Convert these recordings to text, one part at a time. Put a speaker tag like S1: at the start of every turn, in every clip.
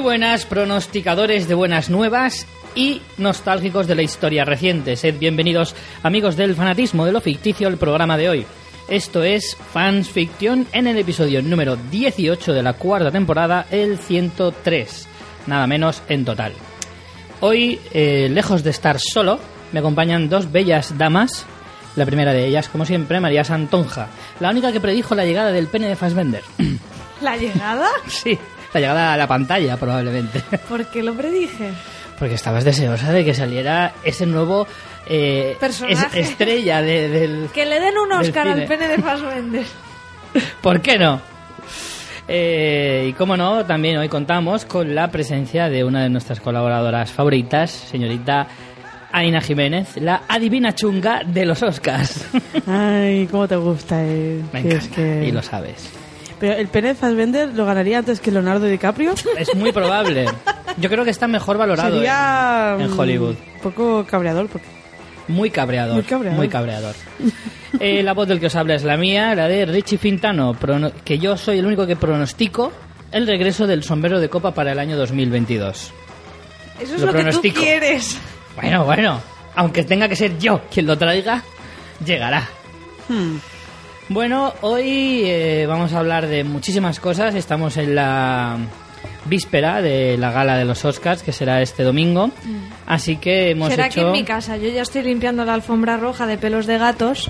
S1: buenas, pronosticadores de buenas nuevas y nostálgicos de la historia reciente. Sed bienvenidos, amigos del fanatismo de lo ficticio, al programa de hoy. Esto es Fans Fiction en el episodio número 18 de la cuarta temporada, el 103, nada menos en total. Hoy, eh, lejos de estar solo, me acompañan dos bellas damas. La primera de ellas, como siempre, María Santonja, la única que predijo la llegada del pene de Fassbender.
S2: ¿La llegada?
S1: sí, la llegada a la pantalla, probablemente.
S2: ¿Por qué lo predije?
S1: Porque estabas deseosa de que saliera ese nuevo eh,
S2: Personaje.
S1: es- estrella de- del.
S2: Que le den un
S1: del
S2: Oscar al
S1: cine.
S2: pene de Fassbender.
S1: ¿Por qué no? Eh, y como no, también hoy contamos con la presencia de una de nuestras colaboradoras favoritas, señorita Aina Jiménez, la adivina chunga de los Oscars.
S3: Ay, cómo te gusta, eh.
S1: Me
S3: Tío,
S1: encanta,
S3: es que-
S1: y lo sabes.
S3: Pero el Pérez Fassbender lo ganaría antes que Leonardo DiCaprio.
S1: Es muy probable. Yo creo que está mejor valorado
S3: Sería
S1: eh, en, en
S3: mm,
S1: Hollywood.
S3: Un poco cabreador porque
S1: Muy cabreador.
S3: Muy cabreador.
S1: muy cabreador. Eh, la voz del que os habla es la mía, la de Richie Fintano, prono- que yo soy el único que pronostico el regreso del sombrero de copa para el año 2022.
S2: Eso es
S1: Lo
S2: lo, que tú
S1: pronostico.
S2: quieres.
S1: Bueno, bueno, aunque tenga que ser yo quien lo traiga, llegará.
S2: Hmm.
S1: Bueno, hoy eh, vamos a hablar de muchísimas cosas. Estamos en la víspera de la gala de los Oscars, que será este domingo. Así que hemos
S2: Hmm. Será aquí
S1: hecho...
S2: en mi casa. Yo ya estoy limpiando la alfombra roja de pelos de gatos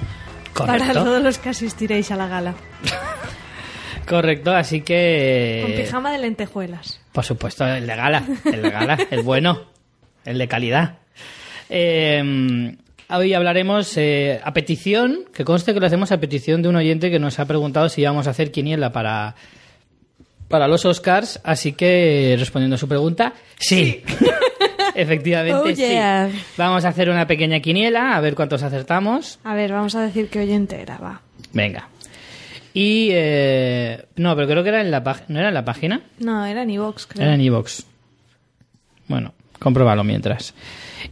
S2: para
S1: Correcto.
S2: todos los que asistiréis a la gala.
S1: Correcto, así que...
S2: Con pijama de lentejuelas.
S1: Por supuesto, el de gala, el de gala, el bueno, el de calidad. Eh, hoy hablaremos eh, a petición, que conste que lo hacemos a petición de un oyente que nos ha preguntado si íbamos a hacer quiniela para, para los Oscars, así que respondiendo a su pregunta, sí. Efectivamente,
S2: Oh, yeah.
S1: sí. Vamos a hacer una pequeña quiniela, a ver cuántos acertamos.
S2: A ver, vamos a decir que hoy entera va.
S1: Venga. Y... eh, no, pero creo que era en la página... ¿No era en la página?
S2: No, era ni Vox, creo.
S1: Era en iVoox. Bueno, compruébalo mientras.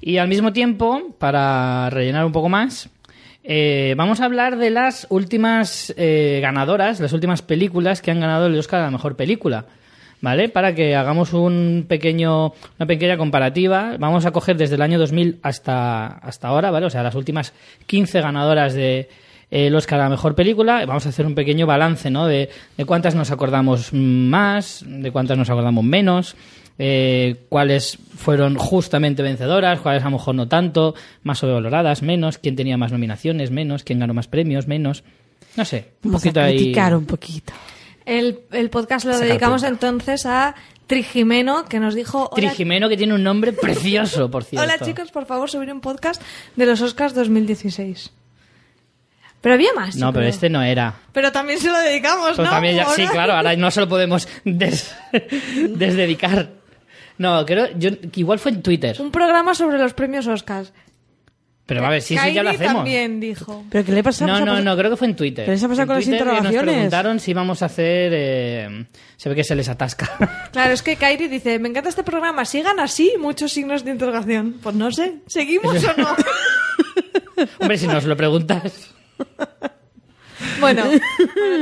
S1: Y al mismo tiempo, para rellenar un poco más, eh, vamos a hablar de las últimas eh, ganadoras, las últimas películas que han ganado el Oscar a la mejor película. ¿Vale? Para que hagamos un pequeño, una pequeña comparativa. Vamos a coger desde el año 2000 hasta, hasta ahora, ¿vale? O sea, las últimas 15 ganadoras de, eh, el Oscar a la mejor película. Vamos a hacer un pequeño balance, ¿no? De, de cuántas nos acordamos más, de cuántas nos acordamos menos, eh, cuáles fueron justamente vencedoras, cuáles a lo mejor no tanto, más sobrevaloradas, menos, quién tenía más nominaciones, menos, quién ganó más premios, menos. No sé, un
S3: vamos a
S1: poquito ahí.
S3: criticar un poquito.
S2: El, el podcast lo
S1: Sacar
S2: dedicamos
S1: punta.
S2: entonces a Trigimeno, que nos dijo... "Hola,
S1: Trigimeno, que tiene un nombre precioso, por cierto.
S2: Hola chicos, por favor subir un podcast de los Oscars 2016. Pero había más. yo
S1: No, pero
S2: creo.
S1: este no era.
S2: Pero también se lo dedicamos,
S1: Pues
S2: ¿no?
S1: también ya-
S2: ¿O
S1: sí,
S2: no?
S1: claro, ahora no se lo podemos des- desdedicar. No, creo, yo, igual fue en Twitter.
S2: Un programa sobre los premios Oscars.
S1: Pero a ver, si eso ya lo
S2: Kairi
S1: hacemos.
S2: también dijo.
S3: Pero qué le pasa
S1: No,
S3: pasa-
S1: no, no, creo que fue en Twitter.
S3: Pero eso pasa
S1: En
S3: con las
S1: Twitter que Nos
S3: interrogaciones.
S1: preguntaron si íbamos a hacer. eh, se ve que se les atasca.
S2: Claro, es que Kairi dice, me encanta este programa, sigan así, muchos signos de interrogación. Pues no sé, ¿seguimos o no?
S1: Hombre, si nos lo preguntas.
S2: bueno, bueno,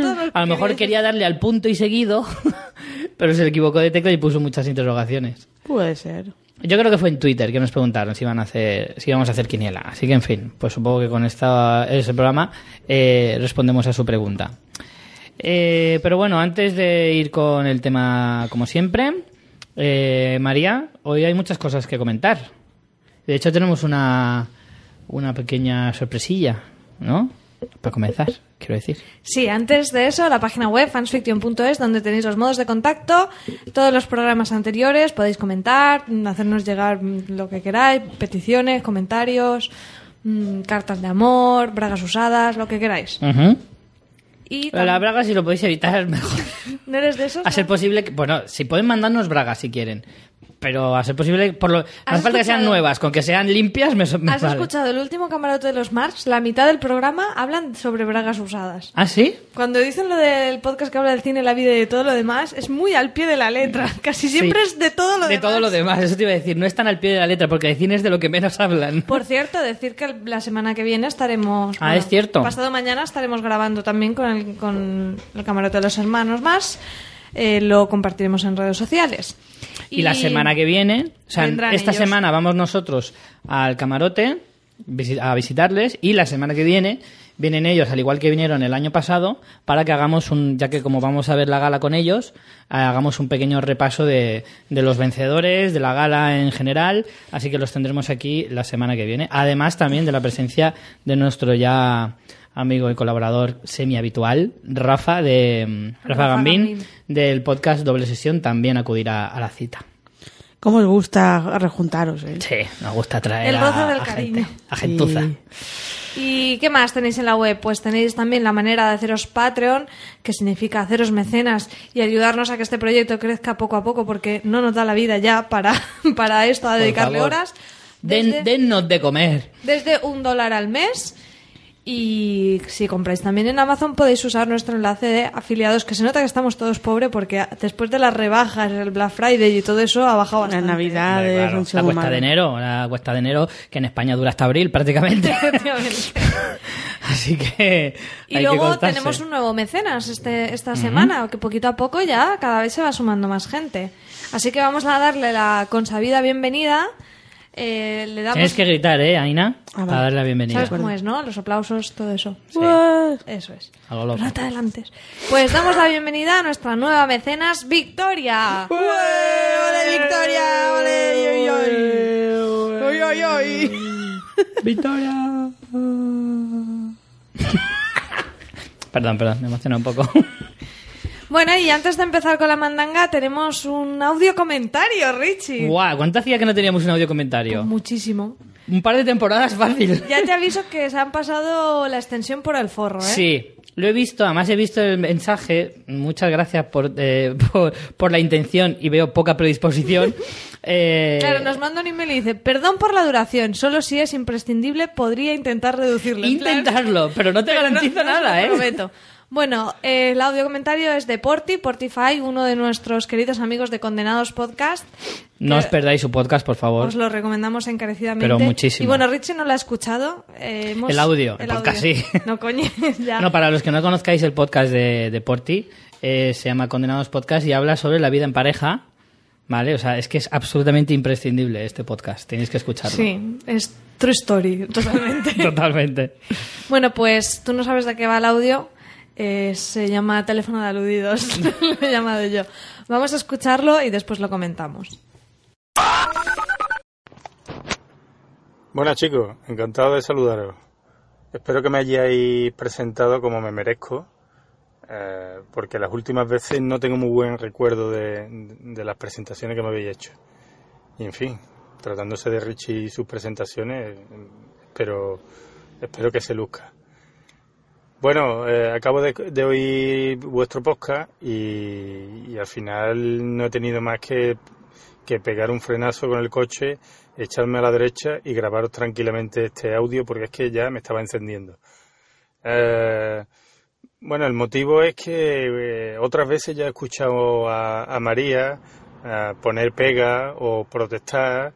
S2: todo lo que
S1: A lo mejor
S2: quería
S1: quería darle al punto y seguido, pero se le equivocó de tecla y puso muchas interrogaciones.
S3: Puede ser.
S1: Yo creo que fue en Twitter que nos preguntaron si iban a hacer, si íbamos a hacer quiniela. Así que en fin, pues supongo que con esta, ese programa eh, respondemos a su pregunta. Eh, pero bueno, antes de ir con el tema como siempre, eh, María, hoy hay muchas cosas que comentar. De hecho tenemos una una pequeña sorpresilla, ¿no? Para comenzar, quiero decir.
S2: Sí, antes de eso, la página web fansfiction.es, donde tenéis los modos de contacto, todos los programas anteriores, podéis comentar, mm, hacernos llegar mm, lo que queráis, peticiones, comentarios, mm, cartas de amor, bragas usadas, lo que queráis.
S1: Ujú.
S2: Y tam-
S1: La braga si lo podéis evitar mejor.
S2: ¿No eres de esos?
S1: A ser posible que, bueno, si pueden mandarnos bragas si quieren, pero a ser posible, por lo, no
S2: ¿Has
S1: hace falta que sean
S2: escuchado?
S1: nuevas, con que sean limpias me, so- me
S2: ¿Has
S1: vale.
S2: escuchado el último camarote de los Marx? La mitad del programa hablan sobre bragas usadas.
S1: ¿Ah, sí?
S2: Cuando dicen lo del podcast que habla del cine, la vida y de todo lo demás, es muy al pie de la letra. Casi siempre
S1: Sí.
S2: es de todo lo
S1: de
S2: demás.
S1: todo lo demás, eso te iba a decir, no están al pie de la letra, porque de cine es de lo que menos hablan.
S2: Por cierto, decir que el- la semana que viene estaremos.
S1: Ah, es cierto.
S2: Pasado mañana estaremos grabando también con el, con el camarote de los hermanos más. Eh, lo compartiremos en redes sociales.
S1: Y, la semana que viene, o sea,
S2: vendrán
S1: esta
S2: ellos.
S1: semana vamos nosotros al camarote visi- a visitarles y la semana que viene vienen ellos, al igual que vinieron el año pasado, para que hagamos un, ya que como vamos a ver la gala con ellos, hagamos un pequeño repaso de, de los vencedores, de la gala en general, así que los tendremos aquí la semana que viene, además también de la presencia de nuestro ya amigo y colaborador semi-habitual, Rafa de Rafa,
S2: Rafa
S1: Gambín,
S2: Gambín.
S1: del podcast Doble Sesión, también acudirá a la cita.
S3: ¿Cómo os gusta rejuntaros, eh?
S1: Sí, nos gusta traer
S2: El
S1: a-
S2: roce del
S1: a
S2: cariño.
S1: gente, a gentuza.
S3: Sí.
S2: ¿Y qué más tenéis en la web? Pues tenéis también la manera de haceros Patreon, que significa haceros mecenas y ayudarnos a que este proyecto crezca poco a poco, porque no nos da la vida ya para, para esto, a
S1: Por
S2: dedicarle
S1: favor.
S2: horas.
S1: Den-
S2: Desde-
S1: dennos de comer.
S2: desde un dólar al mes. Y si compráis también en Amazon podéis usar nuestro enlace de afiliados, que se nota que estamos todos pobres porque a- después de las rebajas, el Black Friday y todo eso ha bajado
S3: Las
S2: bastante.
S3: navidades,
S1: Hombre, claro,
S3: un
S1: la
S3: segundo
S1: cuesta de enero, la cuesta de enero que en España dura hasta abril prácticamente.
S2: Efectivamente.
S1: Así que
S2: y
S1: hay que
S2: luego
S1: contarse.
S2: tenemos un nuevo mecenas este, esta semana, que poquito a poco ya cada vez se va sumando más gente. Así que vamos a darle la consabida bienvenida. Eh, le damos,
S1: Tienes que gritar, eh, Aina,
S3: Ah, vale.
S1: para darle la bienvenida.
S2: ¿Sabes cómo es, no? Los aplausos, todo eso. Eso es.
S1: A lo loco.
S2: Rata del antes. Pues damos la bienvenida a nuestra nueva mecenas, Victoria.
S3: ¡Ué! ¡Ole, Victoria! ¡Ole! ¡Uy, uy, uy! ¡Uy, uy, uy!
S1: Victoria. perdón, perdón, me emocioné un poco.
S2: Bueno, y antes de empezar con la mandanga, tenemos un audio comentario, Richie. Pues
S1: Guau, ¿cuánto hacía que no teníamos un audio comentario?
S2: Muchísimo.
S1: Un par de temporadas fácil.
S2: Ya te aviso que se han pasado la extensión por el forro, ¿eh?
S1: Sí, lo he visto, además he visto el mensaje. Muchas gracias por, eh, por, por la intención y veo poca predisposición. Eh,
S2: Claro, nos manda un email y dice, perdón por la duración, solo si es imprescindible podría intentar reducirlo. En plan,
S1: Intentarlo, pero no te
S2: Pero no-
S1: garantizo
S2: no os lo
S1: nada, ¿eh?
S2: prometo. Bueno, eh, el audio comentario es de Porti, Portify, uno de nuestros queridos amigos de Condenados Podcast.
S1: No os perdáis su podcast, por favor.
S2: Os lo recomendamos encarecidamente.
S1: Pero muchísimo.
S2: Y bueno, Richie no lo ha escuchado. eh, hemos-
S1: El audio, el podcast, sí.
S2: No, coño, ya.
S1: No, para los que no conozcáis el podcast de, de Porti, eh, se llama Condenados Podcast y habla sobre la vida en pareja. ¿Vale? O sea, es que es absolutamente imprescindible este podcast. Tenéis que escucharlo.
S2: Sí, es true story, totalmente.
S1: Totalmente.
S2: bueno, pues tú no sabes de qué va el audio. eh, se llama Teléfono de Aludidos. lo he llamado yo. Vamos a escucharlo y después lo comentamos.
S4: Buenas chicos, encantado de saludaros. Espero que me hayáis presentado como me merezco, eh, porque las últimas veces no tengo muy buen recuerdo de, de las presentaciones que me habéis hecho. Y en fin, tratándose de Richie y sus presentaciones, eh, espero, espero que se luzca. Bueno, eh, acabo de, de oír vuestro podcast y, y al final no he tenido más que que pegar un frenazo con el coche, echarme a la derecha y grabaros tranquilamente este audio porque es que ya me estaba encendiendo. Eh, bueno, el motivo es que eh, otras veces ya he escuchado a, a María eh, poner pega o protestar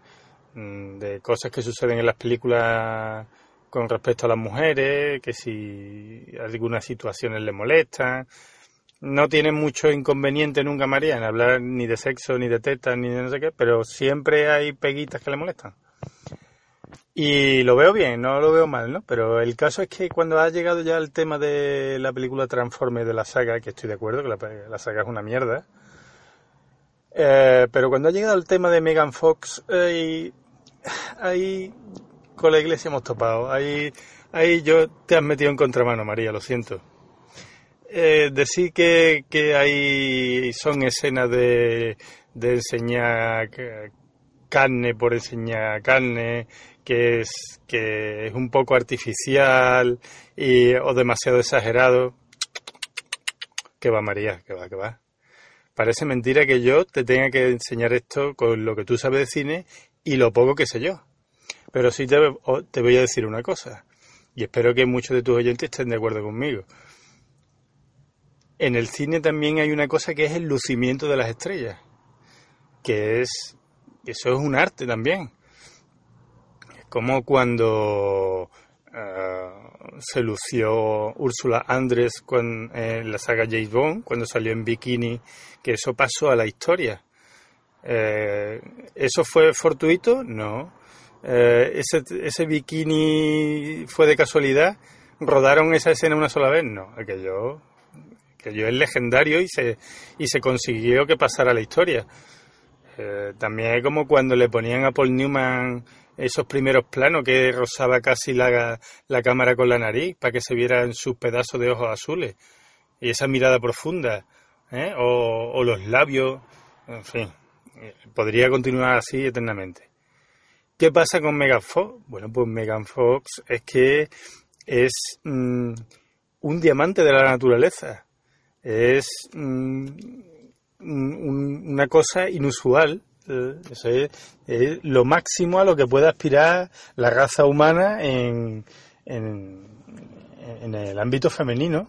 S4: mm, de cosas que suceden en las películas con respecto a las mujeres, que si algunas situaciones le molestan, no tiene mucho inconveniente nunca María en hablar ni de sexo, ni de tetas, ni de no sé qué, pero siempre hay peguitas que le molestan. Y lo veo bien, no lo veo mal, ¿no? Pero el caso es que cuando ha llegado ya el tema de la película Transformers de la saga, que estoy de acuerdo que la, pe- la saga es una mierda, eh, pero cuando ha llegado el tema de Megan Fox, eh, y- ahí con la iglesia hemos topado, ahí, ahí yo te has metido en contramano, María, lo siento. Eh, decir que, que hay son escenas de, de enseñar ca- carne por enseñar carne, que es, que es un poco artificial y, o demasiado exagerado. Que va, María, que va, que va. Parece mentira que yo te tenga que enseñar esto con lo que tú sabes de cine y lo poco que sé yo. Pero sí te, o- te voy a decir una cosa, y espero que muchos de tus oyentes estén de acuerdo conmigo. En el cine también hay una cosa que es el lucimiento de las estrellas, que es eso es un arte también. Es como cuando eh, se lució Úrsula Andrés eh, cuan- en la saga James Bond, cuando salió en bikini, que eso pasó a la historia. Eh, ¿Eso fue fortuito? No. Eh, ese, ¿Ese bikini fue de casualidad? ¿Rodaron esa escena una sola vez? No. Aquello, aquello es legendario y se, y se consiguió que pasara la historia. Eh, también es como cuando le ponían a Paul Newman esos primeros planos que rozaba casi la, la cámara con la nariz para que se vieran sus pedazos de ojos azules y esa mirada profunda ¿eh? o, o los labios, en fin, podría continuar así eternamente. ¿Qué pasa con Megan Fox? Bueno, pues Megan Fox es que es mmm, un diamante de la naturaleza. Es mmm, un, una cosa inusual. Eh, eso es, es, lo máximo a lo que puede aspirar la raza humana en, en, en el ámbito femenino.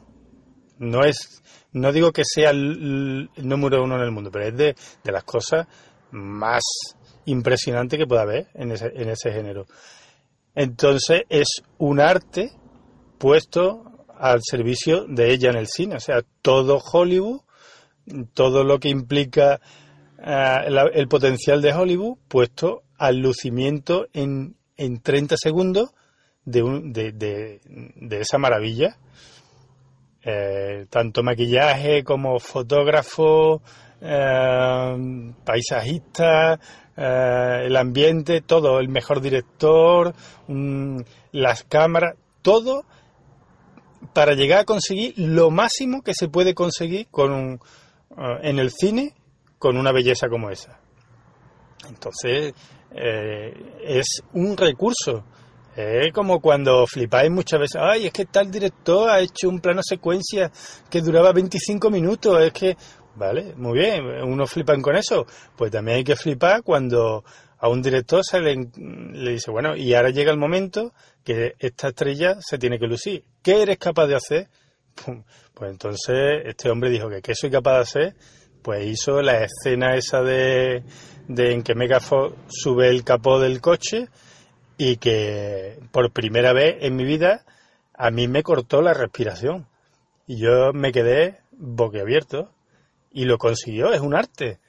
S4: No es, no digo que sea el, el, número uno en el mundo, pero es de, de las cosas más impresionantes que pueda haber en ese, en ese género. Entonces es un arte puesto al servicio de ella en el cine. O sea, todo Hollywood, todo lo que implica uh, la, el potencial de Hollywood puesto al lucimiento en, en 30 segundos de, un, de, de, de esa maravilla. Eh, tanto maquillaje como fotógrafo, eh, paisajista, eh, el ambiente, todo, el mejor director, mm, las cámaras, todo para llegar a conseguir lo máximo que se puede conseguir con un, uh, en el cine con una belleza como esa. Entonces, eh, es un recurso. Es eh, como cuando flipáis muchas veces, ay, es que tal director ha hecho un plano secuencia que duraba 25 minutos, es que, vale, muy bien, uno flipan con eso, pues también hay que flipar cuando a un director se le, le, dice, bueno, y ahora llega el momento que esta estrella se tiene que lucir, ¿qué eres capaz de hacer? Pum. Pues entonces este hombre dijo que qué soy capaz de hacer, pues hizo la escena esa de, de en que Megafo sube el capó del coche, y que por primera vez en mi vida a mí me cortó la respiración y yo me quedé boquiabierto y lo consiguió, es un arte.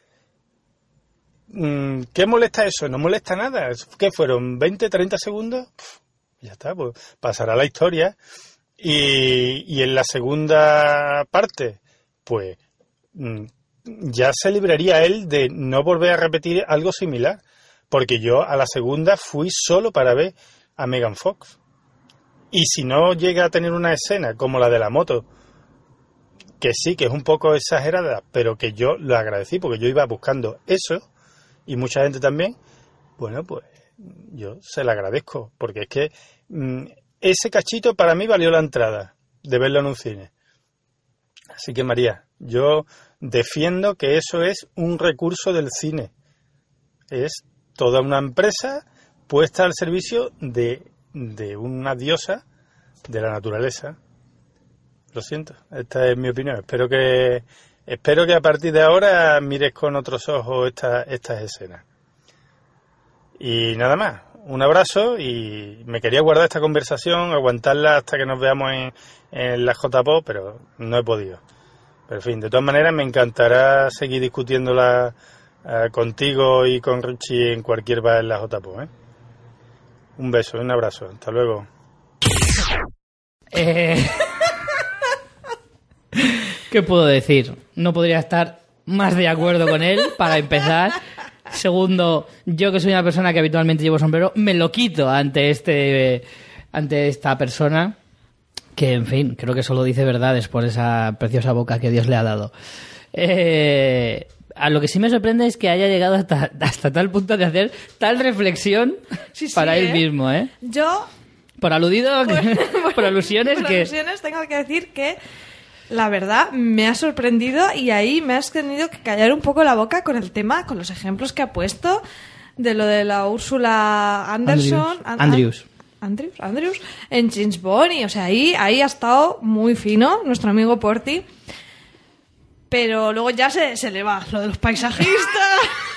S4: Mm, ¿Qué molesta eso? No molesta nada. ¿Qué fueron? ¿20, 30 segundos? Pff, ya está, pues pasará la historia. Y, y en la segunda parte, pues ya se libraría él de no volver a repetir algo similar porque yo a la segunda fui solo para ver a Megan Fox. Y si no llega a tener una escena como la de la moto, que sí, que es un poco exagerada, pero que yo lo agradecí porque yo iba buscando eso, y mucha gente también, bueno, pues yo se lo agradezco, porque es que mmm, ese cachito para mí valió la entrada de verlo en un cine. Así que María, yo defiendo que eso es un recurso del cine. Es toda una empresa puesta al servicio de, de, una diosa de la naturaleza. Lo siento, esta es mi opinión. Espero que espero que a partir de ahora mires con otros ojos esta, estas escenas. Y nada más. Un abrazo y me quería guardar esta conversación, aguantarla hasta que nos veamos en, en la JPO, pero no he podido. Pero en fin, de todas maneras me encantará seguir discutiendo la, contigo y con Richie en cualquier bar en la JPO. ¿eh? Un beso, un abrazo. Hasta luego.
S1: Eh... ¿Qué puedo decir? No podría estar más de acuerdo con él para empezar. Segundo, yo que soy una persona que habitualmente llevo sombrero, me lo quito ante este ante esta persona que en fin, creo que solo dice verdades por esa preciosa boca que Dios le ha dado. Eh, a lo que sí me sorprende es que haya llegado hasta, hasta tal punto de hacer tal reflexión
S2: Sí, sí,
S1: para él
S2: ¿eh?
S1: mismo, ¿eh?
S2: Yo,
S1: Por aludido, que- por, alusiones
S2: por
S1: que...
S2: alusiones, tengo que decir que la verdad me ha sorprendido y ahí me has tenido que callar un poco la boca con el tema, con los ejemplos que ha puesto de lo de la Úrsula Anderson.
S1: Andrews.
S2: An-
S1: Andrews.
S2: Andrews, Andrews, en James Bond, y, o sea, ahí, ahí ha estado muy fino nuestro amigo Porti. Pero luego ya se, se le va lo de los paisajistas.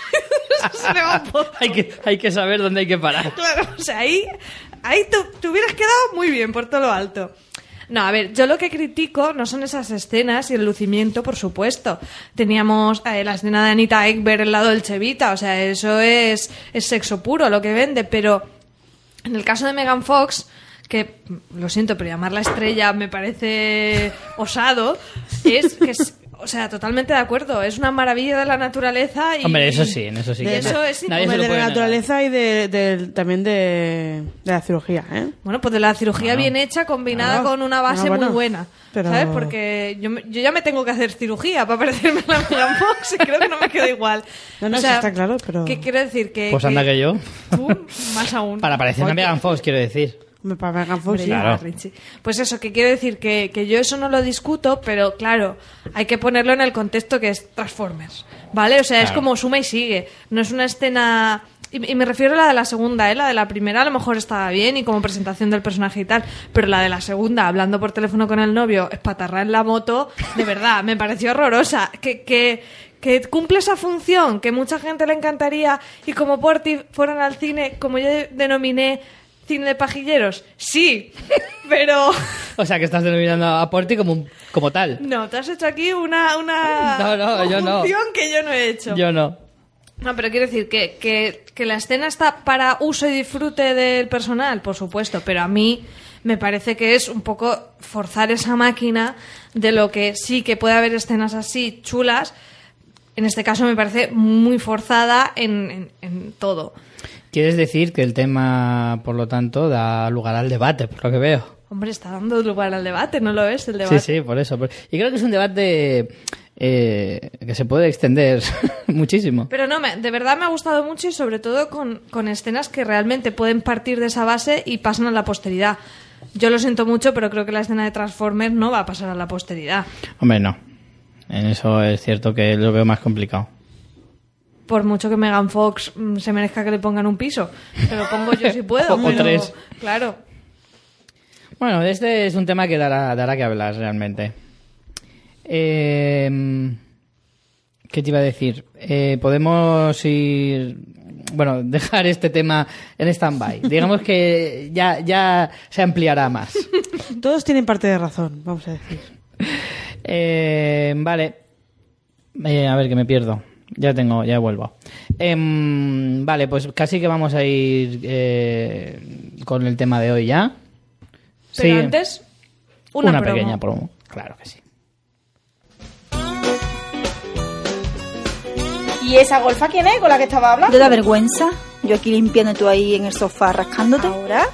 S2: se le va un poco.
S1: Hay que, hay que saber dónde hay que parar.
S2: Claro, o sea, ahí, ahí tú- te, hubieras quedado muy bien por todo lo alto. No, a ver, yo lo que critico no son esas escenas y el lucimiento, por supuesto. Teníamos eh, la escena de Anita Ekberg el lado del Chevita, o sea, eso es, es sexo puro lo que vende, pero en el caso de Megan Fox que lo siento, pero llamarla estrella me parece osado, es que es, o sea, totalmente de acuerdo, es una maravilla de la naturaleza y
S1: Hombre, eso sí, en eso sí.
S2: y
S1: que
S2: eso
S1: na-
S2: es
S1: nadie se lo
S2: Hombre, lo
S1: puede
S3: de la
S1: negar.
S3: naturaleza y de, del- también de, de la cirugía, ¿eh?
S2: Bueno, pues de la cirugía bien hecha combinada
S3: Claro.
S2: con una base
S3: Ah, bueno.
S2: muy buena.
S3: Pero-
S2: ¿Sabes? Porque yo, me- yo ya me tengo que hacer cirugía para parecerme a la Megan Fox y creo que no me queda igual.
S3: No, no,
S2: O
S3: eso
S2: sea,
S3: está claro, pero-
S2: Que quiero decir que...
S1: Pues anda que yo.
S2: Tú, más aún.
S1: Para parecer a
S2: Porque-
S1: Megan Fox, quiero decir.
S3: Me para Megan Fox,
S2: Hombre,
S3: sí.
S2: ya,
S1: Claro.
S2: Richie. Pues eso, que quiero decir que, que yo eso no lo discuto, pero claro, hay que ponerlo en el contexto que es Transformers, ¿vale? O sea, es
S1: Claro.
S2: como suma y sigue, no es una escena... Y, y me refiero a la de la segunda, ¿eh? La de la primera a lo mejor estaba bien y como presentación del personaje y tal, pero la de la segunda, hablando por teléfono con el novio, espatarra en la moto, de verdad, me pareció horrorosa. Que... que que cumple esa función que mucha gente le encantaría y como Porti fueron al cine, como yo denominé cine de pajilleros, sí, pero
S1: O sea, que estás denominando a Porti como, un- como tal.
S2: no, te has hecho aquí una, una
S1: No, no, yo no.
S2: función que yo no he hecho.
S1: Yo no.
S2: No, pero quiero decir que, que, que la escena está para uso y disfrute del personal, por supuesto, pero a mí me parece que es un poco forzar esa máquina de lo que sí que puede haber escenas así chulas. En este caso me parece muy forzada en, en- en todo.
S1: Quieres decir que el tema, por lo tanto, da lugar al debate, por lo que veo.
S2: Hombre, está dando lugar al debate, ¿no lo es el debate?
S1: Sí, sí, por eso. por- Y creo que es un debate eh, que se puede extender muchísimo.
S2: Pero no, me- de verdad me ha gustado mucho y sobre todo con, con escenas que realmente pueden partir de esa base y pasan a la posteridad. Yo lo siento mucho, pero creo que la escena de Transformers no va a pasar a la posteridad.
S1: Hombre, no. En eso es cierto que lo veo más complicado.
S2: Por mucho que Megan Fox mm, se merezca que le pongan un piso. Se lo pongo yo si puedo.
S1: O- o
S2: pero-
S1: tres.
S2: Claro.
S1: Bueno, este es un tema que dará, dará que hablar realmente. Eh, ¿Qué te iba a decir? Eh, podemos ir. Bueno, dejar este tema en stand-by. Digamos que ya, ya se ampliará más.
S3: Todos tienen parte de razón, vamos a decir.
S1: Eh, vale. Eh, a ver, que me pierdo. Ya tengo, ya vuelvo. Em, vale, pues casi que vamos a ir eh, con el tema de hoy ya.
S2: Pero antes, una,
S1: una,
S2: promo.
S1: pequeña promo. Claro que sí.
S5: ¿Y esa golfa quién es con la que estaba hablando?
S6: ¿No te da vergüenza? Yo aquí limpiando tú ahí en el sofá rascándote.
S5: ¿Ahora?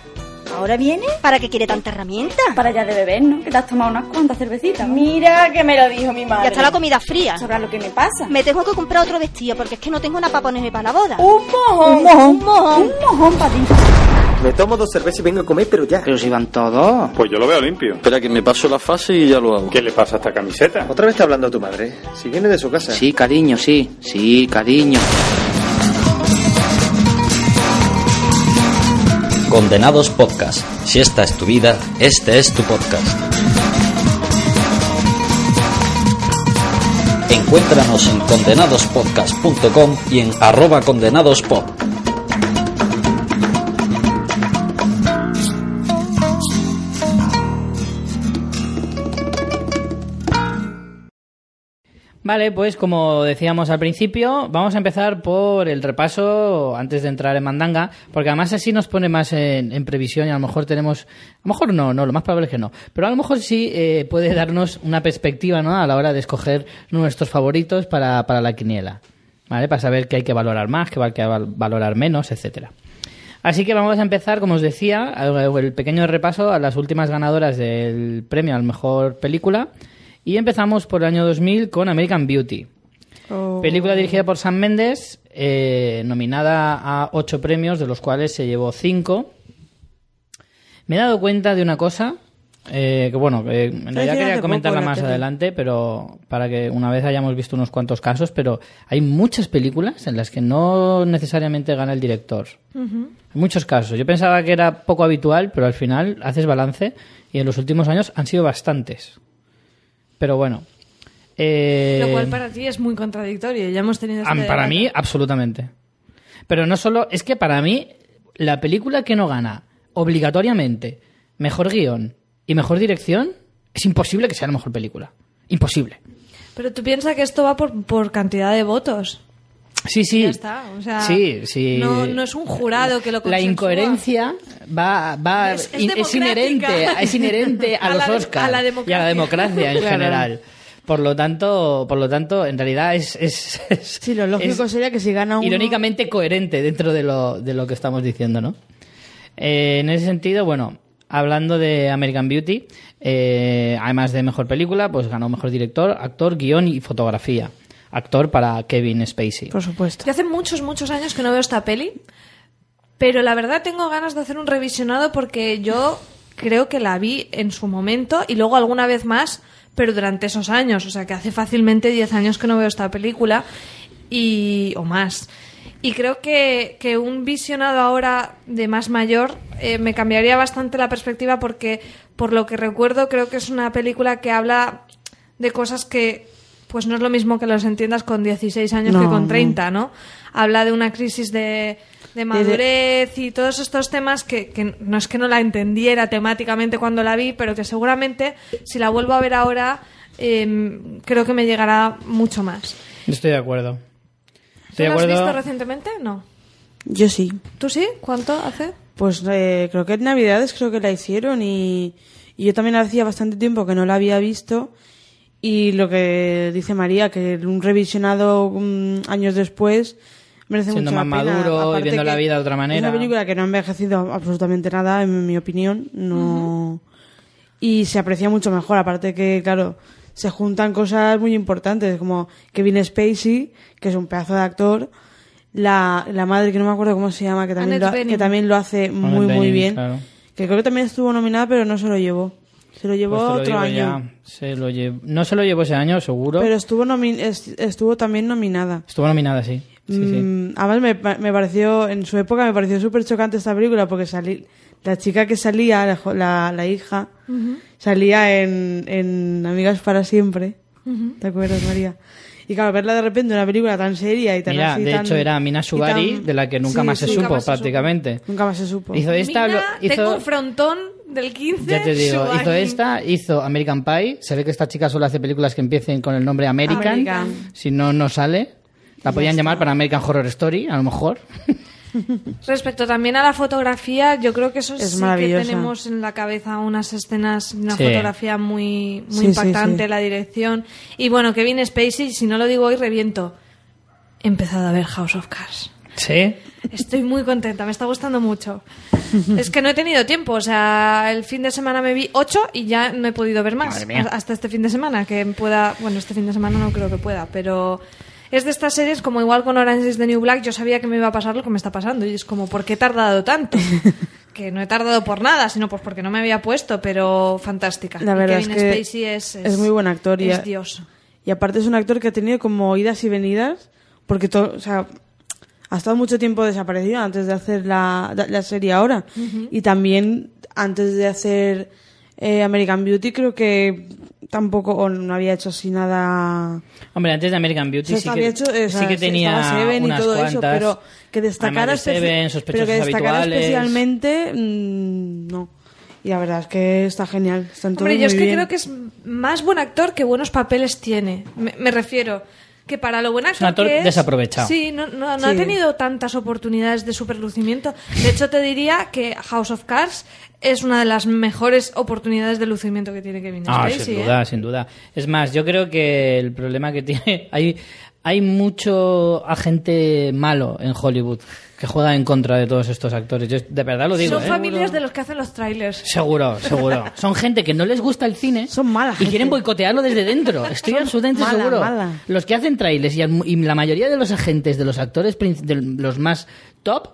S5: ¿Ahora viene?
S6: ¿Para qué quiere tanta herramienta?
S5: Para allá de beber, ¿no? Que te has tomado unas cuantas cervecitas. Mira que me lo dijo mi madre.
S6: Ya está la comida fría.
S5: Sabrás lo que me pasa.
S6: Me tengo que comprar otro vestido porque es que no tengo nada para ponerme para la boda.
S5: Un mojón.
S6: Un mojón. Un mojón.
S5: Un mojón para ti.
S7: Me tomo dos cervezas y vengo a comer, pero ya.
S8: Pero si van todos.
S4: Pues yo lo veo limpio.
S8: Espera que me paso la fase y ya lo hago.
S4: ¿Qué le pasa a esta camiseta?
S7: Otra vez está hablando tu madre. Si viene de su casa.
S8: Sí, cariño, sí. Sí, cariño.
S9: Condenados Podcast. Si esta es tu vida, este es tu podcast. Encuéntranos en condenadospodcast.com y en arroba condenadospod.
S1: Vale, pues como decíamos al principio, vamos a empezar por el repaso antes de entrar en Mandanga, porque además así nos pone más en, en previsión y a lo mejor tenemos, a lo mejor no, no, lo más probable es que no, pero a lo mejor sí eh, puede darnos una perspectiva ¿no? a la hora de escoger nuestros favoritos para, para la quiniela, ¿vale? Para saber qué hay que valorar más, qué hay que val- valorar menos, etcétera. Así que vamos a empezar, como os decía, eh, el pequeño repaso a las últimas ganadoras del premio al mejor película. Y empezamos por el año 2000 con American Beauty.
S3: O-
S1: Película dirigida por Sam Mendes, eh, nominada a ocho premios, de los cuales se llevó cinco. Me he dado cuenta de una cosa, eh, que bueno, que en realidad
S3: hace
S1: quería
S3: poco
S1: comentarla
S3: en la
S1: más
S3: tele.
S1: adelante, pero para que una vez hayamos visto unos cuantos casos, pero hay muchas películas en las que no necesariamente gana el director. Hay muchos casos. Yo pensaba que era poco habitual, pero al final haces balance y en los últimos años han sido bastantes. Pero bueno. eh,
S2: Lo cual para ti es muy contradictorio. Ya hemos tenido este
S1: Am- para
S2: debate.
S1: mí, absolutamente. Pero no solo, es que para mí, la película que no gana obligatoriamente mejor guión y mejor dirección, es imposible que sea la mejor película. Imposible.
S2: Pero tú piensas que esto va por, por cantidad de votos.
S1: Sí, sí.
S2: Ya está, o sea,
S1: sí, sí.
S2: no- no es un jurado que lo
S1: La
S2: consensúa.
S1: incoherencia va, va
S2: Es- es
S1: in- es,
S2: democrática.
S1: inherente, es inherente a,
S2: A
S1: los
S2: la de-
S1: Oscars y
S2: a la
S1: a la
S2: democracia.
S1: democracia en
S2: Claro.
S1: general. Por lo tanto, por lo tanto, en realidad es, es, es-
S3: Sí, lo lógico
S1: es
S3: sería que si gana uno...
S1: irónicamente coherente dentro de lo, de lo que estamos diciendo, ¿no? Eh, en ese sentido, bueno, hablando de American Beauty, eh, además de mejor película, pues ganó mejor director, actor, guión y fotografía. Actor para Kevin Spacey.
S3: Por supuesto.
S2: Yo hace muchos, muchos años que no veo esta peli, pero la verdad tengo ganas de hacer un revisionado porque yo creo que la vi en su momento y luego alguna vez más, pero durante esos años, o sea que hace fácilmente 10 años que no veo esta película y o más. Y creo que, que un visionado ahora de más mayor eh, me cambiaría bastante la perspectiva porque, por lo que recuerdo, creo que es una película que habla de cosas que pues no es lo mismo que los entiendas con 16 años
S3: No,
S2: que con
S3: no.
S2: 30, ¿no? Habla de una crisis de, de madurez y todos estos temas que, que no es que no la entendiera temáticamente cuando la vi, pero que seguramente si la vuelvo a ver ahora em, creo que me llegará mucho más.
S1: Estoy de acuerdo. Estoy
S2: ¿Tú
S1: de
S2: la has
S1: acuerdo.
S2: visto recientemente? No.
S3: Yo sí.
S2: ¿Tú sí? ¿Cuánto hace?
S3: Pues eh, creo que en Navidades creo que la hicieron y, y yo también hacía bastante tiempo que no la había visto y lo que dice María, que un revisionado mm, años después merece
S1: Siendo
S3: mucho
S1: más
S3: la pena.
S1: maduro y
S3: Aparte
S1: viendo la
S3: que
S1: vida de otra
S3: Es
S1: manera.
S3: una película que no ha envejecido absolutamente nada, en mi opinión, no... Y se aprecia mucho mejor, aparte que, claro, se juntan cosas muy importantes, como Kevin Spacey, que es un pedazo de actor, la, la madre, que no me acuerdo cómo se llama, que también,
S2: Annette
S3: lo, ha- que
S2: Bening.
S3: también lo hace muy, muy
S1: Bening,
S3: bien.
S1: claro.
S3: Que creo que también estuvo nominada, pero no se lo llevó. Se lo llevó
S1: Pues te lo
S3: otro
S1: digo ya,
S3: año.
S1: se lo lle- No se lo llevó ese año, seguro.
S3: Pero estuvo, nomi- es- estuvo también nominada.
S1: Estuvo nominada, sí. Sí, sí.
S3: Mm, Además, me, pa- me pareció, en su época, me pareció súper chocante esta película porque salí, la chica que salía, la, jo- la- la hija, salía en, en Amigas para Siempre. ¿Te acuerdas, María? Y claro, verla de repente una película tan seria y tan
S1: Mira,
S3: así,
S1: de
S3: tan-
S1: hecho era Mina
S3: y
S1: Shugari,
S3: tan-
S1: de la que nunca
S3: Sí,
S1: más se
S3: sí,
S1: supo,
S2: más se supo.
S1: prácticamente.
S3: Nunca más se supo.
S1: Hizo esta,
S2: Mina,
S1: lo-
S2: Tengo
S1: hizo,
S2: un frontón del 15.
S1: ya te digo,
S2: Shubani.
S1: hizo esta, hizo American Pie. Se ve que esta chica solo hace películas que empiecen con el nombre American.
S3: American.
S1: Si no, no sale. La podían llamar para American Horror Story, a lo mejor.
S2: Respecto también a la fotografía, yo creo que eso
S3: Es
S2: sí que
S3: maravillosa.
S2: tenemos en la cabeza unas escenas, una
S1: Sí.
S2: fotografía muy, muy
S3: Sí, sí,
S2: impactante,
S3: sí.
S2: la dirección. Y bueno, Kevin Spacey, si no lo digo hoy, reviento. He empezado a ver House of Cards.
S1: Sí.
S2: Estoy muy contenta, me está gustando mucho. Es que no he tenido tiempo, o sea, el fin de semana me vi ocho y ya no he podido ver más.
S1: Madre mía.
S2: Ha- Hasta este fin de semana, que pueda, bueno, este fin de semana no creo que pueda, pero es de estas series como igual con Orange is the New Black, yo sabía que me iba a pasar lo que me está pasando y es como, ¿por qué he tardado tanto? que no he tardado por nada, sino pues porque no me había puesto, pero fantástica.
S3: La
S2: Y
S3: verdad
S2: Kevin
S3: es que
S2: Spacey es,
S3: es muy buen actor y-
S2: Es Dios.
S3: Y aparte es un actor que ha tenido como idas y venidas, porque to- o sea, ha estado mucho tiempo desaparecido antes de hacer la, la serie ahora. Y también antes de hacer eh, American Beauty creo que tampoco o no había hecho así nada...
S1: Hombre, antes de American Beauty
S3: O sea,
S1: sí,
S3: había
S1: que,
S3: hecho, eh, o
S1: sí
S3: sea,
S1: que
S3: se-
S1: tenía
S3: estaba Seven
S1: unas
S3: y todo
S1: cuantas.
S3: eso, pero que destacara,
S1: Además de
S3: especi-
S1: Seven,
S3: pero
S1: sospechosos
S3: que destacara
S1: habituales.
S3: especialmente, mm, no. Y la verdad es que está genial. Están todos
S2: Hombre, yo es
S3: muy
S2: que
S3: bien.
S2: creo que es más buen actor que buenos papeles tiene. Me, me refiero que para lo buen actor,
S1: un actor
S2: que es-
S1: desaprovechado.
S2: Sí, no, no- no ha
S3: Sí.
S2: tenido tantas oportunidades de superlucimiento. De hecho, te diría que House of Cards es una de las mejores oportunidades de lucimiento que tiene Kevin
S1: Ah,
S2: Spacey.
S1: sin
S2: ¿eh?
S1: duda, sin duda. Es más, yo creo que el problema que tiene. Hay, hay mucho agente malo en Hollywood que juega en contra de todos estos actores. Yo de verdad lo digo,
S2: Son
S1: ¿eh?
S2: familias de los que hacen los trailers.
S1: Seguro, seguro. Son gente que no les gusta el cine.
S3: Son mala
S1: Y quieren
S3: gente.
S1: boicotearlo desde dentro. Estoy
S3: Son
S1: absolutamente
S3: mala,
S1: seguro.
S3: mala.
S1: Los que hacen trailers y, al- y la mayoría de los agentes, de los actores, princi- de los más top,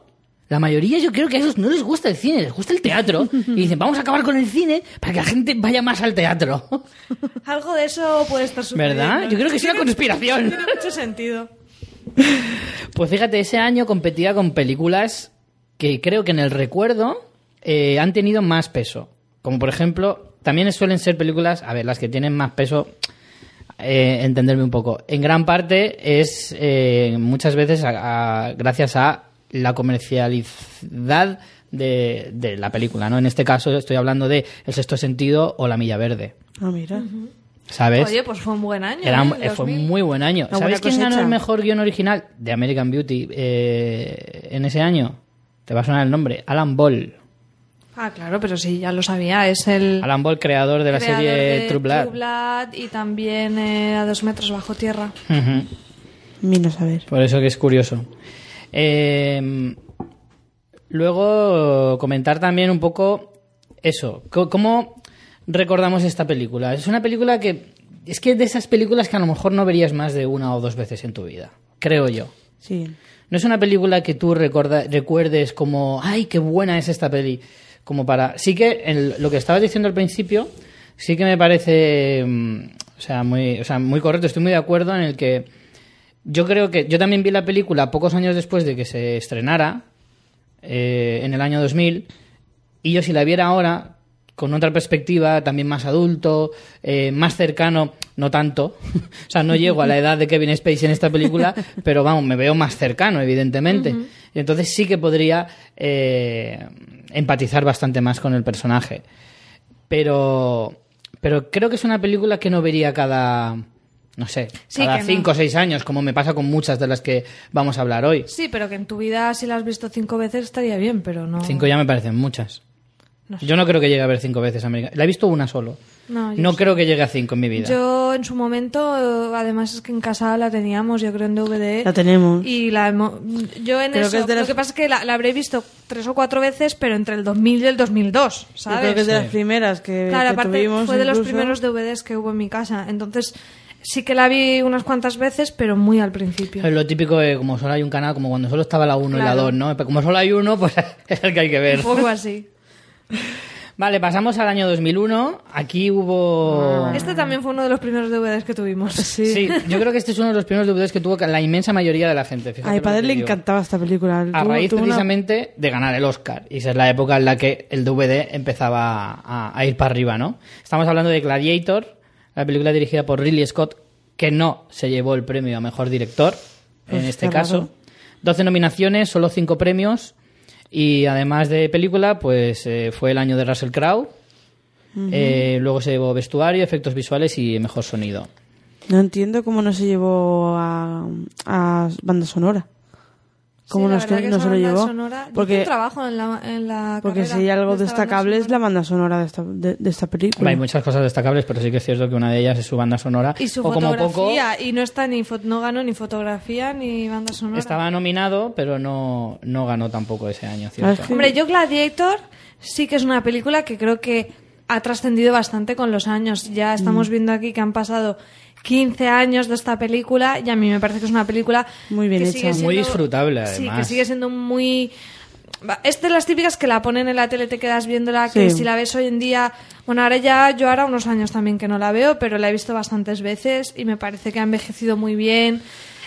S1: la mayoría yo creo que a esos no les gusta el cine, les gusta el teatro. Y dicen, vamos a acabar con el cine para que la gente vaya más al teatro.
S2: Algo de eso puede estar sucediendo.
S1: ¿Verdad? Yo creo que es una conspiración.
S2: Tiene mucho sentido.
S1: Pues fíjate, ese año competía con películas que creo que en el recuerdo eh, han tenido más peso. Como por ejemplo, también suelen ser películas, a ver, las que tienen más peso, eh, entenderme un poco. En gran parte es eh, muchas veces a- a- gracias a la comercialidad de, de la película, ¿no? En este caso estoy hablando de El sexto sentido o La milla verde,
S3: Ah, mira.
S1: ¿sabes?
S2: Oye, pues fue un buen año.
S1: Era-
S2: ¿eh?
S1: fue
S2: 2000.
S1: muy buen año.
S3: Una
S1: ¿Sabes
S3: buena
S1: quién ganó
S3: cosecha.
S1: el mejor guión original de American Beauty eh, en ese año? Te va a sonar el nombre, Alan Ball.
S2: Ah, claro, pero sí, ya lo sabía. Es el
S1: Alan Ball, creador de la
S2: creador
S1: serie
S2: de
S1: True Blood.
S2: y también eh, A dos metros bajo tierra.
S1: Ujú.
S3: Mira, saber.
S1: Por eso que es curioso. Eh, luego comentar también un poco eso, co- cómo recordamos esta película. Es una película que es que de esas películas que a lo mejor no verías más de una o dos veces en tu vida, creo yo.
S3: Sí.
S1: No es una película que tú recorda- recuerdes como, ay, qué buena es esta peli. Como para. Sí que el- lo que estabas diciendo al principio, sí que me parece. mm, o, sea, muy, o sea, muy correcto. Estoy muy de acuerdo en el que. Yo creo que. Yo también vi la película pocos años después de que se estrenara, eh, en el año 2000. Y yo si la viera ahora, con otra perspectiva, también más adulto, eh, más cercano, no tanto. o sea, no llego a la edad de Kevin Spacey en esta película, pero vamos, me veo más cercano, evidentemente. Y entonces sí que podría eh, empatizar bastante más con el personaje. Pero, pero creo que es una película que no vería cada... No sé,
S2: Sí,
S1: cada
S2: que no.
S1: cinco o seis años, como me pasa con muchas de las que vamos a hablar hoy.
S2: Sí, pero que en tu vida, si la has visto cinco veces, estaría bien, pero no.
S1: Cinco ya me parecen muchas. Yo no creo que llegue a ver cinco veces América. La he visto una solo.
S2: No, yo
S1: No
S2: sí.
S1: creo que llegue a cinco en mi vida.
S2: Yo en su momento, eh, además es que en casa la teníamos, yo creo en DVD.
S3: La tenemos.
S2: Y la hemo- yo en
S3: Creo
S2: eso,
S3: que es de
S2: lo
S3: las-
S2: que pasa es que la, la habré visto tres o cuatro veces, pero entre el 2000 y el 2002,
S3: Yo
S2: ¿sabes?
S3: creo que es de
S1: Sí.
S3: las primeras que,
S2: Claro,
S3: que
S2: aparte
S3: tuvimos.
S2: fue de los
S3: incluso.
S2: primeros DVDs que hubo en mi casa. Entonces, sí que la vi unas cuantas veces, pero muy al principio.
S1: Es lo típico de como solo hay un canal, como cuando solo estaba la 1 y la
S2: Claro.
S1: 2, ¿no? Pero Como solo hay uno, pues es el que hay que ver.
S2: Un poco así.
S1: Vale, pasamos al año 2001. Aquí hubo...
S2: Este también fue uno de los primeros DVDs que tuvimos.
S1: Sí, yo creo que este es uno de los primeros DVDs que tuvo la inmensa mayoría de la gente.
S3: A
S1: fíjate
S3: mi
S1: lo que
S3: padre
S1: te
S3: le
S1: digo.
S3: encantaba esta película.
S1: A
S3: Tuvo-
S1: raíz
S3: tuvo una-
S1: precisamente de ganar el Oscar. Y esa es la época en la que el DVD empezaba a, a ir para arriba, ¿no? Estamos hablando de Gladiator, la película dirigida por Ridley Scott, que no se llevó el premio a mejor director, en
S3: Pues
S1: este
S3: qué
S1: caso.
S3: raro.
S1: 12 nominaciones, solo 5 premios. Y además de película, pues eh, fue el año de Russell Crowe. Eh, luego se llevó vestuario, efectos visuales y mejor sonido.
S3: No entiendo cómo no se llevó a, a banda sonora. Cómo
S2: Sí, la
S3: no, es que
S2: verdad que
S3: no
S2: esa
S3: se lo
S2: banda
S3: llevó.
S2: sonora- yo hice
S3: porque
S2: un trabajo en la, en la
S3: porque si
S2: carrera
S3: hay algo
S2: de esta banda
S3: destacable es
S2: sonora.
S3: la banda sonora de esta, de, de esta película.
S1: Hombre, Hay muchas cosas destacables, pero sí que es cierto que una de ellas es su banda sonora.
S2: Y su
S1: o como
S2: fotografía,
S1: poco,
S2: y no está ni fo- no ganó ni fotografía ni banda sonora.
S1: Estaba nominado, pero no, no ganó tampoco ese año,
S3: ¿Sabes
S1: ¿cierto?
S3: qué?
S2: Hombre, yo Gladiator sí que es una película que creo que ha trascendido bastante con los años.
S3: Mm.
S2: Ya estamos viendo aquí que han pasado 15 años de esta película y a mí me parece que es una película
S3: Muy bien
S2: que
S3: hecha.
S2: sigue
S3: Muy
S2: siendo-
S1: disfrutable,
S2: Sí, que
S1: además.
S2: sigue siendo muy Va, es de las típicas que la ponen en la tele te quedas viéndola que
S3: Sí.
S2: si la ves hoy en día bueno ahora ya yo ahora unos años también que no la veo pero la he visto bastantes veces y me parece que ha envejecido muy bien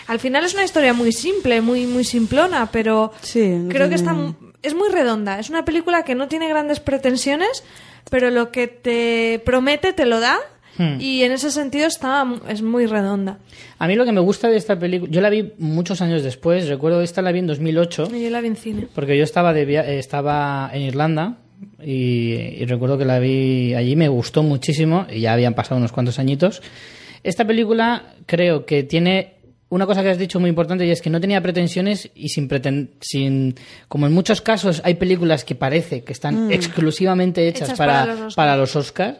S2: al final es una historia muy simple muy muy simplona pero
S3: Sí, no
S2: creo que está
S3: tiene-
S2: mu- es muy redonda es una película que no tiene grandes pretensiones pero lo que te promete te lo da
S1: Hmm.
S2: y en ese sentido está mu- es muy redonda
S1: A mí lo que me gusta de esta película, yo la vi muchos años después, recuerdo esta la vi en 2008,
S2: yo la vi en cine
S1: porque yo estaba, de via- eh, estaba en Irlanda y, y recuerdo que la vi allí, me gustó muchísimo y ya habían pasado unos cuantos añitos. Esta película creo que tiene una cosa que has dicho muy importante y es que no tenía pretensiones y sin preten- sin como en muchos casos hay películas que parece que están exclusivamente Mm. hechas,
S2: Hechas
S1: para,
S2: para los Oscars.
S1: para los Oscars.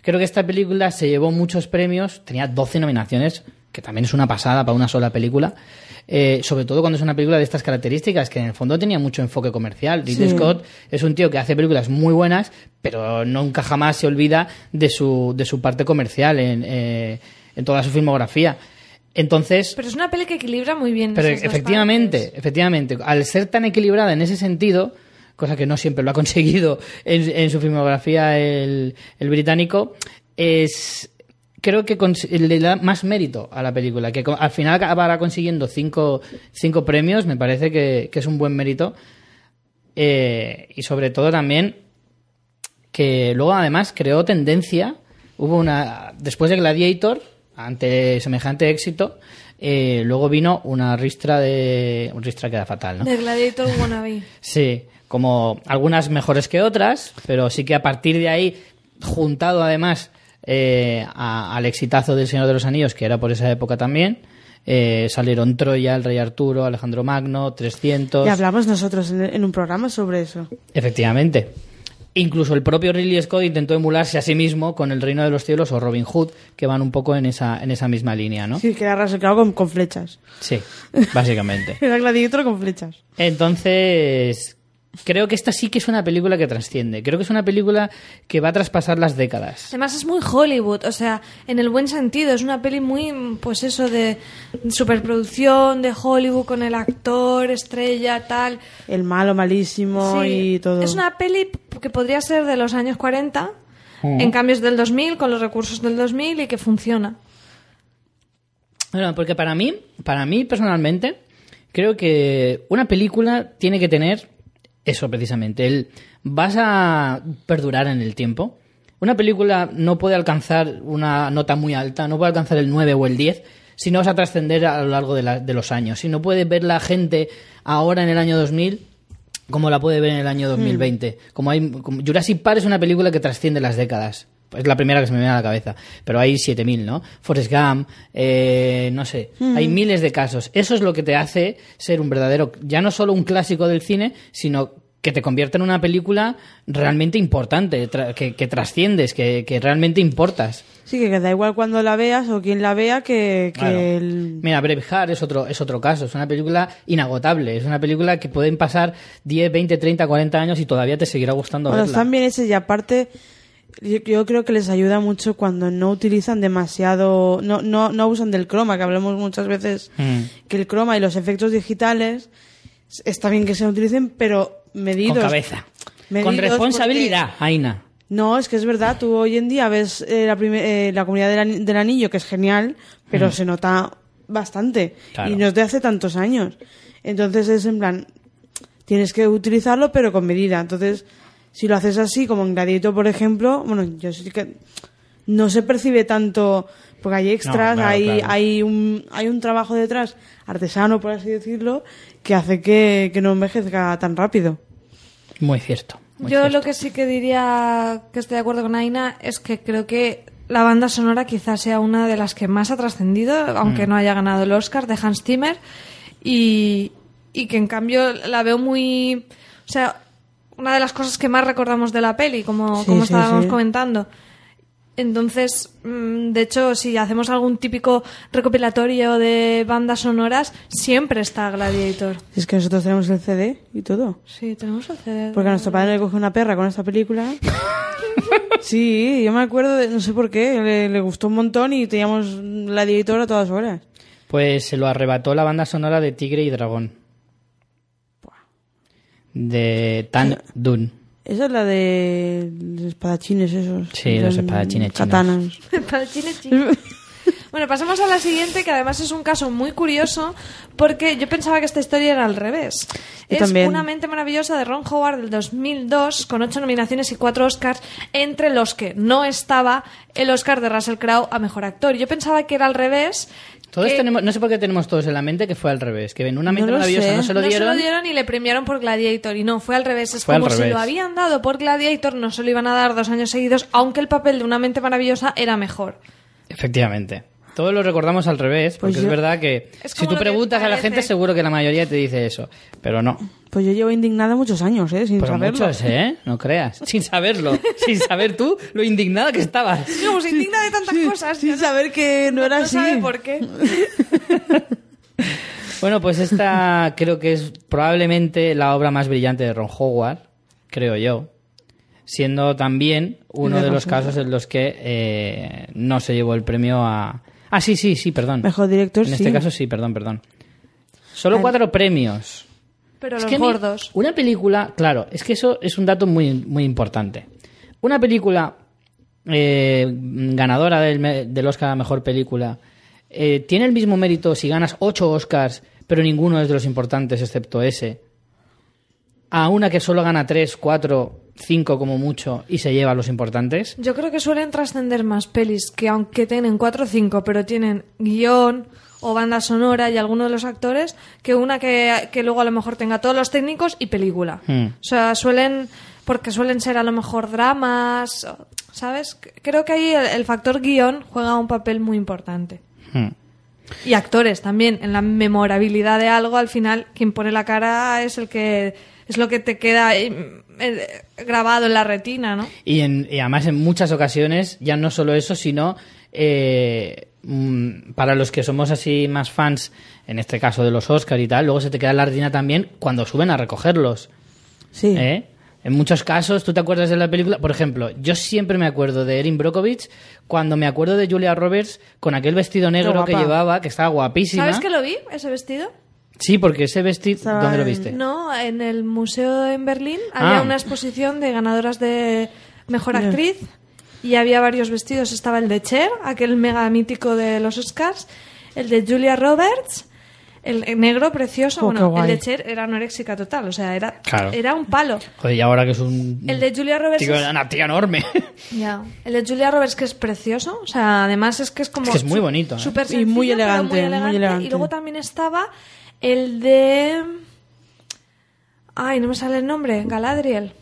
S1: Creo que esta película se llevó muchos premios, tenía 12 nominaciones, que también es una pasada para una sola película, eh, sobre todo cuando es una película de estas características, que en el fondo tenía mucho enfoque comercial. Ridley
S3: Sí.
S1: Scott es un tío que hace películas muy buenas, pero nunca jamás se olvida de su, de su parte comercial en, eh, en toda su filmografía. Entonces,
S2: pero es una peli que equilibra muy bien
S1: pero
S2: esas dos
S1: efectivamente,
S2: partes.
S1: efectivamente, al ser tan equilibrada en ese sentido, cosa que no siempre lo ha conseguido en, en su filmografía el, el británico, es creo que cons- le da más mérito a la película, que co- al final acabará consiguiendo cinco, cinco premios, me parece que, que es un buen mérito. Eh, y sobre todo también que luego además creó tendencia. Hubo una. Después de Gladiator, ante semejante éxito, eh, luego vino una ristra de. Un ristra queda fatal, ¿no?
S2: de Gladiator Wannabe
S1: Sí. como algunas mejores que otras, pero sí que a partir de ahí, juntado además eh, a- al exitazo del Señor de los Anillos, que era por esa época también, eh, salieron Troya, el Rey Arturo, Alejandro Magno, 300.
S3: Y hablamos nosotros en, en un programa sobre eso.
S1: Efectivamente. Incluso el propio Ridley Scott intentó emularse a sí mismo con El Reino de los Cielos o Robin Hood, que van un poco en esa, en esa misma línea, ¿no?
S3: Sí, que era Russell Crowe con, con flechas.
S1: Sí, básicamente.
S3: Era Gladiator con flechas.
S1: Entonces, creo que esta sí que es una película que trasciende. Creo que es una película que va a traspasar las décadas.
S2: Además es muy Hollywood, o sea, en el buen sentido, es una peli muy, pues eso, de superproducción, de Hollywood con el actor, estrella, tal.
S3: El malo, malísimo
S2: Sí,
S3: y todo.
S2: Es una peli que podría ser de los años 40,
S3: Mm.
S2: en cambio es del 2000, con los recursos del 2000 y que funciona.
S1: Bueno, porque para mí, para mí personalmente, creo que una película tiene que tener eso precisamente. El, vas a perdurar en el tiempo. Una película no puede alcanzar una nota muy alta, no puede alcanzar el 9 o el 10 si no vas a trascender a lo largo de, la- de los años. Si no puede ver la gente ahora en el año 2000 como la puede ver en el año 2020. Como hay, como- Jurassic Park es una película que trasciende las décadas. Es la primera que se me viene a la cabeza. Pero hay 7.000, ¿no? Forrest Gump, eh, no sé. Hay miles de casos. Eso es lo que te hace ser un verdadero, ya no solo un clásico del cine, sino que te convierte en una película realmente importante, tra- que, que trasciendes, que, que realmente importas.
S3: Sí, que da igual cuando la veas o quien la vea que, que
S1: Claro.
S3: el-
S1: Mira, Braveheart es otro, es otro caso. Es una película inagotable. Es una película que pueden pasar 10, 20, 30, 40 años y todavía te seguirá gustando
S3: Bueno,
S1: verla.
S3: están bien hechas y aparte yo, yo creo que les ayuda mucho cuando no utilizan demasiado, no, no, no abusan del croma, que hablamos muchas veces
S1: Mm.
S3: que el croma y los efectos digitales s- está bien que se utilicen, pero medidos.
S1: Con cabeza.
S3: Medidos,
S1: con responsabilidad, Aina.
S3: porque- No, es que es verdad, tú hoy en día ves eh, la, prime- eh, la comunidad del, ani- del anillo, que es genial, pero se nota bastante.
S1: Mm. Claro.
S3: Y no es de hace tantos años. Entonces es en plan, tienes que utilizarlo pero con medida. Entonces, si lo haces así, como en Gladiator, por ejemplo, bueno, yo sí que no se percibe tanto porque hay extras,
S1: claro,
S3: hay,
S1: claro.
S3: hay un hay un trabajo detrás artesano, por así decirlo, que hace que, que no envejezca tan rápido.
S1: Muy cierto. muy
S2: Yo
S1: cierto.
S2: lo que sí que diría que estoy de acuerdo con Aina es que creo que la banda sonora quizás sea una de las que más ha trascendido, aunque
S3: Mm.
S2: no haya ganado el Oscar, de Hans Zimmer. Y, y que en cambio la veo muy. O sea, una de las cosas que más recordamos de la peli, como,
S3: Sí,
S2: como
S3: sí,
S2: estábamos
S3: sí.
S2: comentando. Entonces, mm, de hecho, si hacemos algún típico recopilatorio de bandas sonoras, siempre está Gladiator.
S3: Es que nosotros tenemos el CD y todo.
S2: Sí, tenemos que hacer.
S3: Porque a nuestro padre le cogió una perra con esta película. Sí, yo me acuerdo de, no sé por qué, le, le gustó un montón y teníamos la editora a todas horas.
S1: Pues se lo arrebató la banda sonora de Tigre y Dragón. De Tan Dun.
S3: Esa es la de los espadachines esos.
S1: Sí, los
S3: Eran
S1: espadachines chinos.
S3: Katanas.
S2: Para el chile, chile. Bueno, pasamos a la siguiente, que además es un caso muy curioso, porque yo pensaba que esta historia era al revés.
S3: Yo
S2: es
S3: también.
S2: Una mente maravillosa de Ron Howard del 2002, con ocho nominaciones y cuatro Oscars, entre los que no estaba el Oscar de Russell Crowe a Mejor Actor. Yo pensaba que era al revés.
S1: Todos
S2: que
S1: tenemos, no sé por qué tenemos todos en la mente que fue al revés, que ven una mente
S3: No lo
S1: maravillosa,
S3: sé.
S1: no se lo
S2: no
S1: dieron.
S2: se lo dieron y le premiaron por Gladiator. Y no, fue al revés. Es
S1: Fue al
S2: como si
S1: revés.
S2: lo habían dado por Gladiator, no se lo iban a dar dos años seguidos, aunque el papel de una mente maravillosa era mejor.
S1: Efectivamente. Todos lo recordamos al revés, porque
S3: Pues
S1: es
S3: yo-
S1: verdad que
S2: Es
S1: si
S2: como
S1: tú
S2: lo que
S1: preguntas a la
S2: parece.
S1: gente seguro que la mayoría te dice eso, pero no.
S3: Pues yo llevo indignada muchos años, ¿eh? Sin
S1: Pero
S3: saberlo.
S1: muchos, ¿eh? No creas. Sin saberlo, sin saber tú lo indignada que estabas.
S2: No, pues indigna de tantas cosas.
S3: Sin
S2: ya no-
S3: saber que no era así.
S2: sabe por qué.
S1: Bueno, pues esta creo que es probablemente la obra más brillante de Ron Howard, creo yo. Siendo también uno de los casos en los que eh, no se llevó el premio a. Ah, sí, sí, sí, perdón.
S3: Mejor director,
S1: En este
S3: sí.
S1: caso sí, perdón, perdón. Solo cuatro premios.
S2: Pero
S1: Es
S2: los
S1: que a mí,
S2: gordos.
S1: Una película, claro, es que eso es un dato muy, muy importante. Una película eh, ganadora del, me- del Oscar a Mejor Película eh, tiene el mismo mérito si ganas ocho Oscars, pero ninguno es de los importantes excepto ese. a una que solo gana 3, 4, 5 como mucho y se lleva los importantes.
S2: Yo creo que suelen trascender más pelis que aunque tienen cuatro o cinco, pero tienen guión o banda sonora y alguno de los actores, que una que, que luego a lo mejor tenga todos los técnicos y película.
S1: Hmm.
S2: O sea, suelen, porque suelen ser a lo mejor dramas, o- ¿sabes? C- Creo que ahí el, el factor guión juega un papel muy importante.
S1: Hmm.
S2: Y actores también, en la memorabilidad de algo, al final quien pone la cara es el que es lo que te queda eh, eh, grabado en la retina, ¿no?
S1: Y, en- y además en muchas ocasiones, ya no solo eso, sino eh, mm, para los que somos así más fans, en este caso de los Oscar y tal, luego se te queda la retina también cuando suben a recogerlos.
S3: Sí.
S1: ¿eh? En muchos casos, ¿tú te acuerdas de la película? Por ejemplo, yo siempre me acuerdo de Erin Brockovich cuando me acuerdo de Julia Roberts con aquel vestido negro que
S3: guapa.
S1: llevaba, que estaba guapísima.
S2: ¿Sabes que lo vi, ese vestido?
S1: Sí, porque ese vestido...
S3: Estaba
S1: ¿Dónde lo
S3: en-
S1: viste?
S2: No, en el museo en Berlín había
S1: Ah.
S2: una exposición de ganadoras de mejor actriz y había varios vestidos. Estaba el de Cher, aquel mega mítico de los Oscars, el de Julia Roberts, el el negro precioso.
S3: Oh, qué
S2: bueno, el
S3: guay.
S2: de Cher era anoréxica total, o sea, era,
S1: Claro.
S2: era un palo.
S1: Joder, y ahora que es un...
S2: El de Julia Roberts
S1: Tío,
S2: es-
S1: era una tía enorme.
S2: Ya. El de Julia Roberts que es precioso, o sea, además es que es como
S1: Es que es muy
S2: su-
S1: bonito, ¿eh?
S2: súper
S3: Y muy
S2: sencillo, pero
S3: elegante, muy elegante.
S2: Y luego también estaba el de Ay, no me sale el nombre, Galadriel,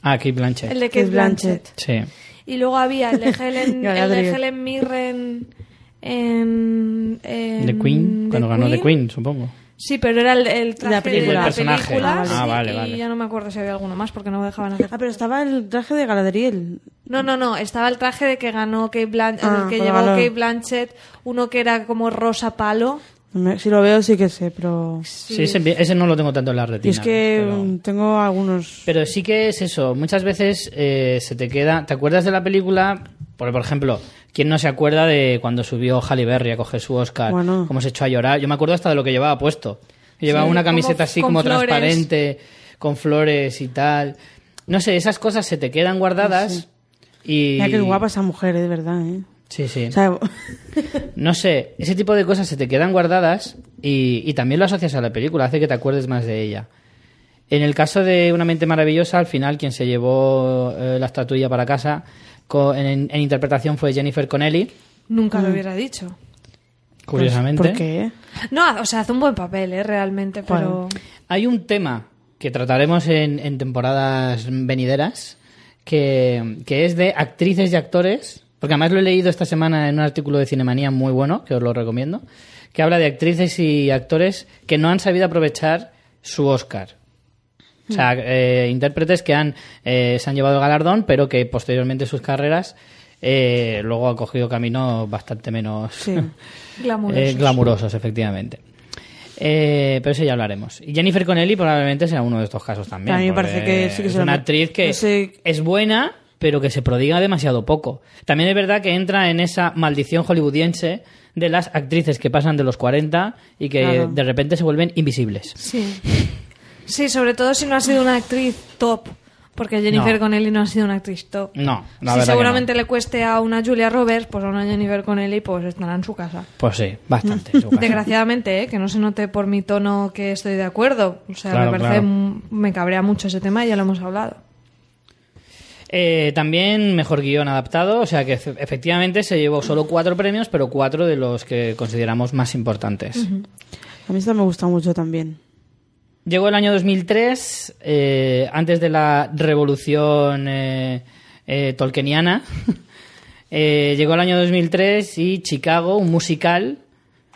S1: ah, Kate Blanchett.
S2: el de Kate
S3: Kate Blanchett.
S2: Blanchett.
S1: Sí.
S2: Y luego había el de Helen, el de
S3: Galadriel.
S2: Helen Mirren en, en
S1: De Queen,
S2: The
S1: cuando ganó The Queen, supongo.
S2: Sí, pero era el, el traje
S3: La película.
S2: de la
S3: El
S1: personaje.
S2: película,
S1: Ah,
S2: sí,
S1: vale,
S2: y
S1: vale.
S2: ya no me acuerdo si había alguno más porque no dejaban hacer.
S3: Ah, pero estaba el traje de Galadriel.
S2: No, no, no. Estaba el traje de que ganó Kate Blanchett,
S3: Ah,
S2: el que
S3: cuando
S2: llevó
S3: ganó.
S2: Kate Blanchett, uno que era como rosa palo.
S3: No me- Si lo veo, sí que sé, pero.
S1: Sí, ese, ese no lo tengo tanto en la retina.
S3: Y es que
S1: Pero,
S3: mm, tengo algunos.
S1: pero sí que es eso. Muchas veces eh, se te queda... ¿Te acuerdas de la película? Por, por ejemplo, ¿quién no se acuerda de cuando subió Halle Berry a coger su Oscar?
S3: Bueno.
S1: Cómo se echó a llorar. Yo me acuerdo hasta de lo que llevaba puesto. Llevaba
S2: Sí,
S1: una
S2: como-
S1: camiseta así
S2: con
S1: como
S2: flores.
S1: transparente, con flores y tal. No sé, esas cosas se te quedan guardadas y...
S3: Mira que es guapa esa mujer, eh, de verdad, ¿eh?
S1: Sí, sí.
S3: O sea,
S1: No sé, ese tipo de cosas se te quedan guardadas y, y también lo asocias a la película, hace que te acuerdes más de ella. En el caso de Una mente maravillosa, al final quien se llevó eh, la estatuilla para casa co- en, en interpretación fue Jennifer Connelly,
S2: Pues, Nunca lo hubiera dicho.
S1: curiosamente.
S3: ¿Por qué?
S2: No, o sea, hace un buen papel, ¿eh? Realmente, pero...
S1: Hay un tema que trataremos en, en temporadas venideras, que, que es de actrices y actores, porque además lo he leído esta semana en un artículo de Cinemanía muy bueno, que os lo recomiendo, que habla de actrices y actores que no han sabido aprovechar su Oscar. O sea, eh, intérpretes que han, eh, se han llevado el galardón, pero que posteriormente sus carreras eh, luego han cogido caminos bastante menos
S3: Sí.
S2: Glamurosos.
S1: eh, glamurosos, efectivamente. Eh, pero eso ya hablaremos. Y Jennifer Connelly probablemente sea uno de estos casos también.
S3: A mí me
S1: porque
S3: parece que sí que
S1: es
S3: se lo
S1: una
S3: me-
S1: actriz que
S3: no sé-
S1: es buena, pero que se prodiga demasiado poco. También es verdad que entra en esa maldición hollywoodiense de las actrices que pasan de los 40 y que
S3: Claro.
S1: de repente se vuelven invisibles.
S2: Sí. Sí, sobre todo si no ha sido una actriz top. Porque Jennifer
S1: No.
S2: Connelly no ha sido una actriz top.
S1: No, la verdad
S2: si
S1: que
S2: seguramente
S1: no.
S2: le cueste a una Julia Roberts, pues a una Jennifer Connelly, pues estará en su casa.
S1: Pues sí, bastante. en su caso.
S2: Desgraciadamente, ¿eh? que no se note por mi tono que estoy de acuerdo. O sea,
S1: Claro,
S2: me parece,
S1: claro.
S2: m- me cabrea mucho ese tema, ya lo hemos hablado.
S1: Eh, también mejor guión adaptado, o sea que efe- efectivamente se llevó solo cuatro premios, pero cuatro de los que consideramos más importantes.
S3: A mí esta me gusta mucho también.
S1: Llegó el año 2003, eh, antes de la revolución eh, eh, tolkieniana. Eh, llegó el año 2003 y Chicago, un musical,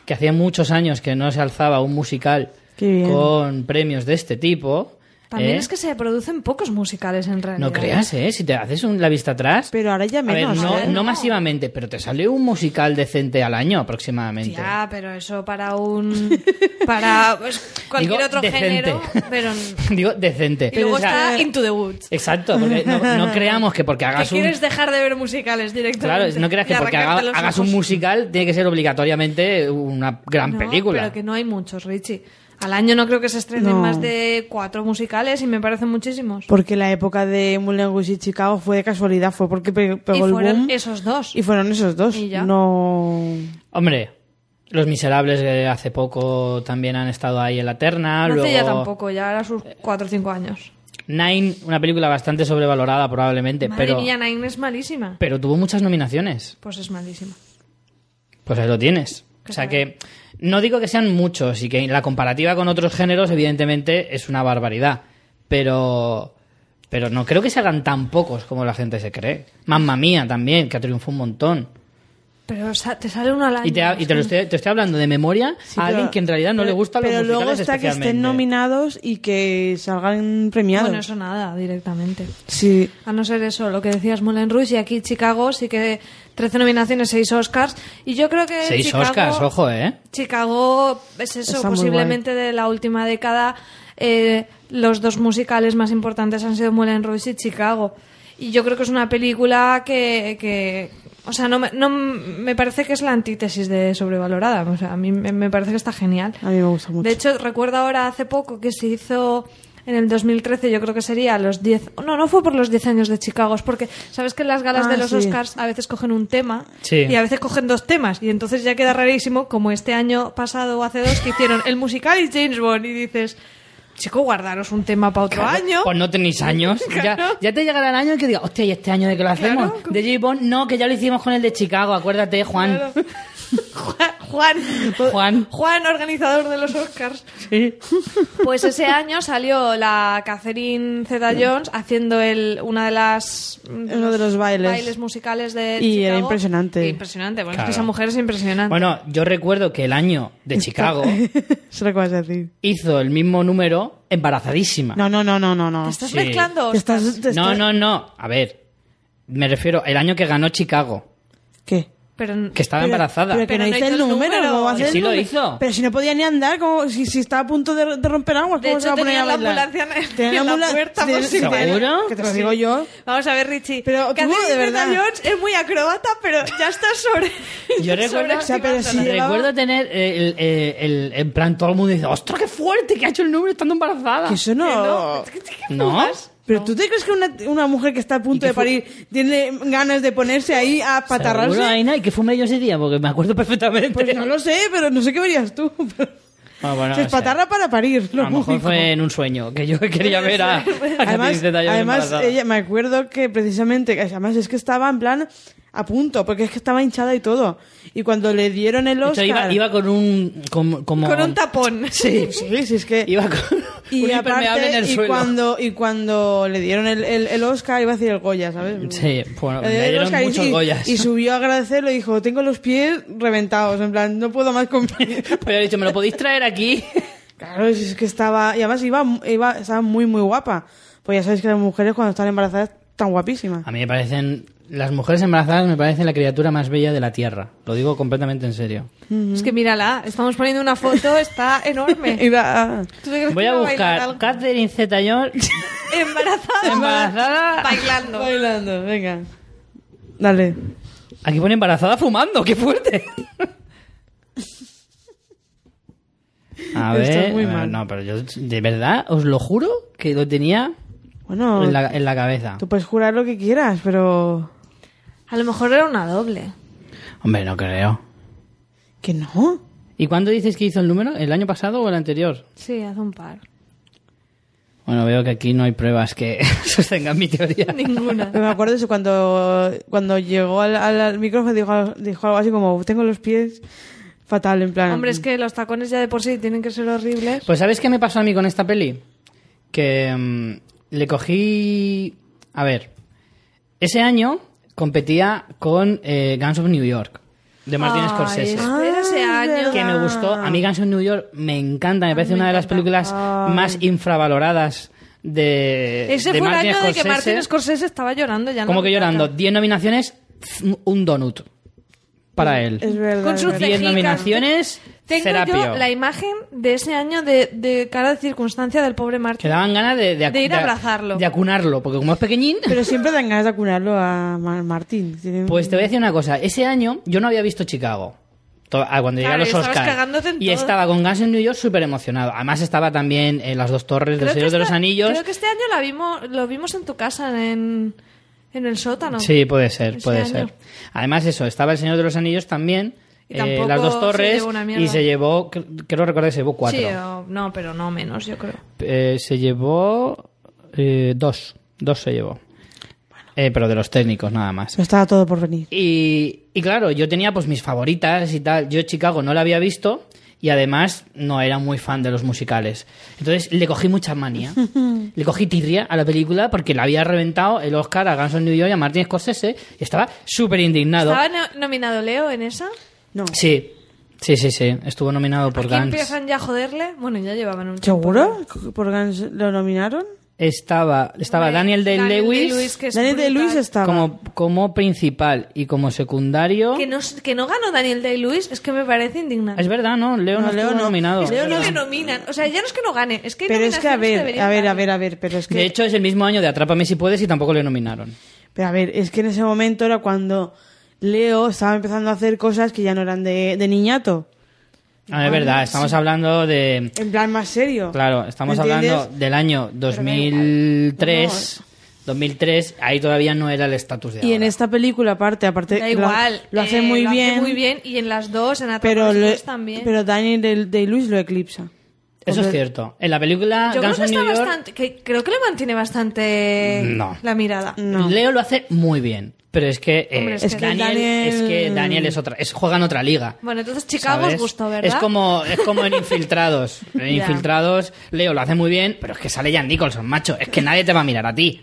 S1: que hacía muchos años que no se alzaba un musical
S3: Qué bien.
S1: con premios de este tipo.
S2: También
S1: ¿eh?
S2: es que se producen pocos musicales en realidad.
S1: No creas, ¿eh? Si te haces un- la vista atrás...
S3: Pero ahora ya
S1: A ver,
S3: menos.
S1: no,
S3: ¿eh?
S1: no masivamente, pero te sale un musical decente al año aproximadamente.
S2: Ya, pero eso para un. para pues, cualquier
S1: Digo,
S2: otro
S1: decente.
S2: género. Pero.
S1: Digo, decente.
S2: Y luego
S1: O sea,
S2: está Into the Woods.
S1: Exacto, porque no, no creamos que porque
S2: Que
S1: hagas un...
S2: quieres dejar de ver musicales
S1: Claro,
S2: directamente.
S1: no creas que
S2: y
S1: porque haga-
S2: arrancarte los
S1: hagas un
S2: ojos.
S1: musical tiene que ser obligatoriamente una gran
S2: No,
S1: película.
S2: Pero que no hay muchos, Richie. Al año no creo que se estrenen
S3: No.
S2: más de cuatro musicales y me parecen muchísimos.
S3: Porque la época de Moulin Rouge y Chicago fue de casualidad, fue porque pe-
S2: y
S3: pegó el
S2: fueron
S3: boom.
S2: esos dos.
S3: Y fueron esos dos.
S2: Y ya.
S3: No.
S1: Hombre, Los Miserables eh, hace poco también han estado ahí en la terna.
S2: no
S1: luego... Eh,
S2: hace ya tampoco, ya era sus cuatro o cinco años.
S1: Nine, una película bastante sobrevalorada probablemente,
S2: Madre
S1: pero,
S2: mía, Nine es malísima.
S1: pero tuvo muchas nominaciones.
S2: Pues es malísima.
S1: Pues ahí lo tienes. O sea que no digo que sean muchos y que la comparativa con otros géneros evidentemente es una barbaridad, pero pero no creo que se hagan tan pocos como la gente se cree. Mamma mía también, que triunfó un montón.
S2: Pero sa- te sale una al año.
S1: Y te, ha- y te lo estoy, te estoy hablando de memoria
S3: Sí,
S1: a
S3: pero-
S1: alguien que en realidad no
S3: pero-
S1: le gusta los
S3: Pero luego
S1: musicales
S3: está que estén
S1: especialmente.
S3: nominados y que salgan premiados.
S2: Bueno, eso nada, directamente.
S3: Sí.
S2: A no ser eso, lo que decías Moulin Rouge y aquí Chicago sí que 13 nominaciones, 6 Oscars. Y yo creo que
S1: Seis
S2: Chicago,
S1: Oscars, ojo, ¿eh?
S2: Chicago es eso,
S3: Está muy
S2: posiblemente de la última década eh, los dos musicales más importantes han sido Moulin Rouge y Chicago. Y yo creo que es una película que... que- o sea, no, me- no me parece que es la antítesis de sobrevalorada. O sea, a mí me, me parece que está genial.
S3: A mí me gusta mucho.
S2: De hecho, recuerdo ahora hace poco que se hizo en el 2013, yo creo que sería los 10. No, no fue por los 10 años de Chicago, es porque sabes que en las galas
S3: Ah,
S2: de los
S3: sí.
S2: Oscars a veces cogen un tema
S1: Sí.
S2: y a veces cogen dos temas, y entonces ya queda rarísimo, como este año pasado o hace dos que hicieron el musical y James Bond, y dices, chico, guardaros un tema para otro año.
S1: Pues no tenéis años.
S2: Claro.
S1: Ya, ya te llegará el año en que diga, hostia, ¿y este año de qué lo hacemos?
S2: Claro.
S1: De J. Bond, no, que ya lo hicimos con el de Chicago, acuérdate, Juan.
S2: Claro. Juan,
S1: Juan.
S2: Juan, organizador de los Oscars. Pues ese año salió la Catherine Zeta Jones haciendo el, una de las
S3: Uno de los bailes.
S2: musicales de
S3: Y era
S2: Chicago.
S3: impresionante.
S2: Impresionante, bueno, es
S1: Claro.
S2: que esa mujer es impresionante.
S1: Bueno, yo recuerdo que el año de Chicago
S3: Eso lo que vas a decir.
S1: hizo el mismo número embarazadísima.
S3: No, no, no, no, no. no.
S2: te estás
S1: sí.
S2: mezclando.
S3: Te estás-
S2: Oscars.
S3: te estás-
S1: no, no, no. A ver, me refiero el año que ganó Chicago,
S3: ¿Qué?
S2: Pero
S1: que estaba
S3: Pero-
S1: embarazada.
S3: Pero que
S2: Pero
S3: no, hice el número. ¿cómo va a
S2: Que
S3: ser el
S1: sí lo
S3: número?
S1: hizo.
S3: Pero si no podía ni andar, como si, si estaba a punto de, de romper aguas,
S2: De
S3: ¿cómo
S2: hecho,
S3: se va a poner
S2: tenía
S3: a
S2: la
S3: bailar?
S2: ambulancia en-
S3: Tenía
S2: en la
S3: ambulancia-
S2: puerta por
S3: tenía-
S2: si
S3: tenía-
S1: ¿Seguro?
S3: Que te lo digo yo.
S2: Vamos a ver, Richie.
S3: Pero tú,
S2: Catherine
S3: de verdad.
S2: Zeta-Jones es muy acróbata, pero ya está sobre.
S1: Yo recuerdo-
S2: sobreestimándola.
S1: O sea,
S3: pero sí, llevaba-
S1: Recuerdo tener eh, el, eh, el- en plan todo el mundo dice, ostras, qué fuerte que ha hecho el número estando embarazada.
S3: Que eso no.
S1: no.
S3: Pero tú te crees que una, una mujer que está a punto de parir tiene ganas de ponerse ahí a
S1: ¿Seguro,
S3: patarrarse.
S1: Aina? ¿Y qué fumé yo ese día? Porque me acuerdo perfectamente.
S3: Pues no Pues lo sé, pero no sé qué verías tú.
S1: Ah, bueno,
S3: se
S1: no sé.
S3: espatarra para parir.
S1: A
S3: Lo
S1: lo mejor
S3: único.
S1: fue en un sueño, que yo quería ver a, a
S3: Además,
S1: Catherine Zeta-Jones
S3: además
S1: embarazada.
S3: ella, me acuerdo que precisamente, que además es que estaba en plan a punto, porque es que estaba hinchada y todo. Y cuando le dieron el
S1: De hecho,
S3: Oscar...
S1: iba, iba con un... Como, como-
S2: Con un tapón.
S1: Sí.
S3: Sí, sí, es que...
S1: Iba con
S3: y
S1: un
S3: aparte,
S1: impermeable en el
S3: y
S1: suelo.
S3: cuando, y cuando le dieron el, el, el Oscar, iba a decir el Goya, ¿sabes?
S1: Sí, bueno,
S3: dieron
S1: le
S3: el
S1: dieron
S3: Oscar Eh, y-
S1: muchos
S3: y,
S1: Goyas.
S3: y subió a agradecerlo y dijo, tengo los pies reventados, en plan, no puedo más con...
S1: Pues yo he dicho, ¿me lo podéis traer aquí?
S3: Claro, si es que estaba. Y además iba, iba, estaba muy, muy guapa. Pues ya sabéis que las mujeres cuando están embarazadas están guapísimas.
S1: A mí me parecen... Las mujeres embarazadas me parecen la criatura más bella de la Tierra. Lo digo completamente en serio.
S2: Es que mírala, estamos poniendo una foto, está enorme.
S3: Iba a-
S2: ¿Tú te crees
S1: Voy
S2: que
S1: a
S2: no bailar algo?
S1: buscar Catherine Zeta-Jones
S2: Embarazada.
S1: embarazada...
S2: Bailando.
S3: Bailando, venga. Dale.
S1: Aquí pone embarazada fumando, qué fuerte. A ver,
S3: Esto es muy
S1: a ver,
S3: mal.
S1: no, pero yo de verdad os lo juro que lo tenía
S3: Bueno,
S1: en, la, en la cabeza.
S3: tú puedes jurar lo que quieras, pero.
S2: A lo mejor era una doble.
S1: Hombre, no creo.
S3: Que no.
S1: ¿Y cuándo dices que hizo el número? ¿El año pasado o el anterior?
S2: Sí, hace un par.
S1: Bueno, veo que aquí no hay pruebas que sostengan mi teoría.
S2: Ninguna.
S3: Me acuerdo de eso cuando, cuando llegó al, al- al micrófono dijo, algo- dijo algo así como: Tengo los pies fatal, en plan.
S2: Hombre, es que los tacones ya de por sí tienen que ser horribles.
S1: Pues ¿sabes qué me pasó a mí con esta peli? Que mm, le cogí... A ver, ese año competía con eh, Guns of New York, de Martin
S2: Ay,
S1: Scorsese.
S2: esto era ese año.
S1: que me gustó. A mí Guns N' New York me encanta,
S2: Ah,
S1: me parece una de las películas más infravaloradas de,
S2: Ese
S1: de
S2: fue el
S1: Martin
S2: año de que
S1: Scorsese.
S2: Martin Scorsese estaba llorando ya. en la
S1: Como que
S2: butaca.
S1: llorando, 10 nominaciones, un donut para
S3: Es
S1: él.
S3: verdad.
S2: Con
S3: es
S2: sus
S3: verdad.
S1: 10
S2: cejitas.
S1: nominaciones,
S2: Tengo yo
S1: Serapio.
S2: la imagen de ese año de, de cara de circunstancia del pobre
S1: Que
S2: Martin.
S1: daban ganas de, acu-
S2: De ir a abrazarlo.
S1: De acunarlo, porque como es pequeñín...
S3: Pero siempre dan ganas de acunarlo a Mar- Martín. Tiene-
S1: Pues te voy a decir una cosa. Ese año yo no había visto Chicago. To- ah, Cuando llegaron
S2: Claro,
S1: los
S2: y estabas
S1: Oscars.
S2: cagándote en
S1: Y
S2: todo.
S1: estaba con Guns N' New York súper emocionado. Además estaba también en Las Dos Torres, del Señor de los
S2: esta-
S1: Anillos.
S2: creo que este año la vimos, lo vimos en tu casa, en, en el sótano.
S1: Sí, puede ser,
S2: Ese
S1: puede
S2: año.
S1: ser. Además eso, estaba El Señor de los Anillos también.
S2: Y
S1: eh,
S2: tampoco
S1: las dos
S2: se
S1: torres
S2: llevó una mierda.
S1: y se llevó, cre- creo recordar, que se llevó cuatro.
S2: Sí, o- no, pero no menos, yo creo.
S1: Eh, se llevó eh, dos. Dos se llevó. Eh, pero de los técnicos nada más.
S3: Pero estaba todo por venir.
S1: Y, y claro, yo tenía pues mis favoritas y tal. Yo Chicago no la había visto y además no era muy fan de los musicales. Entonces le cogí mucha manía. le cogí tirria a la película porque la había reventado el Oscar a Guns N' New York y a Martin Scorsese y estaba súper indignado.
S2: ¿Estaba no- nominado Leo en esa?
S3: No.
S1: Sí, sí, sí, sí. Estuvo nominado por
S2: ¿Aquí
S1: Guns.
S2: empiezan ya a joderle? Bueno, ya llevaban un tiempo.
S3: ¿Seguro? ¿Por Gans lo nominaron?
S1: Estaba, estaba Daniel Day-Lewis
S2: que es
S3: Daniel de
S2: brutal.
S3: Luis estaba.
S1: como, como principal y como secundario.
S2: Que no, que no ganó Daniel Day-Lewis es que me parece indignante.
S1: Es verdad, ¿no? Leo no,
S3: No, Leo
S1: estuvo
S3: no.
S1: nominado.
S3: Leo
S2: no
S3: no.
S2: le nominan. O sea, ya no es que no gane, es que hay
S3: Pero es que a
S2: nominaciones
S3: ver,
S2: deberían
S3: a ver, a
S2: dar.
S3: ver, a ver, pero es que...
S1: De hecho, es el mismo año de Atrápame si puedes y tampoco le nominaron.
S3: Pero a ver, es que en ese momento era cuando Leo estaba empezando a hacer cosas que ya no eran de, de niñato.
S1: Ah, es verdad, estamos hablando de...
S3: En plan más serio.
S1: Claro, estamos
S3: ¿Me entiendes?
S1: hablando del año 2003. 2003, ahí todavía no era el estatus de
S3: Y
S2: este,
S3: en
S1: ahora.
S3: esta película aparte, aparte...
S2: Da
S3: lo-
S2: igual.
S3: Lo hace
S2: eh,
S3: muy
S2: lo
S3: bien.
S2: muy bien y en las dos, en
S3: Pero,
S2: Atrapados
S3: lo-
S2: también.
S3: pero Daniel Day- Day-Lewis lo eclipsa.
S1: Eso es
S3: Hombre,
S1: cierto. En la película
S2: Yo creo
S1: Guns
S2: que
S1: N'
S2: está
S1: New York,
S2: bastante. Que creo que le mantiene bastante
S1: No.
S2: la mirada.
S3: No.
S1: Leo lo hace muy bien. Pero es que, eh,
S2: Hombre, es que
S1: Daniel,
S3: Daniel-
S1: es que Daniel es otra, es, juega en otra liga.
S2: Bueno, entonces Chicago os
S1: ¿sabes?
S2: gustó, ¿verdad?
S1: Es como, es como en Infiltrados. En Infiltrados, Leo lo hace muy bien, pero es que sale Jan Nicholson, macho. Es que nadie te va a mirar a ti.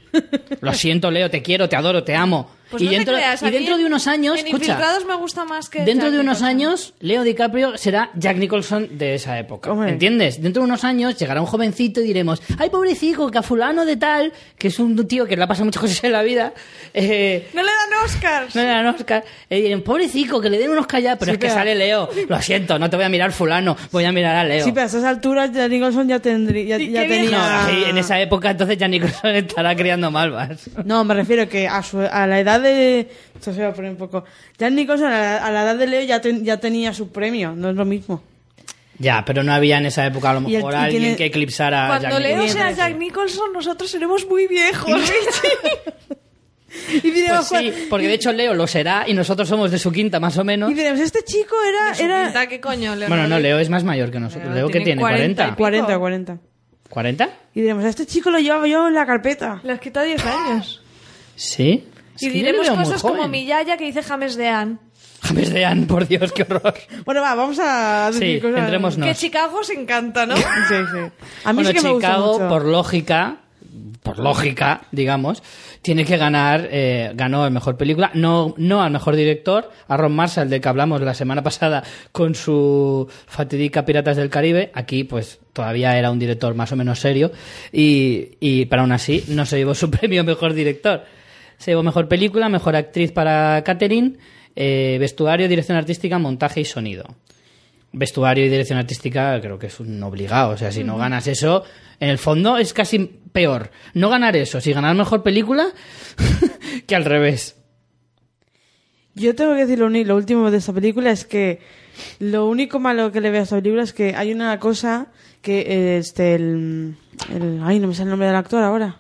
S1: Lo siento, Leo, te quiero, te adoro, te amo.
S2: Pues
S1: y,
S2: no te
S1: dentro,
S2: creas,
S1: y
S2: a mí
S1: dentro de unos años,
S2: En
S1: escucha,
S2: Infiltrados me gusta más que.
S1: dentro
S2: Jack
S1: de unos
S2: Nicholson.
S1: años, Leo DiCaprio será Jack Nicholson de esa época.
S3: Hombre.
S1: ¿Entiendes? Dentro de unos años llegará un jovencito y diremos, ay, pobrecito, que a fulano de tal, que es un tío que le ha pasado muchas cosas en la vida, eh,
S2: No le dan Oscars.
S1: no le dan Oscar. Le dirán, pobrecico, que le den unos callas, pero es que sale Leo. Lo siento, no te voy a mirar fulano, voy a mirar a Leo.
S3: Sí, pero a estas alturas Jack Nicholson ya, tendría, ya,
S2: ¿Y
S3: ya
S2: qué
S3: tenía...
S1: No, sí, en esa época entonces ya Nicholson estará criando malvas.
S3: No, me refiero que a, su- a la edad de... Esto se va a poner un poco... Jack Nicholson a la, a la edad de Leo ya, ten- ya tenía su premio, no es lo mismo.
S1: Ya, pero no había en esa época a lo
S3: Y el-
S1: mejor
S3: y
S1: alguien
S3: tiene-
S1: que eclipsara a
S2: Cuando
S1: Jack
S2: Leo
S1: Nicholson.
S2: sea Jack Nicholson, nosotros seremos muy viejos. Richie.
S3: Y diremos,
S1: Pues sí, porque de hecho Leo lo será y nosotros somos de su quinta más o menos.
S3: y diremos, este chico era... era...
S2: Era... ¿Qué coño? Leo
S1: Bueno, no,
S2: Di-
S1: Leo es más mayor que nosotros.
S2: Leo
S1: Leo que
S2: tiene
S1: tiene
S2: 40 y
S1: 40.
S3: 40, 40.
S1: ¿40?
S3: Y diremos, a este chico lo llevaba yo en la carpeta.
S2: Le has quitado 10 años.
S1: Sí. Es que
S2: y
S1: yo le
S2: diremos
S1: veo muy
S2: cosas como
S1: joven.
S2: mi yaya que dice James Dean.
S1: James Dean, por Dios, qué horror.
S3: Bueno, va, vamos a decir
S1: Sí,
S3: cosas...
S1: entremos- Pues No.
S2: Que Chicago se encanta, ¿no?
S3: Sí, sí. A mí
S1: bueno,
S3: sí que me gusta
S1: Chicago,
S3: mucho.
S1: por lógica, por lógica, digamos, tiene que ganar, eh, ganó el mejor película, no, no al mejor director, a Ron Marshall, del que hablamos la semana pasada con su fatídica Piratas del Caribe, aquí pues todavía era un director más o menos serio, y, y pero aún así no se llevó su premio mejor director. Se llevó mejor película, mejor actriz para Catherine, eh, vestuario, dirección artística, montaje y sonido vestuario y dirección artística creo que es un obligado. O sea, si no ganas eso, en el fondo es casi peor no ganar eso, si ganar mejor película que al revés.
S3: Yo tengo que decir lo, uni- lo último de esta película es que lo único malo que le veo a esta película es que hay una cosa que eh, este el, el- ay no me sale el nombre del actor ahora.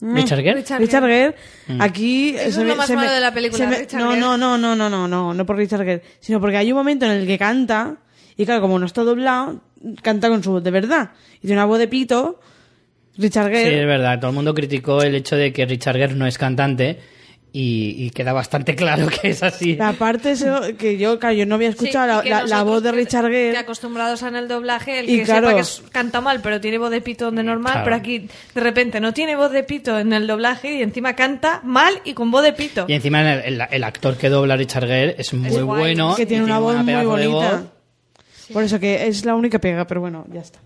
S3: Mm.
S1: Richard Gere.
S2: Richard
S3: Richard Gere.
S1: Mm.
S3: Aquí eh,
S2: Eso es lo más malo de la película,
S3: se me-
S2: Richard
S3: no,
S2: Gere.
S3: no, no, no, no, no, no, no por Richard Gere, sino porque hay un momento en el que canta y claro, como no está doblado, canta con su voz de verdad y tiene una voz de pito. Richard
S1: Sí,
S3: Gere.
S1: es verdad. Todo el mundo criticó el hecho de que Richard Gere no es cantante y, y queda bastante claro que es así.
S3: La parte eso que yo, claro, yo no había escuchado la-
S2: Sí, y que
S3: la, la
S2: nosotros
S3: voz de
S2: que-
S3: Richard Gere.
S2: Que acostumbrados a en el doblaje, el
S3: Y
S2: que
S3: claro.
S2: sepa que es- canta mal, pero tiene voz de pito donde normal,
S1: Claro.
S2: pero aquí de repente no tiene voz de pito en el doblaje y encima canta mal y con voz de pito.
S1: Y encima el, el- el actor que dobla a Richard Gere es muy
S2: guay.
S1: bueno.
S3: que
S1: y
S3: tiene una voz muy
S1: pedazo de
S3: bonita.
S1: voz.
S3: Por eso que es la única pega, pero bueno, ya está.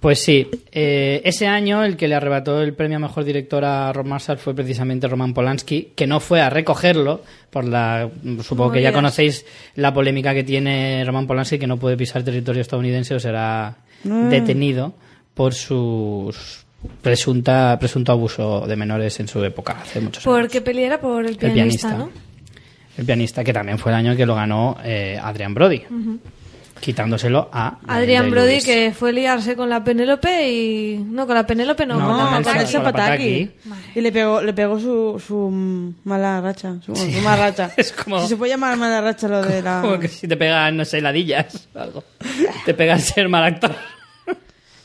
S1: Pues sí, eh, ese año el que le arrebató el premio a mejor director a Ron Marshall fue precisamente Roman Polanski, que no fue a recogerlo, por la supongo que ya
S2: Movidas.
S1: conocéis la polémica que tiene Roman Polanski, que no puede pisar territorio estadounidense o será detenido por su presunta, presunto abuso de menores en su época, hace muchos años.
S2: Porque peleara por el pianista, ¿no?
S1: El pianista, que también fue el año que lo ganó eh, Adrian Brody, quitándoselo a
S2: Adrián
S1: Daniel
S2: Brody
S1: Day-Lewis.
S2: que fue liarse con la Penélope y... No, con la Penélope no,
S1: No,
S3: Ah,
S2: con la
S1: con
S2: Pataki.
S1: Elsa- Pataki.
S3: Y le pegó, le pegó su, su mm, mala racha. Su, su mala racha.
S1: Es como-
S3: Si se puede llamar mala racha lo de la.
S1: Como que si te pegan, no sé, ladillas o algo. Te pegan ser mal actor.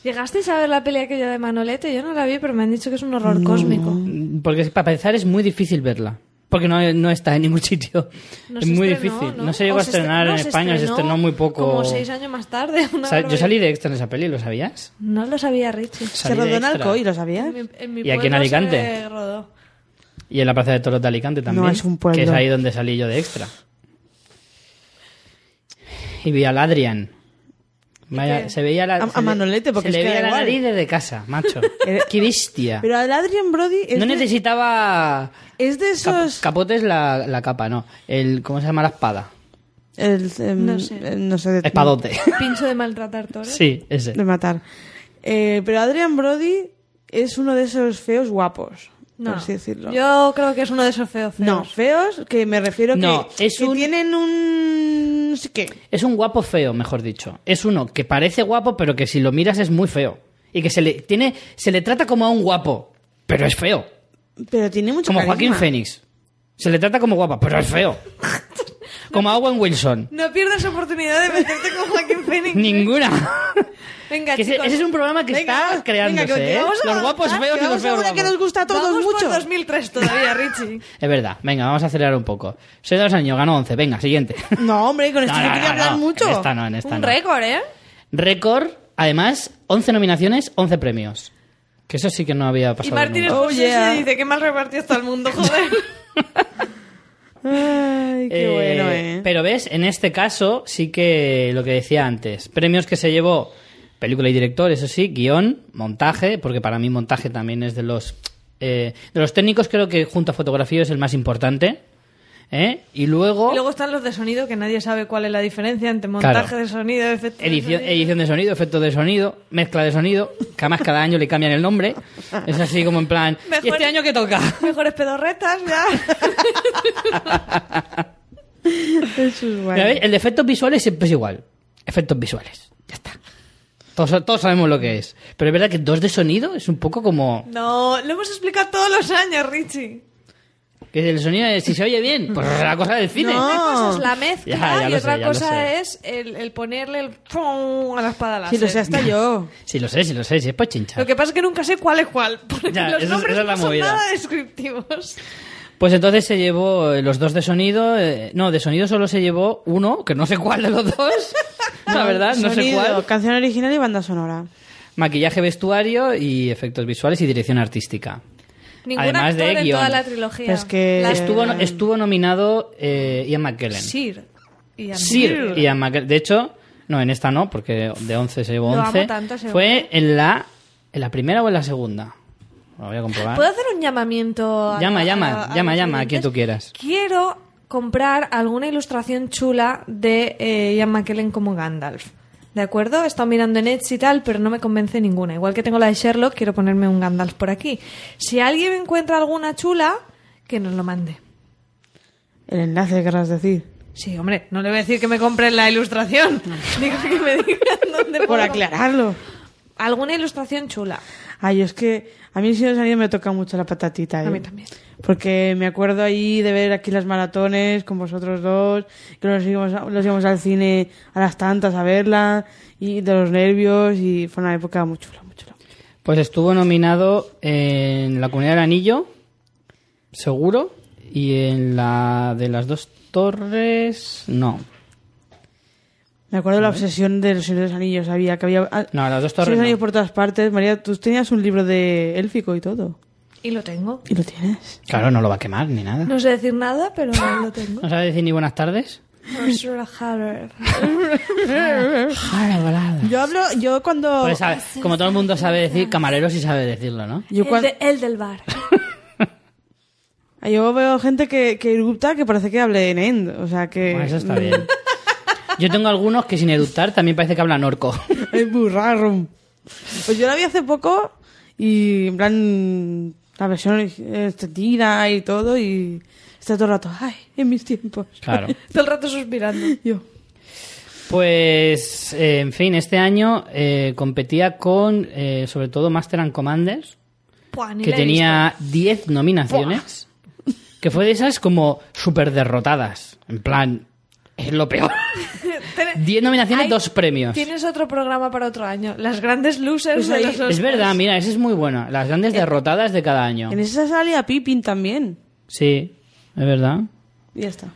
S2: ¿Llegasteis a ver la peli aquella de Manolete? Yo no la vi, pero me han dicho que es un horror cósmico.
S1: Porque para empezar es muy difícil verla. Porque no, no está en ningún sitio.
S2: No
S1: es
S2: se
S1: muy
S2: estrenó,
S1: difícil. No, se llegó
S2: O
S1: a estrenar
S2: estre- no
S1: en
S2: se
S1: España, se estrenó muy poco.
S2: Como seis años más tarde. una
S1: O sea, yo
S2: barbaridad.
S1: salí de extra en esa peli, ¿lo sabías?
S2: No lo sabía Richie.
S3: Se
S1: Salí de
S3: rodó en
S1: extra.
S3: Alcoy, ¿lo ¿eh? sabías?
S2: En mi- en mi
S1: ¿Y aquí en
S2: pueblo
S1: Alicante?
S2: se rodó.
S1: Y en la Plaza de Toros de Alicante también.
S3: No, es un pueblo.
S1: Que es ahí donde salí yo de extra. Y vi al Adrian. Vaya,
S2: qué?
S1: se veía la,
S3: A-
S1: se
S3: a
S1: le-
S3: Manolete, porque
S1: se le
S3: es que
S1: veía
S3: da
S1: la
S3: igual.
S1: nariz desde casa, macho. ¡Qué bestia!
S3: Pero al Adrian Brody es,
S1: no
S3: de,
S1: necesitaba
S3: es de
S1: cap-
S3: esos...
S1: capotes la, la capa, no. El, ¿Cómo se llama la espada?
S3: el, em,
S2: No sé.
S3: eh, no sé, de-
S1: Espadote.
S2: Pincho de maltratar toros.
S1: sí, ese.
S3: de matar. Eh, pero Adrian Brody es uno de esos feos guapos,
S2: No.
S3: por así decirlo.
S2: Yo creo que es uno de esos feos. feos.
S3: No, feos, que me refiero
S1: No,
S3: que,
S1: es
S3: que
S1: un-
S3: tienen un... no sé qué.
S1: Es un guapo feo, mejor dicho. Es uno que parece guapo, pero que si lo miras es muy feo. Y que se le, tiene, se le trata como a un guapo, pero es feo.
S3: Pero tiene mucho
S1: Como Joaquín
S3: carisma.
S1: Fénix. Se le trata como guapa, pero es feo. Como a Owen Wilson.
S2: No pierdas oportunidad de meterte con Joaquín Phoenix.
S1: Ninguna.
S2: Venga,
S1: Que ese,
S2: chicos.
S1: ese es un programa que
S3: Venga,
S1: está
S3: venga,
S1: creándose.
S3: que- que
S1: ¿eh?
S3: vamos a
S1: Los
S3: avanzar,
S1: guapos
S3: que
S1: feos y los
S3: vamos a
S1: feos
S3: una que
S1: guapos.
S3: nos gusta a todos
S2: Vamos por
S3: mucho.
S2: 2003 todavía, Richie.
S1: Es verdad. Venga, vamos a acelerar un poco. Soy dos años, ganó 11. Venga, siguiente.
S3: No, hombre, con esto
S1: No,
S3: se
S1: no,
S3: quiere
S1: no,
S3: hablar
S1: no.
S3: mucho.
S1: En esta no, en esta
S2: un
S1: no.
S2: récord, ¿eh?
S1: Récord, además, 11 nominaciones, 11 premios. Que eso sí que no había
S2: Y
S1: pasado.
S2: Martínez
S1: nunca.
S3: Oh,
S2: José
S3: yeah.
S2: se dice que mal repartido está el mundo, joder.
S3: Ay, qué
S1: Eh,
S3: bueno, eh.
S1: Pero ves, en este caso sí que lo que decía antes, premios que se llevó película y director, eso sí, guión, montaje, porque para mí montaje también es de los eh, de los técnicos creo que junto a fotografía es el más importante. ¿eh? Y luego,
S3: Oh.
S2: y luego están los de sonido, que nadie sabe cuál es la diferencia entre montaje
S1: Claro.
S2: de sonido, efectos. de
S1: edición,
S2: sonido.
S1: edición de sonido, efectos de sonido, mezcla de sonido, que además cada año le cambian el nombre. Es así como en plan,
S2: Mejor-
S1: ¿y este año qué toca?
S2: Mejores pedorretas, ya.
S3: Eso es guay.
S1: Mira, ¿ves? El de efectos visuales siempre es igual. Efectos visuales. Ya está. Todos, todos sabemos lo que es. Pero es verdad que dos de sonido es un poco como...
S2: No, lo hemos explicado todos los años, Richie.
S1: Que el sonido, es, si se oye bien, pues es la cosa del cine.
S3: No.
S2: Una cosa es la mezcla
S1: Ya, ya
S2: y
S1: lo
S2: otra
S1: sé, ya lo
S2: cosa
S1: sé.
S2: es el, el ponerle el pum a la espada láser.
S3: Si lo sé hasta yo.
S1: Sí, lo sé, sí, lo sé. Sí, es pues chinchar.
S2: Lo que pasa es que nunca sé cuál es cuál, porque
S1: Ya,
S2: los
S1: esa es-
S2: nombres
S1: esa es la
S2: no son
S1: movida.
S2: nada descriptivos.
S1: Pues entonces se llevó eh, los dos de sonido. eh, no, de sonido solo se llevó uno, que no sé cuál de los dos. la verdad, no sé
S3: Sonido,
S1: cuál.
S3: Canción original y banda sonora.
S1: Maquillaje, vestuario y efectos visuales y dirección artística.
S2: Ningún
S1: Además
S2: actor
S1: de
S2: en
S1: guión.
S2: toda la trilogía.
S3: Pero es que-
S2: La-
S1: Estuvo,
S3: Eh,
S1: estuvo nominado eh, Ian McKellen.
S2: Sir. Y
S1: Sir
S2: Andrew.
S1: Ian McKellen. De hecho, no, en esta no, porque de 11 se llevó
S2: Lo amo
S1: 11.
S2: tanto ese
S1: Fue en la, en la primera o en la segunda. Lo voy a
S2: ¿Puedo
S1: comprobar.
S2: hacer un llamamiento? a-
S1: Ah. Llama,
S2: a-
S1: llama,
S2: a- a
S1: llama,
S2: los
S1: llama, a quien
S2: oyentes?
S1: tú quieras.
S2: Quiero comprar alguna ilustración chula de eh, Ian McKellen como Gandalf. ¿De acuerdo? He estado mirando en Etsy y tal, pero no me convence ninguna. Igual que tengo la de Sherlock, quiero ponerme un Gandalf por aquí. Si alguien encuentra alguna chula, que nos lo mande.
S3: El enlace querrás decir.
S2: Sí, hombre, no le voy a decir que me compren la ilustración. Digo que me digan dónde
S3: Por
S2: puedo-
S3: aclararlo.
S2: Alguna ilustración chula.
S3: Ay, es que a mí el señor sonido me toca mucho la patatita.
S2: A
S3: ¿eh?
S2: mí también.
S3: Porque me acuerdo ahí de ver aquí las maratones con vosotros dos, que nos íbamos, a- nos íbamos al cine a las tantas a verla, y de los nervios, y fue una época muy chula, muy chula.
S1: Pues estuvo nominado en La Comunidad del Anillo, seguro, y en la de las dos torres, no.
S3: Me acuerdo de la obsesión de los Señores de los Anillos, había que había... ah,
S1: No, las dos
S3: Señor de
S1: torres.
S3: los
S1: no.
S3: Anillos por todas partes. María, tú tenías un libro de élfico y todo.
S2: Y lo tengo.
S3: ¿Y lo tienes?
S1: Claro, no lo va a quemar ni nada.
S2: No sé decir nada, pero lo tengo.
S1: ¿No sabe decir ni buenas tardes?
S2: Ursula Haller.
S3: Yo hablo, yo cuando...
S1: Pues sabe- como todo el mundo sabe decir, camarero sí sabe decirlo, ¿no?
S3: yo
S2: el,
S3: cuan-
S2: de- el del bar.
S3: Yo veo gente que, que erupta que parece que hable en end, o sea que...
S1: Bueno, eso está bien. Yo tengo algunos que sin educar también parece que hablan orco.
S3: Es muy raro. Pues yo la vi hace poco y en plan la versión eh, extendida y todo y está todo el rato, ay, en mis tiempos.
S1: Claro.
S2: Todo el rato suspirando.
S3: Yo.
S1: Pues, eh, en fin, este año eh, competía con, eh, sobre todo, Master and Commanders,
S2: Buah, ni
S1: que
S2: la he
S1: tenía 10 nominaciones, que fue de esas como súper derrotadas. En plan, es lo peor.
S2: Ten-
S1: 10 nominaciones,
S2: Hay-
S1: dos premios.
S2: Tienes otro programa para otro año. Las grandes losers
S3: Pues
S2: de
S3: ahí-
S2: los
S3: es
S1: Es
S2: Oscars.
S1: verdad, mira, esa es muy buena. Las grandes
S2: Eh,
S1: derrotadas de cada año.
S3: En esa salía Pippin también.
S1: Sí, es verdad.
S3: Y ya está.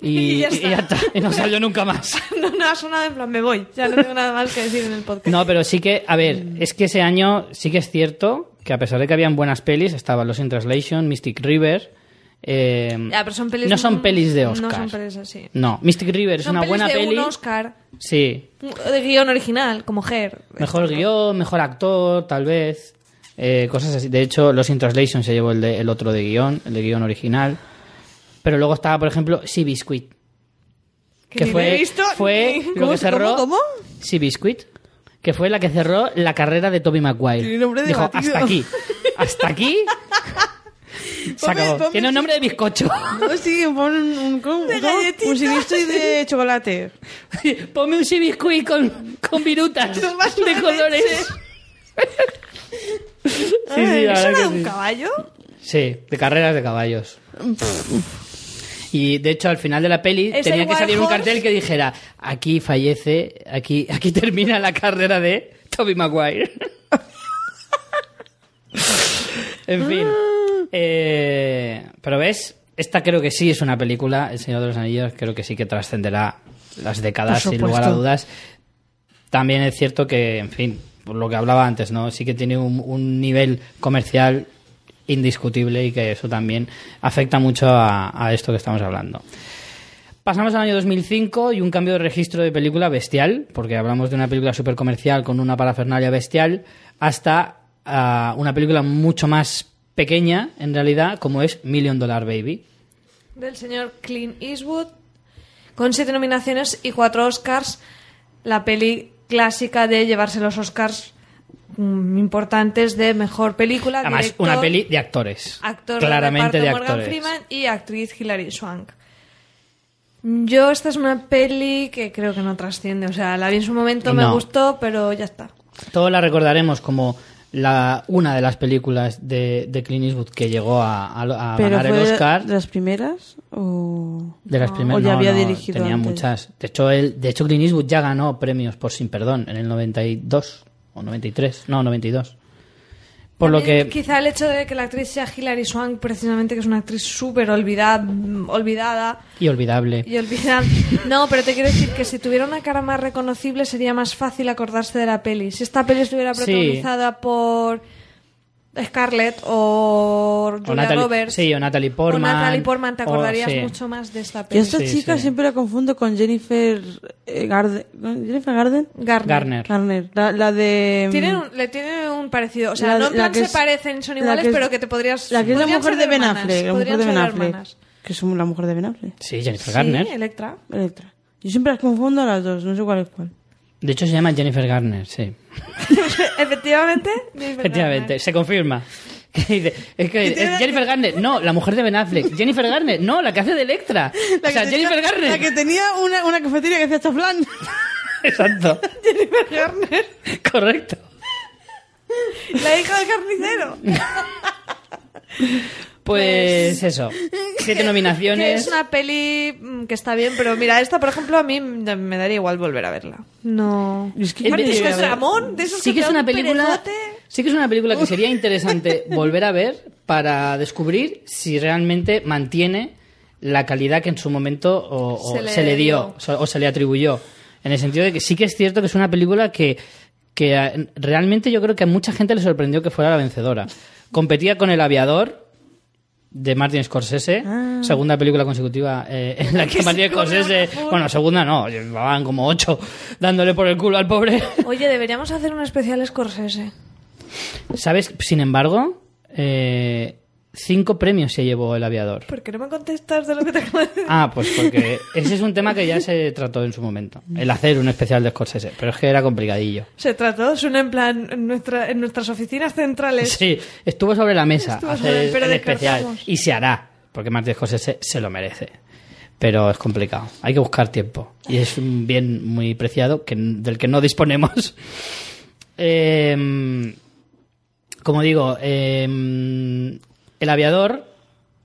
S1: Y,
S2: Y ya está.
S1: y Y no salió nunca más.
S2: No, no ha sonado en plan, me voy. Ya no tengo nada más que decir en el podcast.
S1: No, pero sí que, a ver,
S2: Mm.
S1: es que ese año sí que es cierto que a pesar de que habían buenas pelis, estaban Los in Translation, Mystic River. eh,
S2: Ya, pero son pelis mm,
S1: no son pelis de
S2: No
S1: Oscar.
S2: son pelis así.
S1: No, Mystic River es
S2: Son
S1: una
S2: pelis
S1: buena
S2: de
S1: peli.
S2: un Oscar
S1: Sí,
S2: de guión original, como Her.
S1: Mejor guión, mejor actor, tal vez. eh, cosas así. De hecho, Los in Translation se llevó el, de- el otro de guión, el de guión original. Pero luego estaba, por ejemplo, Sea Biscuit.
S2: Que ni lo he visto,
S1: fue
S2: ni-
S1: lo
S3: ¿Cómo
S1: que
S3: se-
S1: cerró.
S3: cómo- cómo?
S1: Sea Biscuit. Que fue la que cerró la carrera de Toby Maguire.
S3: Tiene nombre de
S1: Dijo,
S3: batido".
S1: hasta aquí. Hasta aquí. Se
S3: Ponme-
S1: acabó.
S3: ponme-
S1: Tiene un nombre de bizcocho.
S3: No, Oh, sí, pon un, un, ¿cómo?
S2: De
S3: ¿Cómo?
S2: galletitas.
S3: un siniestro y de chocolate.
S1: Ponme un Sea Biscuit con, con virutas
S2: Más
S1: de
S2: leche.
S1: colores. Sí, sí, la
S2: ¿Eso
S1: verdad
S2: era
S1: que
S2: de un
S1: sí.
S2: caballo?
S1: Sí, de carreras de caballos. Y de hecho al final de la peli
S2: Ese
S1: tenía que
S2: Wild
S1: salir un
S2: Horse-
S1: cartel que dijera aquí fallece, aquí, aquí termina la carrera de Toby Maguire. en fin.
S3: Ah.
S1: Eh, pero ves, esta creo que sí es una película, El Señor de los Anillos creo que sí que trascenderá las décadas
S3: Por
S1: sin lugar a
S3: supuesto.
S1: dudas. También es cierto que, en fin, por lo que hablaba antes, ¿no? Sí que tiene un, un nivel comercial indiscutible y que eso también afecta mucho a, a esto que estamos hablando. Pasamos al año 2005 y un cambio de registro de película bestial, porque hablamos de una película súper comercial con una parafernalia bestial, hasta ah, una película mucho más pequeña, en realidad, como es Million Dollar Baby.
S2: Del señor Clint Eastwood. Con siete nominaciones y cuatro Oscars. La peli clásica de llevarse los Oscars mm, importantes de mejor película.
S1: Además,
S2: director,
S1: una peli de actores.
S2: actor de
S1: claramente de,
S2: reparto Morgan
S1: actores.
S2: Freeman y actriz Hilary Swank. Yo esta es una peli que creo que no trasciende, o sea, la vi en su momento, me
S1: No.
S2: gustó, pero ya está.
S1: Todos la recordaremos como la, una de las películas de, de Clint Eastwood que llegó a, a- a
S3: Pero
S1: ganar
S3: fue
S1: el Oscar.
S3: de las primeras o...
S1: De las primeras,
S3: o ya
S1: no,
S3: había
S1: no,
S3: dirigido
S1: tenía
S3: antes.
S1: muchas. De hecho, él, de hecho, Clint Eastwood ya ganó premios por Sin Perdón en el 92 o 93, no, 92. Por lo
S2: También
S1: que
S2: Quizá el hecho de que la actriz sea Hilary Swank, precisamente, que es una actriz súper olvidada, olvidada
S1: y olvidable.
S2: y olvidada. No, pero te quiero decir que si tuviera una cara más reconocible sería más fácil acordarse de la peli. Si esta peli estuviera
S1: Sí.
S2: protagonizada por Scarlett o Julia
S1: O Natalie,
S2: Roberts...
S1: sí, o Natalie
S2: Por
S1: Portman.
S2: Natalie Portman, te
S1: o-
S2: acordarías
S1: sí.
S2: mucho más de esta
S3: Y
S2: peli.
S3: esta
S1: Sí,
S3: chica
S1: sí.
S3: siempre la confundo con Jennifer eh, Garden. ¿Jennifer Garden?
S2: Garner.
S1: Garner.
S3: Garner. La, la de... mm,
S2: Tiene un- le tiene un parecido. O sea,
S3: La-
S2: no en
S3: la
S2: plan
S3: que
S2: se
S3: es-
S2: parecen, son
S3: la
S2: iguales,
S3: que es-
S2: pero que te podrías.
S3: La que es la
S2: podrían
S3: mujer
S2: ser
S3: de Ben
S2: hermanas,
S3: Affleck. La mujer
S2: podrían
S3: de Ben
S2: ser
S3: Affleck.
S2: hermanas.
S3: Que es la mujer de Ben Affleck.
S1: Sí, Jennifer
S2: Sí,
S1: Garner.
S2: Electra.
S3: Electra. Yo siempre las confundo a las dos, no sé cuál es cuál.
S1: De hecho, se llama Jennifer Garner, sí.
S2: Efectivamente. Jennifer
S1: Efectivamente, se confirma. Que dice, es que
S3: tiene
S1: es
S3: la-
S1: Jennifer Garner, no, la mujer de Ben Affleck. Jennifer Garner, no, la que hace de Electra.
S3: La
S1: o sea,
S3: que tenía-
S1: Jennifer Garner.
S3: La que tenía una, una cafetería que hacía
S2: este
S3: chaflán.
S1: Exacto.
S2: Garner. Garner.
S1: Correcto.
S2: La hija del carnicero.
S1: Pues, eso. Siete
S2: que
S1: nominaciones.
S2: es una peli mm, que está bien, pero mira, esta, por ejemplo, a mí me me daría igual volver a verla. No.
S3: Y es que
S1: En
S3: yo
S1: vez de-
S2: Aparte, es
S3: quería
S2: un
S3: ver-
S2: dramón, de esos
S1: Sí que es
S2: te da
S1: una
S2: un
S1: película.
S2: perezote.
S1: Sí que es una película que sería interesante volver a ver para descubrir si realmente mantiene la calidad que en su momento o, o
S2: Se
S1: se,
S2: le
S1: le
S2: dio.
S1: dio so- o se le atribuyó. En el sentido de que sí que es cierto que es una película que, que ah, realmente yo creo que a mucha gente le sorprendió que fuera la vencedora. Competía con El Aviador de Martin Scorsese, segunda película consecutiva eh, en la que
S2: Ah. Que se
S1: Martin
S2: come una
S1: Scorsese,
S2: furia.
S1: bueno, segunda no, llevaban como ocho dándole por el culo al pobre.
S2: Oye, deberíamos hacer un especial Scorsese.
S1: ¿Sabes? Sin embargo, eh, cinco premios se llevó el aviador.
S2: ¿Por qué no me contestas de lo que te acabo de decir?
S1: Ah, pues porque ese es un tema que ya se trató en su momento. El hacer un especial de Scorsese. Pero es que era complicadillo.
S2: Se trató, suena en plan en, nuestra, en nuestras oficinas centrales.
S1: Sí, estuvo sobre la mesa
S2: Estuvo
S1: hacer
S2: sobre- pero
S1: el especial.
S2: descartamos.
S1: Y se hará, porque Martín Scorsese se lo merece. Pero es complicado. Hay que buscar tiempo. Y es un bien muy preciado que, del que no disponemos. Em, como digo, em, El Aviador,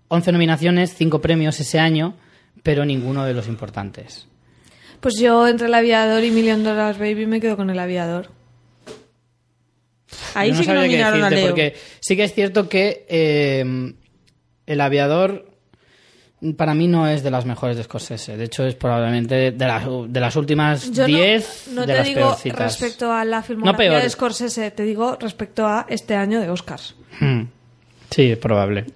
S1: 11 nominaciones, 5 premios ese año. pero ninguno de los importantes.
S2: Pues yo entre el aviador y Million Dollars Baby me quedo con el aviador.
S3: Ahí
S1: Yo no
S3: sí que
S1: sabría qué
S3: nominaron a
S1: decirte,
S3: Leo.
S1: porque sí que es cierto que eh, el aviador para mí no es de las mejores de Scorsese. De hecho, es probablemente de las, de las últimas
S2: Yo no-
S1: 10
S2: no,
S1: de
S2: te
S1: las
S2: digo
S1: peorcitas.
S2: respecto a la filmografía
S1: peor.
S2: de Scorsese, te digo respecto a este año de Oscars.
S1: Hmm. Sí, es probable.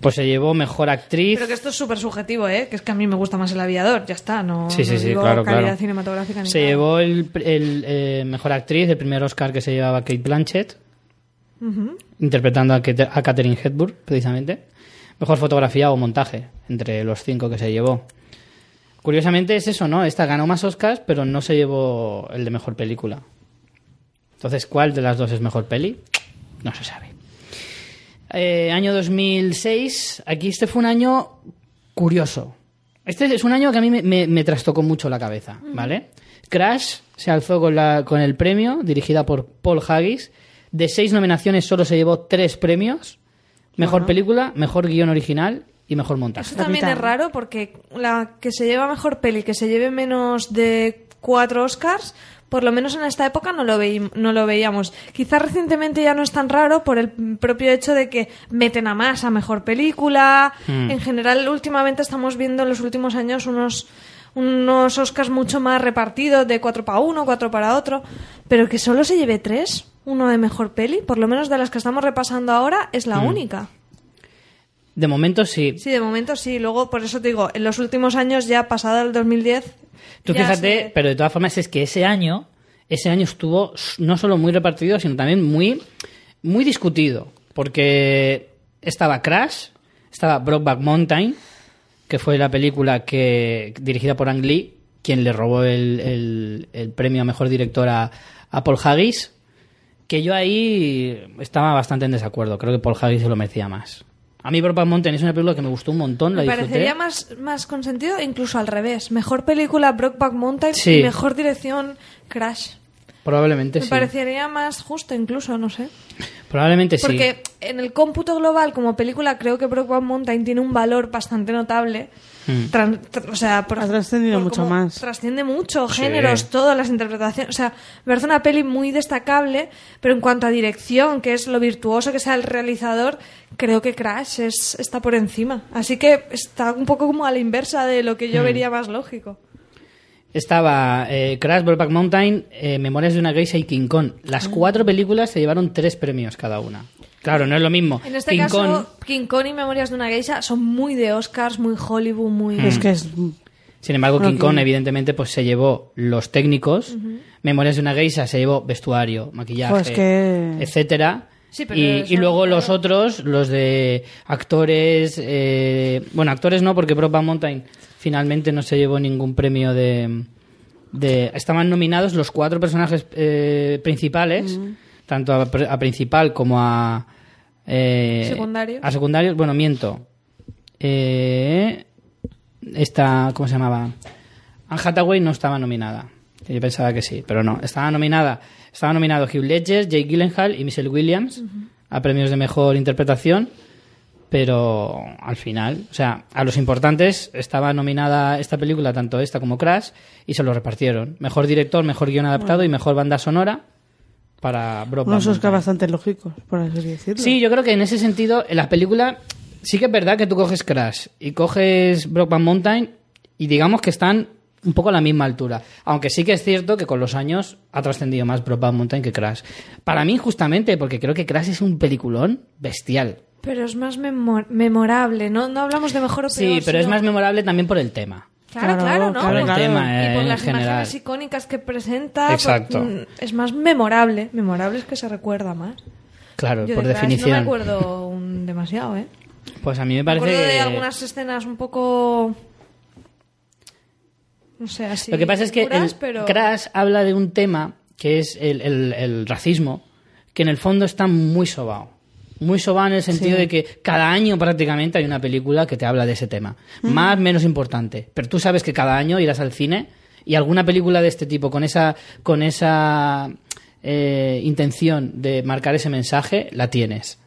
S1: Pues se llevó mejor actriz.
S2: Pero que esto es súper subjetivo, ¿eh? Que es que a mí me gusta más el aviador, ya está, no,
S1: Sí, sí,
S2: no
S1: sí,
S2: digo
S1: claro,
S2: calidad
S1: claro.
S2: cinematográfica ni
S1: Se
S2: nada.
S1: llevó el, el, eh, mejor actriz, el primer Oscar que se llevaba Kate Blanchett, interpretando a, Kate- a Katherine Hepburn, precisamente. Mejor fotografía o montaje, entre los cinco que se llevó. Curiosamente es eso, ¿no? Esta ganó más Oscars, pero no se llevó el de mejor película. Entonces, ¿cuál de las dos es mejor peli? No se sabe. Eh, año 2006. Aquí este fue un año curioso. Este es un año que a mí me, me- me trastocó mucho la cabeza, ¿vale? Crash se alzó con, la- con el premio, dirigida por Paul Haggis. De seis nominaciones solo se llevó tres premios. Mejor película, mejor guión original y mejor montaje.
S2: Eso también es
S3: Capitán.
S2: raro porque la que se lleva mejor peli, que se lleve menos de cuatro Oscars, por lo menos en esta época no lo, veí- no lo veíamos. Quizás recientemente ya no es tan raro por el propio hecho de que meten a más a mejor película. En general, últimamente estamos viendo en los últimos años unos unos Oscars mucho más repartidos de cuatro para uno, cuatro para otro, pero que solo se lleve tres, uno de mejor peli, por lo menos de las que estamos repasando ahora, es la única.
S1: De momento sí.
S2: Sí, de momento sí. Luego, por eso te digo, en los últimos años, ya pasado el 2010.
S1: Tú
S2: ya
S1: fíjate,
S2: se-
S1: pero de todas formas es que ese año, ese año estuvo s- no solo muy repartido, sino también muy, muy discutido. Porque estaba Crash, estaba Brokeback Mountain, que fue la película que dirigida por Ang Lee, quien le robó el, el- el premio a mejor director a, a Paul Haggis, que yo ahí estaba bastante en desacuerdo. Creo que Paul Haggis se lo merecía más. A mí Brokeback Mountain es una película que me gustó un montón, la
S2: Me
S1: disfruté.
S2: parecería más, más consentido, incluso al revés. Mejor película Brokeback Mountain
S1: Sí.
S2: y mejor dirección Crash.
S1: Probablemente
S2: Me
S1: sí.
S2: parecería más justo, incluso, no sé.
S1: Probablemente sí.
S2: Porque en el cómputo global, como película, creo que Brokeback Mountain tiene un valor bastante notable.
S1: Hmm.
S2: Tran- tr- o sea, por-
S3: Ha trascendido
S2: por
S3: mucho
S2: cómo
S3: más.
S2: Trasciende mucho, géneros, todas las interpretaciones. O sea, me parece una peli muy destacable, pero en cuanto a dirección, que es lo virtuoso que sea el realizador, creo que Crash es, está por encima. Así que está un poco como a la inversa de lo que
S1: Hmm.
S2: yo vería más lógico.
S1: Estaba eh, Crash, Brokeback Mountain, eh, Memorias de una Geisha y King Kong. Las cuatro películas se llevaron tres premios cada una. Claro, no es lo mismo.
S2: En este
S1: King
S2: caso,
S1: Kong,
S2: King Kong y Memorias de una Geisha son muy de Oscars, muy Hollywood, muy.
S1: Hmm.
S3: Es que
S1: mm,
S3: es...
S1: sin embargo,
S3: Bueno,
S1: King Kong
S3: King-
S1: evidentemente pues se llevó los técnicos. Memorias de una Geisha se llevó vestuario, maquillaje,
S3: Pues que-
S1: etcétera.
S2: Sí, pero
S1: y,
S2: eso
S1: y luego
S2: no-
S1: los otros, los de actores, eh, bueno, actores no, porque Brokeback Mountain finalmente no se llevó ningún premio de, de- estaban nominados los cuatro personajes eh, principales, tanto a, pr- a principal como a eh,
S2: Secundarios.
S1: A secundarios, bueno, miento. Eh, esta, ¿cómo se llamaba? Anne Hathaway no estaba nominada. Yo pensaba que sí, pero no. Estaba nominada. Estaba nominado Hugh Ledger, Jake Gyllenhaal y Michelle Williams a premios de mejor interpretación, pero al final, o sea, a los importantes estaba nominada esta película, tanto esta como Crash, y se lo repartieron. Mejor director, mejor guión adaptado y mejor banda sonora para Brokeback
S3: Unos Oscar
S1: Mountain.
S3: bastante lógicos, por así decirlo.
S1: Sí, yo creo que en ese sentido, en las películas, sí que es verdad que tú coges Crash y coges Brockman Mountain y digamos que están un poco a la misma altura. Aunque sí que es cierto que con los años ha trascendido más Brockman Mountain que Crash. Para mí, justamente, porque creo que Crash es un peliculón bestial.
S2: Pero es más memo- memorable, ¿no? No hablamos de mejor o peor.
S1: Sí, pero es
S2: sino-
S1: más memorable también por el tema.
S2: Claro,
S3: Claro,
S2: claro, ¿no?
S1: Por
S3: claro,
S1: el
S3: claro.
S1: tema,
S2: Y por
S1: eh, en
S2: las
S1: general.
S2: imágenes icónicas que presenta. pues,
S1: Exacto.
S2: mm, es más memorable. Memorable es que se recuerda más.
S1: Claro,
S2: Yo
S1: por
S2: de Crash
S1: definición.
S2: No me acuerdo un- demasiado, ¿eh?
S1: Pues a mí me
S2: Me
S1: parece
S2: acuerdo de
S1: que-
S2: algunas escenas un poco. No sé, así.
S1: Lo que pasa es que
S2: oscuras,
S1: el
S2: pero-
S1: Crash habla de un tema que es el, el- el racismo, que en el fondo está muy sobado. Muy sobado en el sentido de que cada año prácticamente hay una película que te habla de ese tema. Más, menos importante. Pero tú sabes que cada año irás al cine y alguna película de este tipo con esa, con esa eh, intención de marcar ese mensaje, la tienes.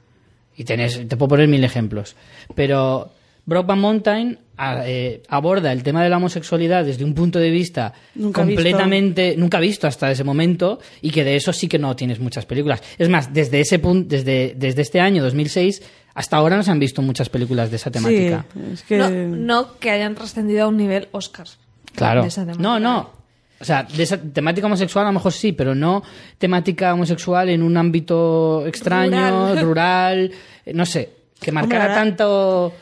S1: Y tenés, te puedo poner mil ejemplos. Pero Brockback Mountain a- eh, aborda el tema de la homosexualidad desde un punto de vista
S3: Nunca
S1: completamente nunca visto hasta ese momento y que de eso sí que no tienes muchas películas. Es más, desde ese punto, desde, desde este año 2006 hasta ahora no se han visto muchas películas de esa temática.
S3: Sí, es que...
S2: No, no que hayan trascendido a un nivel Oscar.
S1: Claro.
S2: De esa temática.
S1: No, no. O sea, de esa temática homosexual a lo mejor sí, pero no temática homosexual en un ámbito extraño, rural,
S2: Rural.
S1: eh, no sé, que
S3: Hombre,
S1: marcara
S3: ahora-
S1: tanto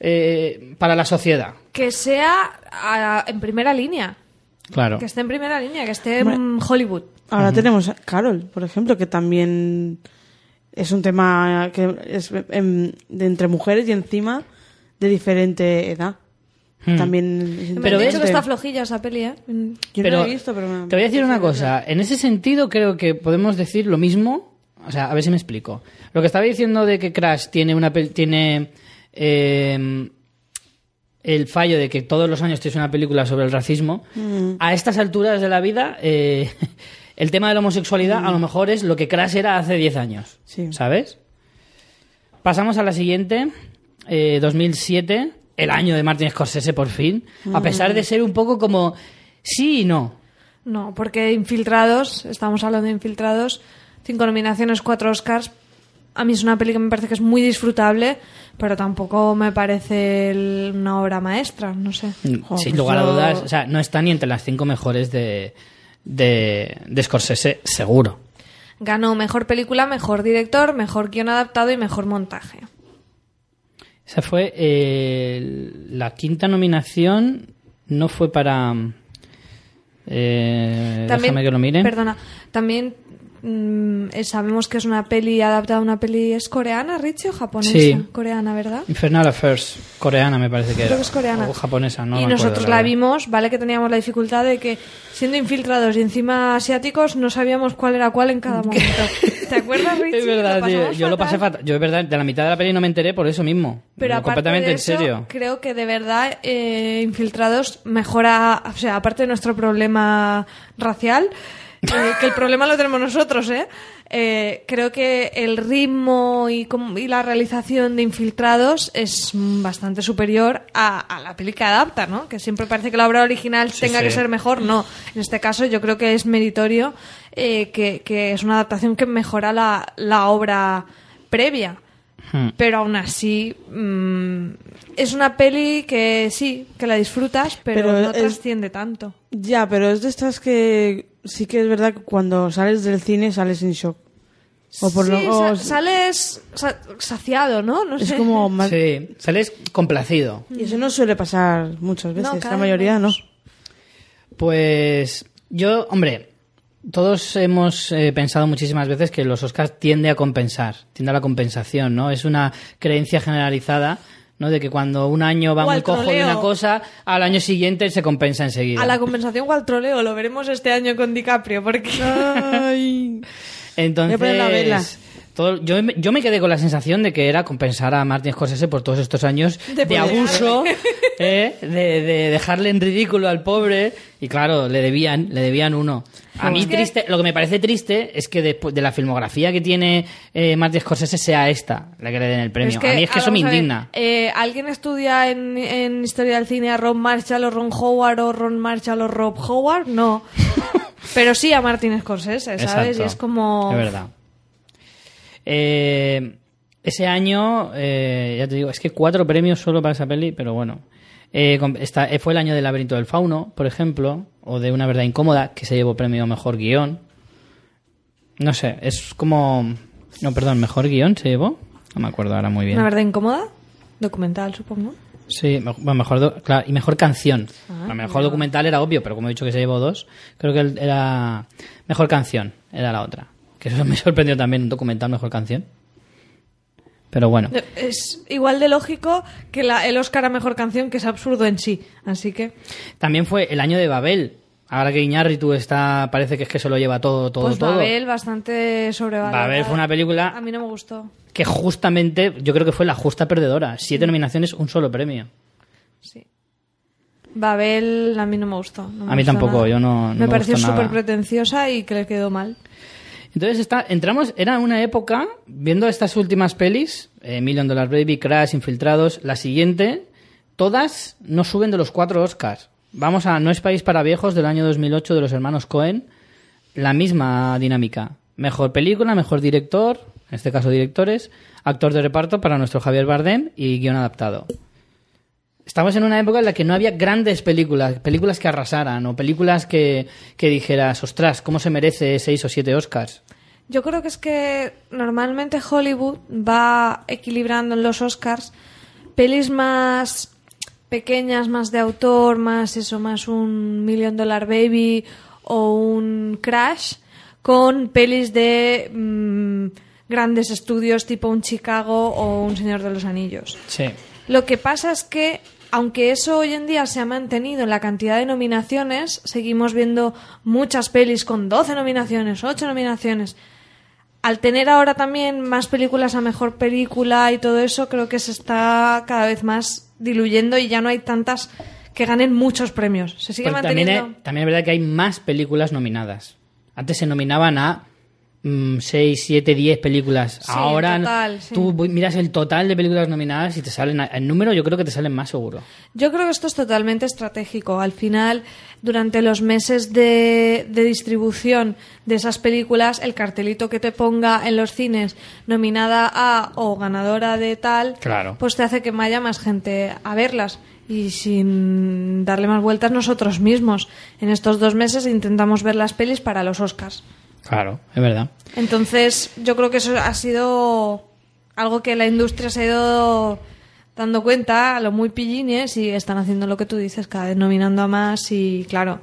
S1: eh, para la sociedad.
S2: Que sea a- en primera línea.
S1: Claro.
S2: Que esté en primera línea, que esté en Hollywood.
S3: Ahora tenemos a Carol, por ejemplo, que también es un tema que es em, de entre mujeres y encima de diferente edad.
S1: Hmm.
S3: También es
S2: Me
S1: Pero
S2: han
S1: ves-
S2: dicho
S3: interesante.
S2: que está flojilla esa peli, ¿eh? Mm.
S3: Yo
S1: Pero
S3: no la he visto, pero me-
S1: te voy a decir una cosa. En ese sentido, creo que podemos decir lo mismo. O sea, a ver si me explico. Lo que estaba diciendo de que Crash tiene una pel- tiene eh, el fallo de que todos los años tienes una película sobre el racismo. A estas alturas de la vida, eh, el tema de la homosexualidad a lo mejor es lo que Crash era hace 10 años.
S3: Sí.
S1: ¿Sabes? Pasamos a la siguiente, eh, 2007, el año de Martin Scorsese por fin, a pesar de ser un poco como sí y no.
S2: No, porque Infiltrados, estamos hablando de Infiltrados, cinco nominaciones, cuatro Oscars. A mí es una peli que me parece que es muy disfrutable, pero tampoco me parece el- una obra maestra, no sé.
S3: Joder,
S1: Mm, Sin
S3: pues
S1: lugar a
S3: yo-
S1: dudas, o sea, no está ni entre las cinco mejores de, de, de Scorsese, seguro.
S2: Ganó mejor película, mejor director, mejor guión adaptado y mejor montaje.
S1: Esa fue eh, la quinta nominación, no fue para... Eh, déjame que lo mire.
S2: Perdona, también mm, eh, sabemos que es una peli adaptada a una peli. ¿Es coreana, Richie, o japonesa?
S1: Sí.
S2: Coreana, ¿verdad?
S1: Infernal Affairs, coreana me parece que era.
S2: Creo que es coreana.
S1: O japonesa, no me
S2: Y
S1: acuerdo,
S2: nosotros
S1: la
S2: la
S1: verdad.
S2: vimos, ¿vale? Que teníamos la dificultad de que, siendo infiltrados y encima asiáticos, no sabíamos cuál era cuál en cada momento. ¿Te acuerdas, Richie?
S1: Es verdad,
S2: Lo
S1: tío,
S2: pasamos
S1: Yo lo pasé
S2: fatal.
S1: fatal. Yo, es verdad, de la mitad de la peli no me enteré por eso mismo.
S2: Pero
S1: Lo-
S2: aparte
S1: completamente
S2: de
S1: en
S2: eso,
S1: serio.
S2: creo que de verdad eh, Infiltrados mejora, o sea, aparte de nuestro problema racial, eh, que el problema lo tenemos nosotros, ¿eh? Eh, creo que el ritmo y, cómo- y la realización de Infiltrados es mm, bastante superior a, a la peli que adapta, ¿no? Que siempre parece que la obra original tenga
S1: sí.
S2: que ser mejor, no. En este caso yo creo que es meritorio eh, que, que es una adaptación que mejora la, la obra previa
S1: Hmm.
S2: pero aún así mm, es una peli que sí, que la disfrutas, pero,
S3: Pero
S2: no
S3: es-
S2: trasciende tanto.
S3: Ya, pero es de estas que sí que es verdad que cuando sales del cine sales en shock. O por
S2: sí,
S3: lo
S2: sa-
S3: o-
S2: sales sa- saciado, ¿no? No
S3: es
S2: sé.
S3: como más-
S1: Sí, sales complacido.
S3: y eso no suele pasar muchas veces,
S2: cada
S3: la
S2: vez
S3: mayoría no.
S2: menos.
S1: Pues yo, hombre, todos hemos eh, pensado muchísimas veces que los Oscars tiende a compensar, tiende a la compensación, ¿no? Es una creencia generalizada, ¿no? De que cuando un año va
S2: O
S1: muy
S2: al
S1: cojo de
S2: troleo.
S1: una cosa, al año siguiente se compensa enseguida.
S2: A la compensación o al troleo, lo veremos este año con DiCaprio, porque...
S3: Ay.
S1: Entonces,
S3: Voy a poner la vela.
S1: todo- yo, me- yo me quedé con la sensación de que era compensar a Martin Scorsese por todos estos años de,
S2: De poder.
S1: abuso, ¿eh? de, de dejarle en ridículo al pobre. Y claro, le debían, le debían uno. A mí triste, lo que me parece triste es que después de la filmografía que tiene eh, Martin Scorsese sea esta la que le den el premio. a mí es que
S2: ah,
S1: eso me
S2: vamos a ver,
S1: indigna.
S2: eh, ¿Alguien estudia en, en historia del cine a Ron Marshall o Ron Howard o Ron Marshall o Rob Howard? No. Pero sí a Martin Scorsese, ¿sabes?
S1: Exacto.
S2: Y es como...
S1: Es verdad. Eh, ese año, eh, ya te digo, es que cuatro premios solo para esa peli, pero bueno. Eh, com- está- eh, fue el año del Laberinto del Fauno, por ejemplo, o de Una Verdad Incómoda, que se llevó premio a mejor guión. No sé, es como. No, perdón, mejor guión se llevó. No me acuerdo ahora muy bien.
S2: ¿Una verdad incómoda? Documental, supongo.
S1: Sí, me- bueno, mejor, do- claro, y mejor canción.
S2: Ah,
S1: A lo mejor documental era obvio, pero como he dicho que se llevó dos, creo que el- era mejor canción, era la otra. Que eso me sorprendió también, un documental mejor canción. Pero bueno,
S2: Es igual de lógico que la- el Oscar a mejor canción, que es absurdo en sí. Así que,
S1: también fue el año de Babel. Ahora que Iñárritu está, parece que es que se lo lleva todo, todo,
S2: pues
S1: todo.
S2: Babel, bastante sobrevalorado.
S1: Babel fue una
S2: A
S1: película
S2: mí no me gustó.
S1: que justamente, yo creo que fue la justa perdedora. Siete nominaciones, un solo premio.
S2: Sí. Babel a mí no me gustó. no me
S1: A mí
S2: gustó
S1: tampoco,
S2: nada.
S1: yo no- no
S2: me
S1: me
S2: pareció
S1: gustó nada.
S2: súper pretenciosa y que le quedó mal.
S1: Entonces está, entramos, era una época, viendo estas últimas pelis, eh, Million Dollar Baby, Crash, Infiltrados, la siguiente, todas no suben de los cuatro Oscars. Vamos a No es País para Viejos del año 2008 de los hermanos Cohen, la misma dinámica. Mejor película, mejor director, en este caso directores, actor de reparto para nuestro Javier Bardem y guión adaptado. Estamos en una época en la que no había grandes películas, películas que arrasaran o películas que, que dijeras, ostras, ¿cómo se merece seis o siete Oscars?
S2: Yo creo que es que normalmente Hollywood va equilibrando en los Oscars pelis más pequeñas, más de autor, más eso, más un Million Dollar Baby o un Crash, con pelis de mm, grandes estudios tipo un Chicago o un Señor de los Anillos.
S1: Sí.
S2: Lo que pasa es que, aunque eso hoy en día se ha mantenido en la cantidad de nominaciones, seguimos viendo muchas pelis con 12 nominaciones, 8 nominaciones. Al tener ahora también más películas a mejor película y todo eso, creo que se está cada vez más diluyendo y ya no hay tantas que ganen muchos premios. Se sigue
S1: Pero Pues también,
S2: manteniendo.
S1: es, también es verdad que hay más películas nominadas. Antes se nominaban a mm, 6, 7, 10 películas. Ahora
S2: total, sí.
S1: tú bu- miras el total de películas nominadas y te salen. a- El número yo creo que te salen más seguro.
S2: Yo creo que esto es totalmente estratégico. Al final, durante los meses de, de distribución de esas películas, el cartelito que te ponga en los cines nominada a o ganadora de tal,
S1: Claro.
S2: pues te hace que vaya más gente a verlas. Y sin darle más vueltas nosotros mismos. En estos dos meses intentamos ver las pelis para los Oscars.
S1: Claro, es verdad.
S2: Entonces, yo creo que eso ha sido algo que la industria se ha ido dando cuenta a lo muy pillines y están haciendo lo que tú dices, cada vez nominando a más y claro.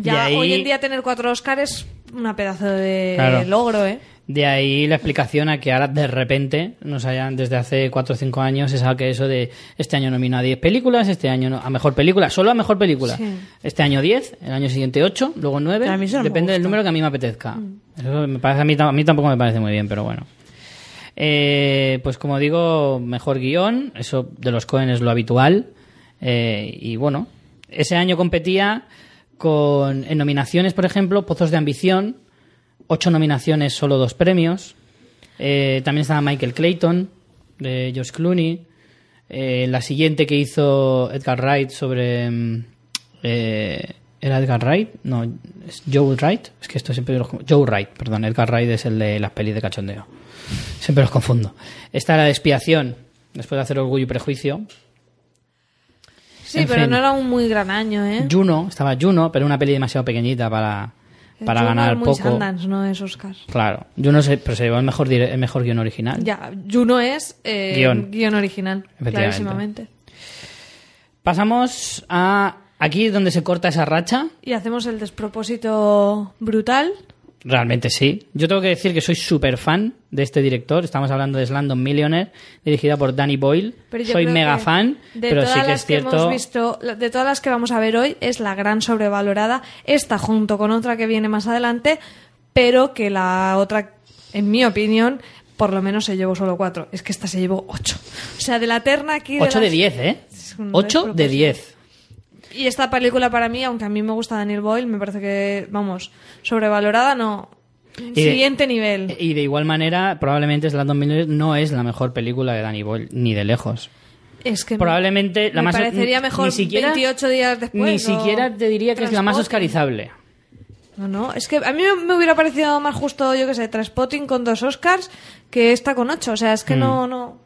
S2: Ya
S1: Y ahí-
S2: hoy en día tener cuatro Oscars es una pedazo de
S1: Claro.
S2: logro, ¿eh?
S1: De ahí la explicación a que ahora de repente nos hayan desde hace 4 o 5 años es que eso de este año nomina a 10 películas, este año no- a mejor película, solo a mejor película.
S2: Sí.
S1: Este año 10, el año siguiente 8, luego 9,
S3: A mí eso no me
S1: depende del
S3: gusta. Mm.
S1: número que a mí me apetezca. Eso me parece, a, mí, tam- a mí tampoco me parece muy bien, pero bueno. Eh, pues como digo, mejor guión, eso de los Cohen es lo habitual. Eh, y bueno, ese año competía con, en nominaciones, por ejemplo, Pozos de Ambición, ocho nominaciones, solo dos premios. Eh, también estaba Michael Clayton, de George Clooney. Eh, la siguiente que hizo Edgar Wright sobre... mm, eh, ¿Era Edgar Wright? No, es Joe Wright. Es que esto siempre los... Joe Wright, perdón. Edgar Wright es el de las pelis de cachondeo. Siempre los confundo. Esta era de expiación, después de hacer Orgullo y Prejuicio.
S2: Sí,
S1: En
S2: pero
S1: fin.
S2: no era un muy gran año, ¿eh?
S1: Juno, estaba Juno, pero una peli demasiado pequeñita para, para
S2: Juno
S1: ganar
S2: es muy
S1: poco.
S2: Sundance, no es Oscar.
S1: Claro, Juno se, pero se llevó el mejor, dire- el mejor guión original.
S2: Ya, Juno es eh,
S1: Guión.
S2: guión. original,
S1: Efectivamente.
S2: clarísimamente.
S1: Pasamos a. Aquí es donde se corta esa racha.
S2: Y hacemos el despropósito brutal.
S1: Realmente sí. Yo tengo que decir que soy súper fan de este director. Estamos hablando de Slandon Millionaire, dirigida por Danny Boyle.
S2: Pero yo
S1: soy
S2: creo
S1: mega
S2: que
S1: fan,
S2: de
S1: pero
S2: todas
S1: sí que
S2: las
S1: es cierto.
S2: hemos visto, de todas las que vamos a ver hoy, es la gran sobrevalorada. Esta junto con otra que viene más adelante, pero que la otra, en mi opinión, por lo menos se llevó solo cuatro. Es que esta se llevó ocho. O sea, de la terna aquí.
S1: 8 de
S2: las-
S1: 10, ¿eh?
S2: Es un
S1: 8 de
S2: despropósito.
S1: 10.
S2: Y esta película para mí, aunque a mí me gusta Daniel Boyle, me parece que, vamos, sobrevalorada no.
S1: de- eh,
S2: Siguiente nivel.
S1: Y de igual manera, probablemente Slandon Millionaire no es la mejor película de Danny Boyle, ni de lejos.
S2: Es que me-
S1: Probablemente la
S2: me
S1: más.
S2: parecería mejor
S1: ni siquiera,
S2: 28 días después.
S1: Ni
S2: o
S1: siquiera te diría que es la más
S2: Transporting.
S1: oscarizable.
S2: No, no, es que a mí me hubiera parecido más justo, yo que sé, Traspotting con dos Oscars que esta con ocho. O sea,
S1: Mm.
S2: es que no, no.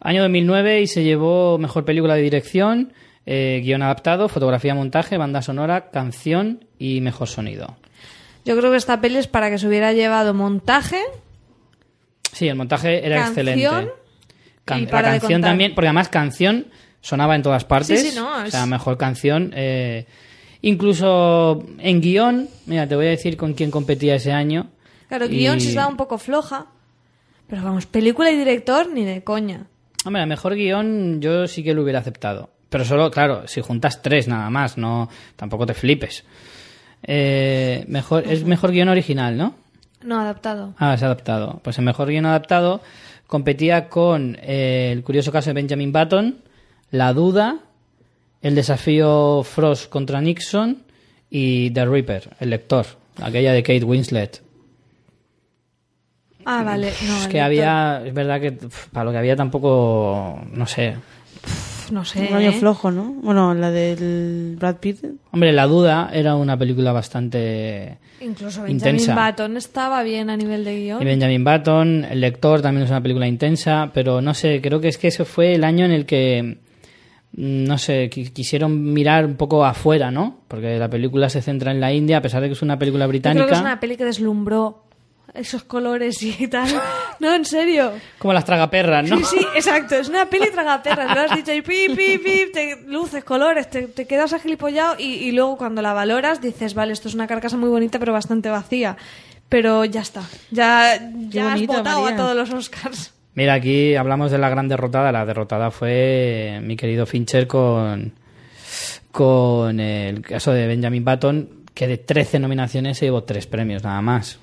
S1: Año 2009 y se llevó mejor película de dirección, eh, guión adaptado, fotografía, montaje, banda sonora, canción y mejor sonido.
S2: Yo creo que esta peli es para que se hubiera llevado montaje.
S1: Sí, el montaje era
S2: Canción
S1: excelente.
S2: y
S1: la
S2: para de
S1: canción
S2: contar.
S1: también, porque además canción sonaba en todas partes.
S2: Sí, sí, no,
S1: O
S2: es-
S1: sea, mejor canción. eh, incluso en guión, mira, te voy a decir con quién competía ese año.
S2: Claro,
S1: Y-
S2: guión sí estaba un poco floja. Pero vamos, película y director ni de coña.
S1: Hombre, a mejor guión yo sí que lo hubiera aceptado. Pero solo, claro, si juntas tres nada más, no, tampoco te flipes. Eh, mejor, es mejor guión original, ¿no?
S2: No, adaptado.
S1: Ah, es adaptado. Pues el mejor guión adaptado competía con eh, el curioso caso de Benjamin Button, La Duda, El desafío Frost contra Nixon y The Reaper, el lector. aquella de Kate Winslet.
S2: Ah, vale. No,
S1: Es
S2: el
S1: que
S2: doctor-
S1: había, es verdad que pf, para lo que había tampoco, no sé.
S2: Pf, No sé.
S3: Un año
S2: ¿eh?
S3: flojo, ¿no? Bueno, la del Brad Pitt.
S1: Hombre, La Duda era una película bastante...
S2: Incluso Benjamin
S1: Intensa.
S2: Button estaba bien a nivel de
S1: Y
S2: guión.
S1: Benjamin Button, El Lector también es una película intensa, pero no sé, creo que es que ese fue el año en el que, mm, no sé, qui- quisieron mirar un poco afuera, ¿no? Porque la película se centra en la India, a pesar de que es una película
S2: Yo
S1: británica.
S2: creo que es una peli que deslumbró esos colores y tal. No, en serio.
S1: Como las tragaperras, ¿no?
S2: Sí, sí, exacto. Es una peli tragaperras. Lo has dicho y pip, pip, pip, te luces, colores, te, te quedas agilipollado y, y luego cuando la valoras dices, vale, esto es una carcasa muy bonita pero bastante vacía. Pero ya está. Ya, ya has
S3: bonito,
S2: votado
S3: María.
S2: a todos los Oscars.
S1: Mira, aquí hablamos de la gran derrotada. La derrotada fue eh, mi querido Fincher con, con el caso de Benjamin Button, que de 13 nominaciones se llevó 3 premios nada más.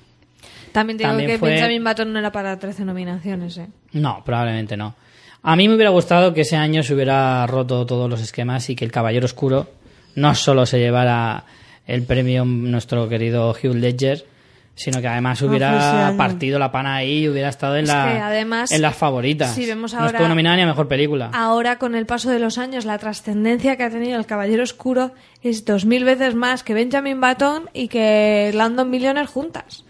S2: También digo
S1: También
S2: que
S1: fue-
S2: Benjamin Button no era para 13 nominaciones, ¿eh?
S1: No, probablemente no. A mí me hubiera gustado que ese año se hubiera roto todos los esquemas y que el Caballero Oscuro no solo se llevara el premio nuestro querido Hugh Ledger, sino que además
S3: fue ese
S1: hubiera
S3: año.
S1: partido la pana ahí y hubiera estado en,
S2: pues Es
S1: la,
S2: que además,
S1: en las favoritas.
S2: si vemos
S1: no
S2: ahora-
S1: estuvo nominada ni a Mejor Película.
S2: Ahora, con el paso de los años, la trascendencia que ha tenido el Caballero Oscuro es dos mil veces más que Benjamin Button y que Landon Millionaire juntas.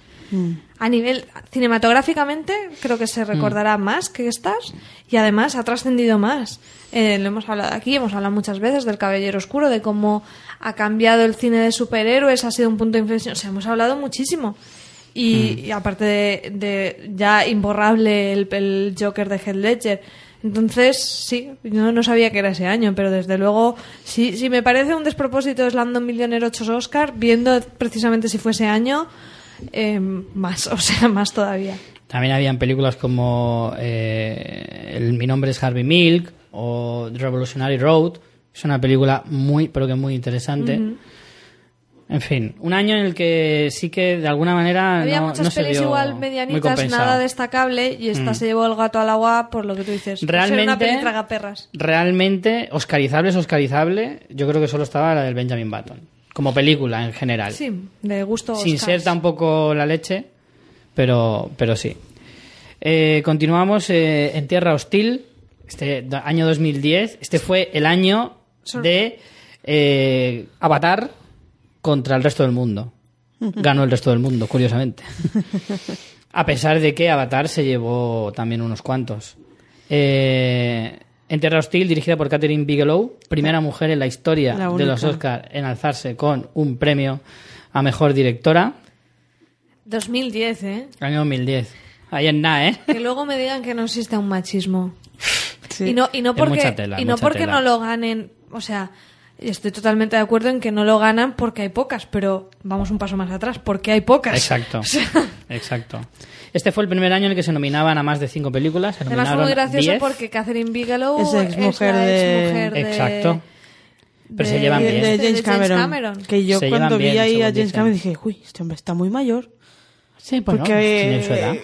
S2: A nivel cinematográficamente, creo que se recordará más que estas y además ha trascendido más. Eh, lo hemos hablado aquí, hemos hablado muchas veces del Caballero Oscuro, de cómo ha cambiado el cine de superhéroes, ha sido un punto de inflexión. O sea, hemos hablado muchísimo. Y, y aparte de, de ya imborrable el, el Joker de Heath Ledger. Entonces, sí, yo no sabía que era ese año, pero desde luego, si, si me parece un despropósito es Landon Millionaire 8 Oscar, viendo precisamente si fue ese año, eh, más, o sea, más todavía.
S1: También habían películas como eh, el- Mi nombre es Harvey Milk o The Revolutionary Road. Es una película muy, pero que muy interesante. En fin, un año en el que sí que de alguna manera
S2: Había
S1: Ah, no,
S2: muchas
S1: no se
S2: pelis
S1: vio
S2: igual
S1: muy
S2: medianitas,
S1: compensado. Mm.
S2: nada destacable, y esta se llevó el gato al agua, por lo que tú dices. Por ser Pues una
S1: Realmente-
S2: peli tragaperras.
S1: Realmente, oscarizable es oscarizable. Yo creo que solo estaba la del Benjamin Button. Como película en general.
S2: Sí, de gusto
S1: sin
S2: Oscars.
S1: ser tampoco la leche, pero, pero sí. Eh, continuamos eh, en Tierra Hostil, este do- año 2010. Este fue el año de eh, Avatar contra el resto del mundo. Ganó el resto del mundo, curiosamente. A pesar de que Avatar se llevó también unos cuantos. Eh, en Tierra Hostil, dirigida por Catherine Bigelow, primera mujer en la historia
S3: La
S1: de los
S3: única.
S1: Oscar en alzarse con un premio a mejor directora,
S2: 2010, ¿eh?
S1: año 2010. Ahí en nada, ¿eh?
S2: Que luego me digan que no existe un machismo.
S3: Sí.
S2: Y no, y no
S1: Es
S2: porque,
S1: mucha tela,
S2: y no,
S1: mucha
S2: porque
S1: tela.
S2: no lo ganen, o sea, estoy totalmente de acuerdo en que no lo ganan porque hay pocas, pero vamos un paso más atrás, porque hay pocas.
S1: Exacto.
S2: O sea,
S1: Exacto. Este fue el primer año en el que se nominaban a más de cinco películas. Se
S2: además fue
S1: nominaron
S2: muy gracioso
S1: 10.
S2: porque Catherine Bigelow
S3: Es
S2: es,
S3: exmujer
S2: la
S3: de-
S2: exmujer de...
S1: Exacto. Pero se
S2: de-
S1: llevan
S3: Y el
S1: bien.
S3: de
S2: Este de
S3: James Cameron. Que yo
S1: Se
S3: cuando
S1: llevan
S3: vi
S1: bien,
S3: ahí a
S1: según
S3: James
S1: dicen.
S3: Cameron dije, uy, este hombre está muy mayor.
S1: Sí, bueno,
S3: porque
S1: tienen su edad.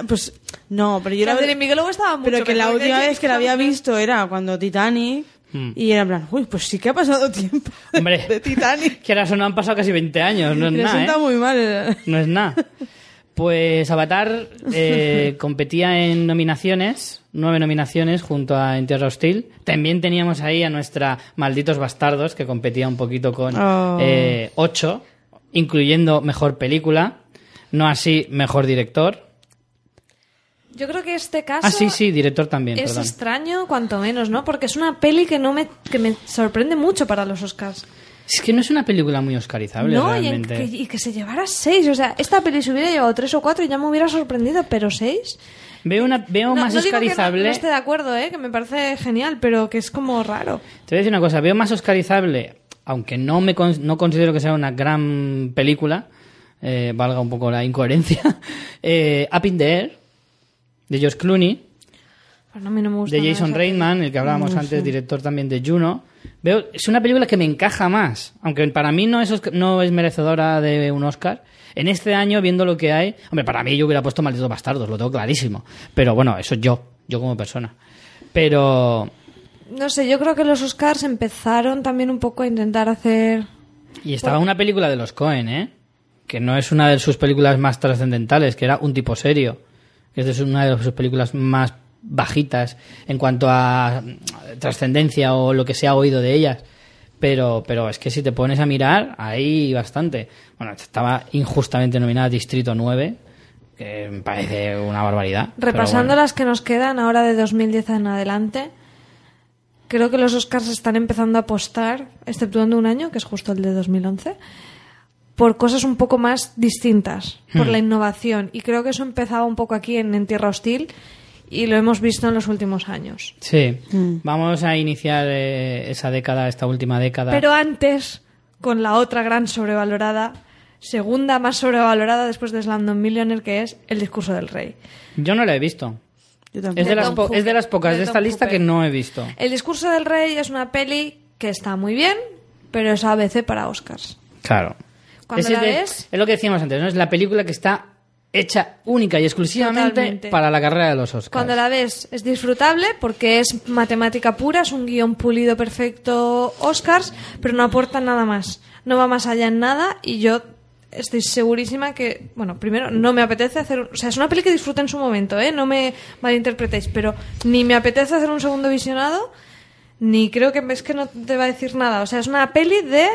S3: eh, Pues, no, pero yo la
S2: Catherine Bigelow estaba mucho
S3: Pero que la
S2: mejor
S3: última
S2: James
S3: vez que la había
S2: Cameron.
S3: visto era cuando Titanic.
S1: Hmm.
S3: Y era en plan, uy, pues sí que ha pasado tiempo. de-
S1: Hombre.
S3: De Titanic.
S1: Que ahora eso no han pasado casi 20 años, no es
S3: Me
S1: nada. ¿eh?
S3: sienta muy mal. eh.
S1: No es nada. Pues Avatar eh, competía en nominaciones, nueve nominaciones junto a En Tierra Hostil. También teníamos ahí a nuestra Malditos Bastardos, que competía un poquito con
S3: Oh.
S1: eh, ocho, incluyendo Mejor Película, no así Mejor Director.
S2: Yo creo que este caso
S1: Ah, sí, sí, director también,
S2: es
S1: perdón.
S2: extraño cuanto menos, ¿no? Porque es una peli que no me, que me sorprende mucho para los Oscars.
S1: Es que no es una película muy oscarizable
S2: No, y, en-
S1: realmente.
S2: que, y que se llevara seis. O sea, esta peli se hubiera llevado tres o cuatro y ya me hubiera sorprendido, pero seis.
S1: Veo, una, veo más
S2: digo que no-
S1: oscarizable...
S2: no estoy de acuerdo, ¿eh? que me parece genial, pero que es como raro.
S1: Te voy a decir una cosa, veo más oscarizable, aunque no me con- no considero que sea una gran película, eh, valga un poco la incoherencia, eh, Up in the Air, de George Clooney,
S2: Bueno, a mí Pues no me gusta.
S1: de
S2: nada
S1: Jason
S2: esa
S1: Reitman, el que hablábamos antes, director también de Juno. Veo, es una película que me encaja más, aunque para mí no es, osc- no es merecedora de un Oscar. En este año, viendo lo que hay, hombre, para mí yo hubiera puesto Malditos Bastardos, lo tengo clarísimo. Pero bueno, eso yo, yo como persona. Pero...
S2: peli. No sé, yo creo que los Oscars empezaron también un poco a intentar hacer.
S1: Y estaba una película de los Cohen, ¿eh? que no es una de sus películas más trascendentales, que era Un tipo serio. que Es de sus- una de sus películas más bajitas en cuanto a mm, trascendencia o lo que se ha oído de ellas. Pero, pero es que si te pones a mirar, hay bastante. Bueno, estaba injustamente nominada Distrito 9, que me parece una barbaridad. pero
S2: Repasando
S1: bueno.
S2: las que nos quedan ahora de 2010 en adelante, creo que los Oscars están empezando a apostar, exceptuando un año, que es justo el de 2011, por cosas un poco más distintas,
S1: Hmm.
S2: por la innovación. Y creo que eso empezaba un poco aquí en, en Tierra Hostil y lo hemos visto en los últimos años.
S1: Sí, vamos a iniciar eh, esa década, esta última década.
S2: Pero antes, con la otra gran sobrevalorada, segunda más sobrevalorada después de Slumdog Millionaire, que es El discurso del rey.
S1: Yo no la he visto.
S3: Yo
S1: Es
S3: tampoco.
S1: de, las
S2: Tom
S1: po-
S2: Hooper.
S1: es de las pocas de,
S2: De
S1: esta
S2: Tom
S1: lista
S2: Hooper.
S1: que no he visto.
S2: El discurso del rey es una peli que está muy bien, pero es ABC para Oscars.
S1: Claro.
S2: Cuando la ves-
S1: es lo que decíamos antes, ¿no? Es la película que está hecha única y exclusivamente
S2: Totalmente.
S1: para la carrera de los Oscars.
S2: Cuando la ves es disfrutable porque es matemática pura, es un guión pulido perfecto Oscars, pero no aporta nada más. No va más allá en nada y yo estoy segurísima que, bueno, primero no me apetece hacer, o sea, es una peli que disfruta en su momento, ¿eh? No me malinterpretéis, pero ni me apetece hacer un segundo visionado, ni creo que es que no te va a decir nada. O sea, es una peli de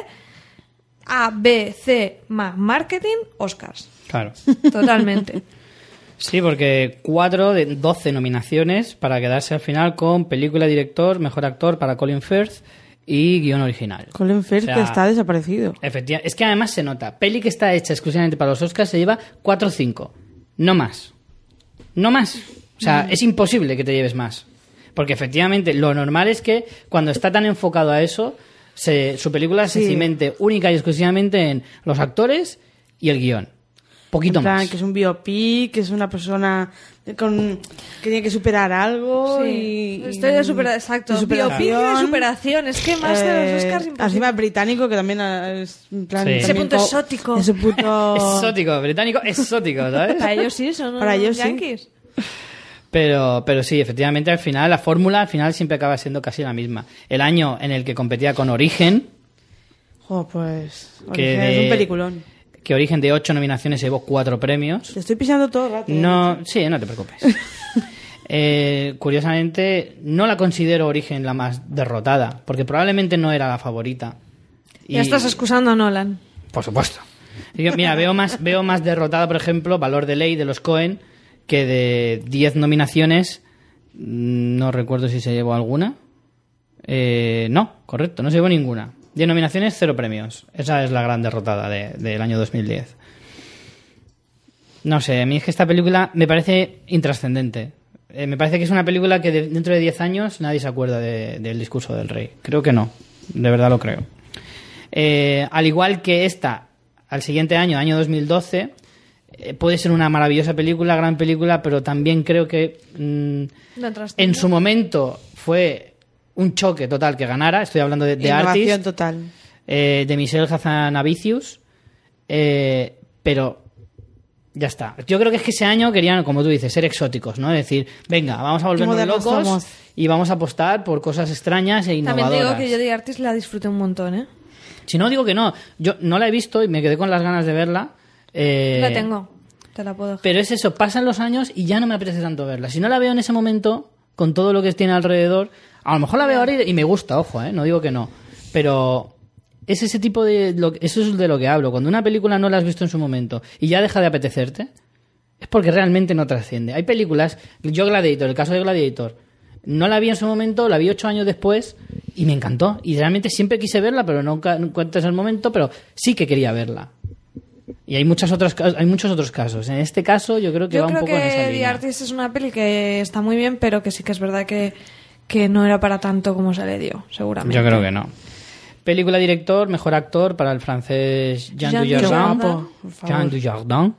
S2: A, B, C, más marketing, Oscars.
S1: Claro.
S2: Totalmente.
S1: Sí, porque cuatro de 12 nominaciones para quedarse al final con película, director, mejor actor para Colin Firth y guión original.
S3: Colin Firth
S1: O sea,
S3: que está desaparecido.
S1: Efectivamente. Es que además se nota. Peli que está hecha exclusivamente para los Oscars se lleva 4 o 5. No más. No más. O sea,
S3: Mm.
S1: es imposible que te lleves más. Porque efectivamente, lo normal es que cuando está tan enfocado a eso, se- su película se
S3: Sí.
S1: cimente única y exclusivamente en los actores y el guión. Poquito
S3: En plan,
S1: más.
S3: que es un biopic, que es una persona con, que tiene que superar algo
S2: Sí,
S3: y...
S2: estoy de supera- exacto.
S3: de superación.
S2: Biopic de superación. Es que más de los
S3: Eh,
S2: Oscars imposible.
S3: Encima es británico, que también eh, es... en plan,
S1: Sí. Ese
S3: también
S2: punto
S3: como-
S2: exótico.
S3: Ese punto...
S1: Exótico, británico, exótico, ¿sabes?
S2: Para ellos sí, son
S3: pues, Para
S2: unos
S3: ellos sí.
S2: yanquis.
S1: Pero, pero sí, efectivamente, al final, la fórmula al final siempre acaba siendo casi la misma. El año en el que competía con Origen,
S3: Jo, pues...
S1: que
S3: Origen, Es
S1: de-
S3: un peliculón.
S1: Que Origen de ocho nominaciones se llevó cuatro premios.
S3: Te estoy pisando todo el rato. ¿eh?
S1: No, sí, no te preocupes. Eh, curiosamente, no la considero Origen la más derrotada, porque probablemente no era la favorita. Y-
S2: Ya estás excusando a Nolan.
S1: Por supuesto. Y yo, mira, veo más, veo más derrotada, por ejemplo, Valor de Ley de los Cohen, que de 10 nominaciones, mm, no recuerdo si se llevó alguna. Eh, no, correcto, no se llevó ninguna. 10 nominaciones, 0 premios. Esa es la gran derrotada de- del año 2010. No sé, a mí es que esta película me parece intrascendente. Eh, me parece que es una película que de- dentro de 10 años nadie se acuerda de- del discurso del rey. Creo que no, de verdad lo creo. Eh, al igual que esta, al siguiente año, año 2012, eh, puede ser una maravillosa película, gran película, pero también creo que mm,
S2: No trasciende.
S1: en su momento fue un choque total que ganara. Estoy hablando de, de
S3: Innovación
S1: Artist,
S3: total.
S1: eh, de Michelle Hazanavicius, eh, pero ya está. Yo creo que es que ese año querían, como tú dices, ser exóticos, ¿no? Decir, venga, vamos a volvernos
S3: modernos
S1: locos
S3: somos.
S1: y vamos a apostar por cosas extrañas e
S2: También
S1: innovadoras.
S2: digo que yo de Artis la disfruté un montón, ¿eh?
S1: Si no, digo que no. Yo no la he visto y me quedé con las ganas de verla. eh,
S2: la tengo. Te la puedo.
S1: Pero es eso, pasan los años y ya no me apetece tanto verla. Si no la veo en ese momento, con todo lo que tiene alrededor, a lo mejor la veo ahora y y me gusta, ojo, eh, no digo que no. Pero es ese tipo de... lo- eso es de lo que hablo. Cuando una película no la has visto en su momento y ya deja de apetecerte, es porque realmente no trasciende. Hay películas, yo Gladiator, el caso de Gladiator, no la vi en su momento, la vi ocho años después y me encantó. Y realmente siempre quise verla, pero nunca encuentras el momento, pero sí que quería verla. Y hay muchas otras ca- hay muchos otros casos. En este caso yo creo que
S2: Yo
S1: va un
S2: creo
S1: poco
S2: que
S1: en esa
S2: The
S1: línea.
S2: Artist es una peli que está muy bien, pero que sí que es verdad que, que no era para tanto como se le dio, seguramente.
S1: Yo creo que no. Película director, mejor actor para el francés Jean,
S2: Jean
S1: Dujardin.
S2: Dujardin.
S3: Por favor.
S1: Jean Dujardin.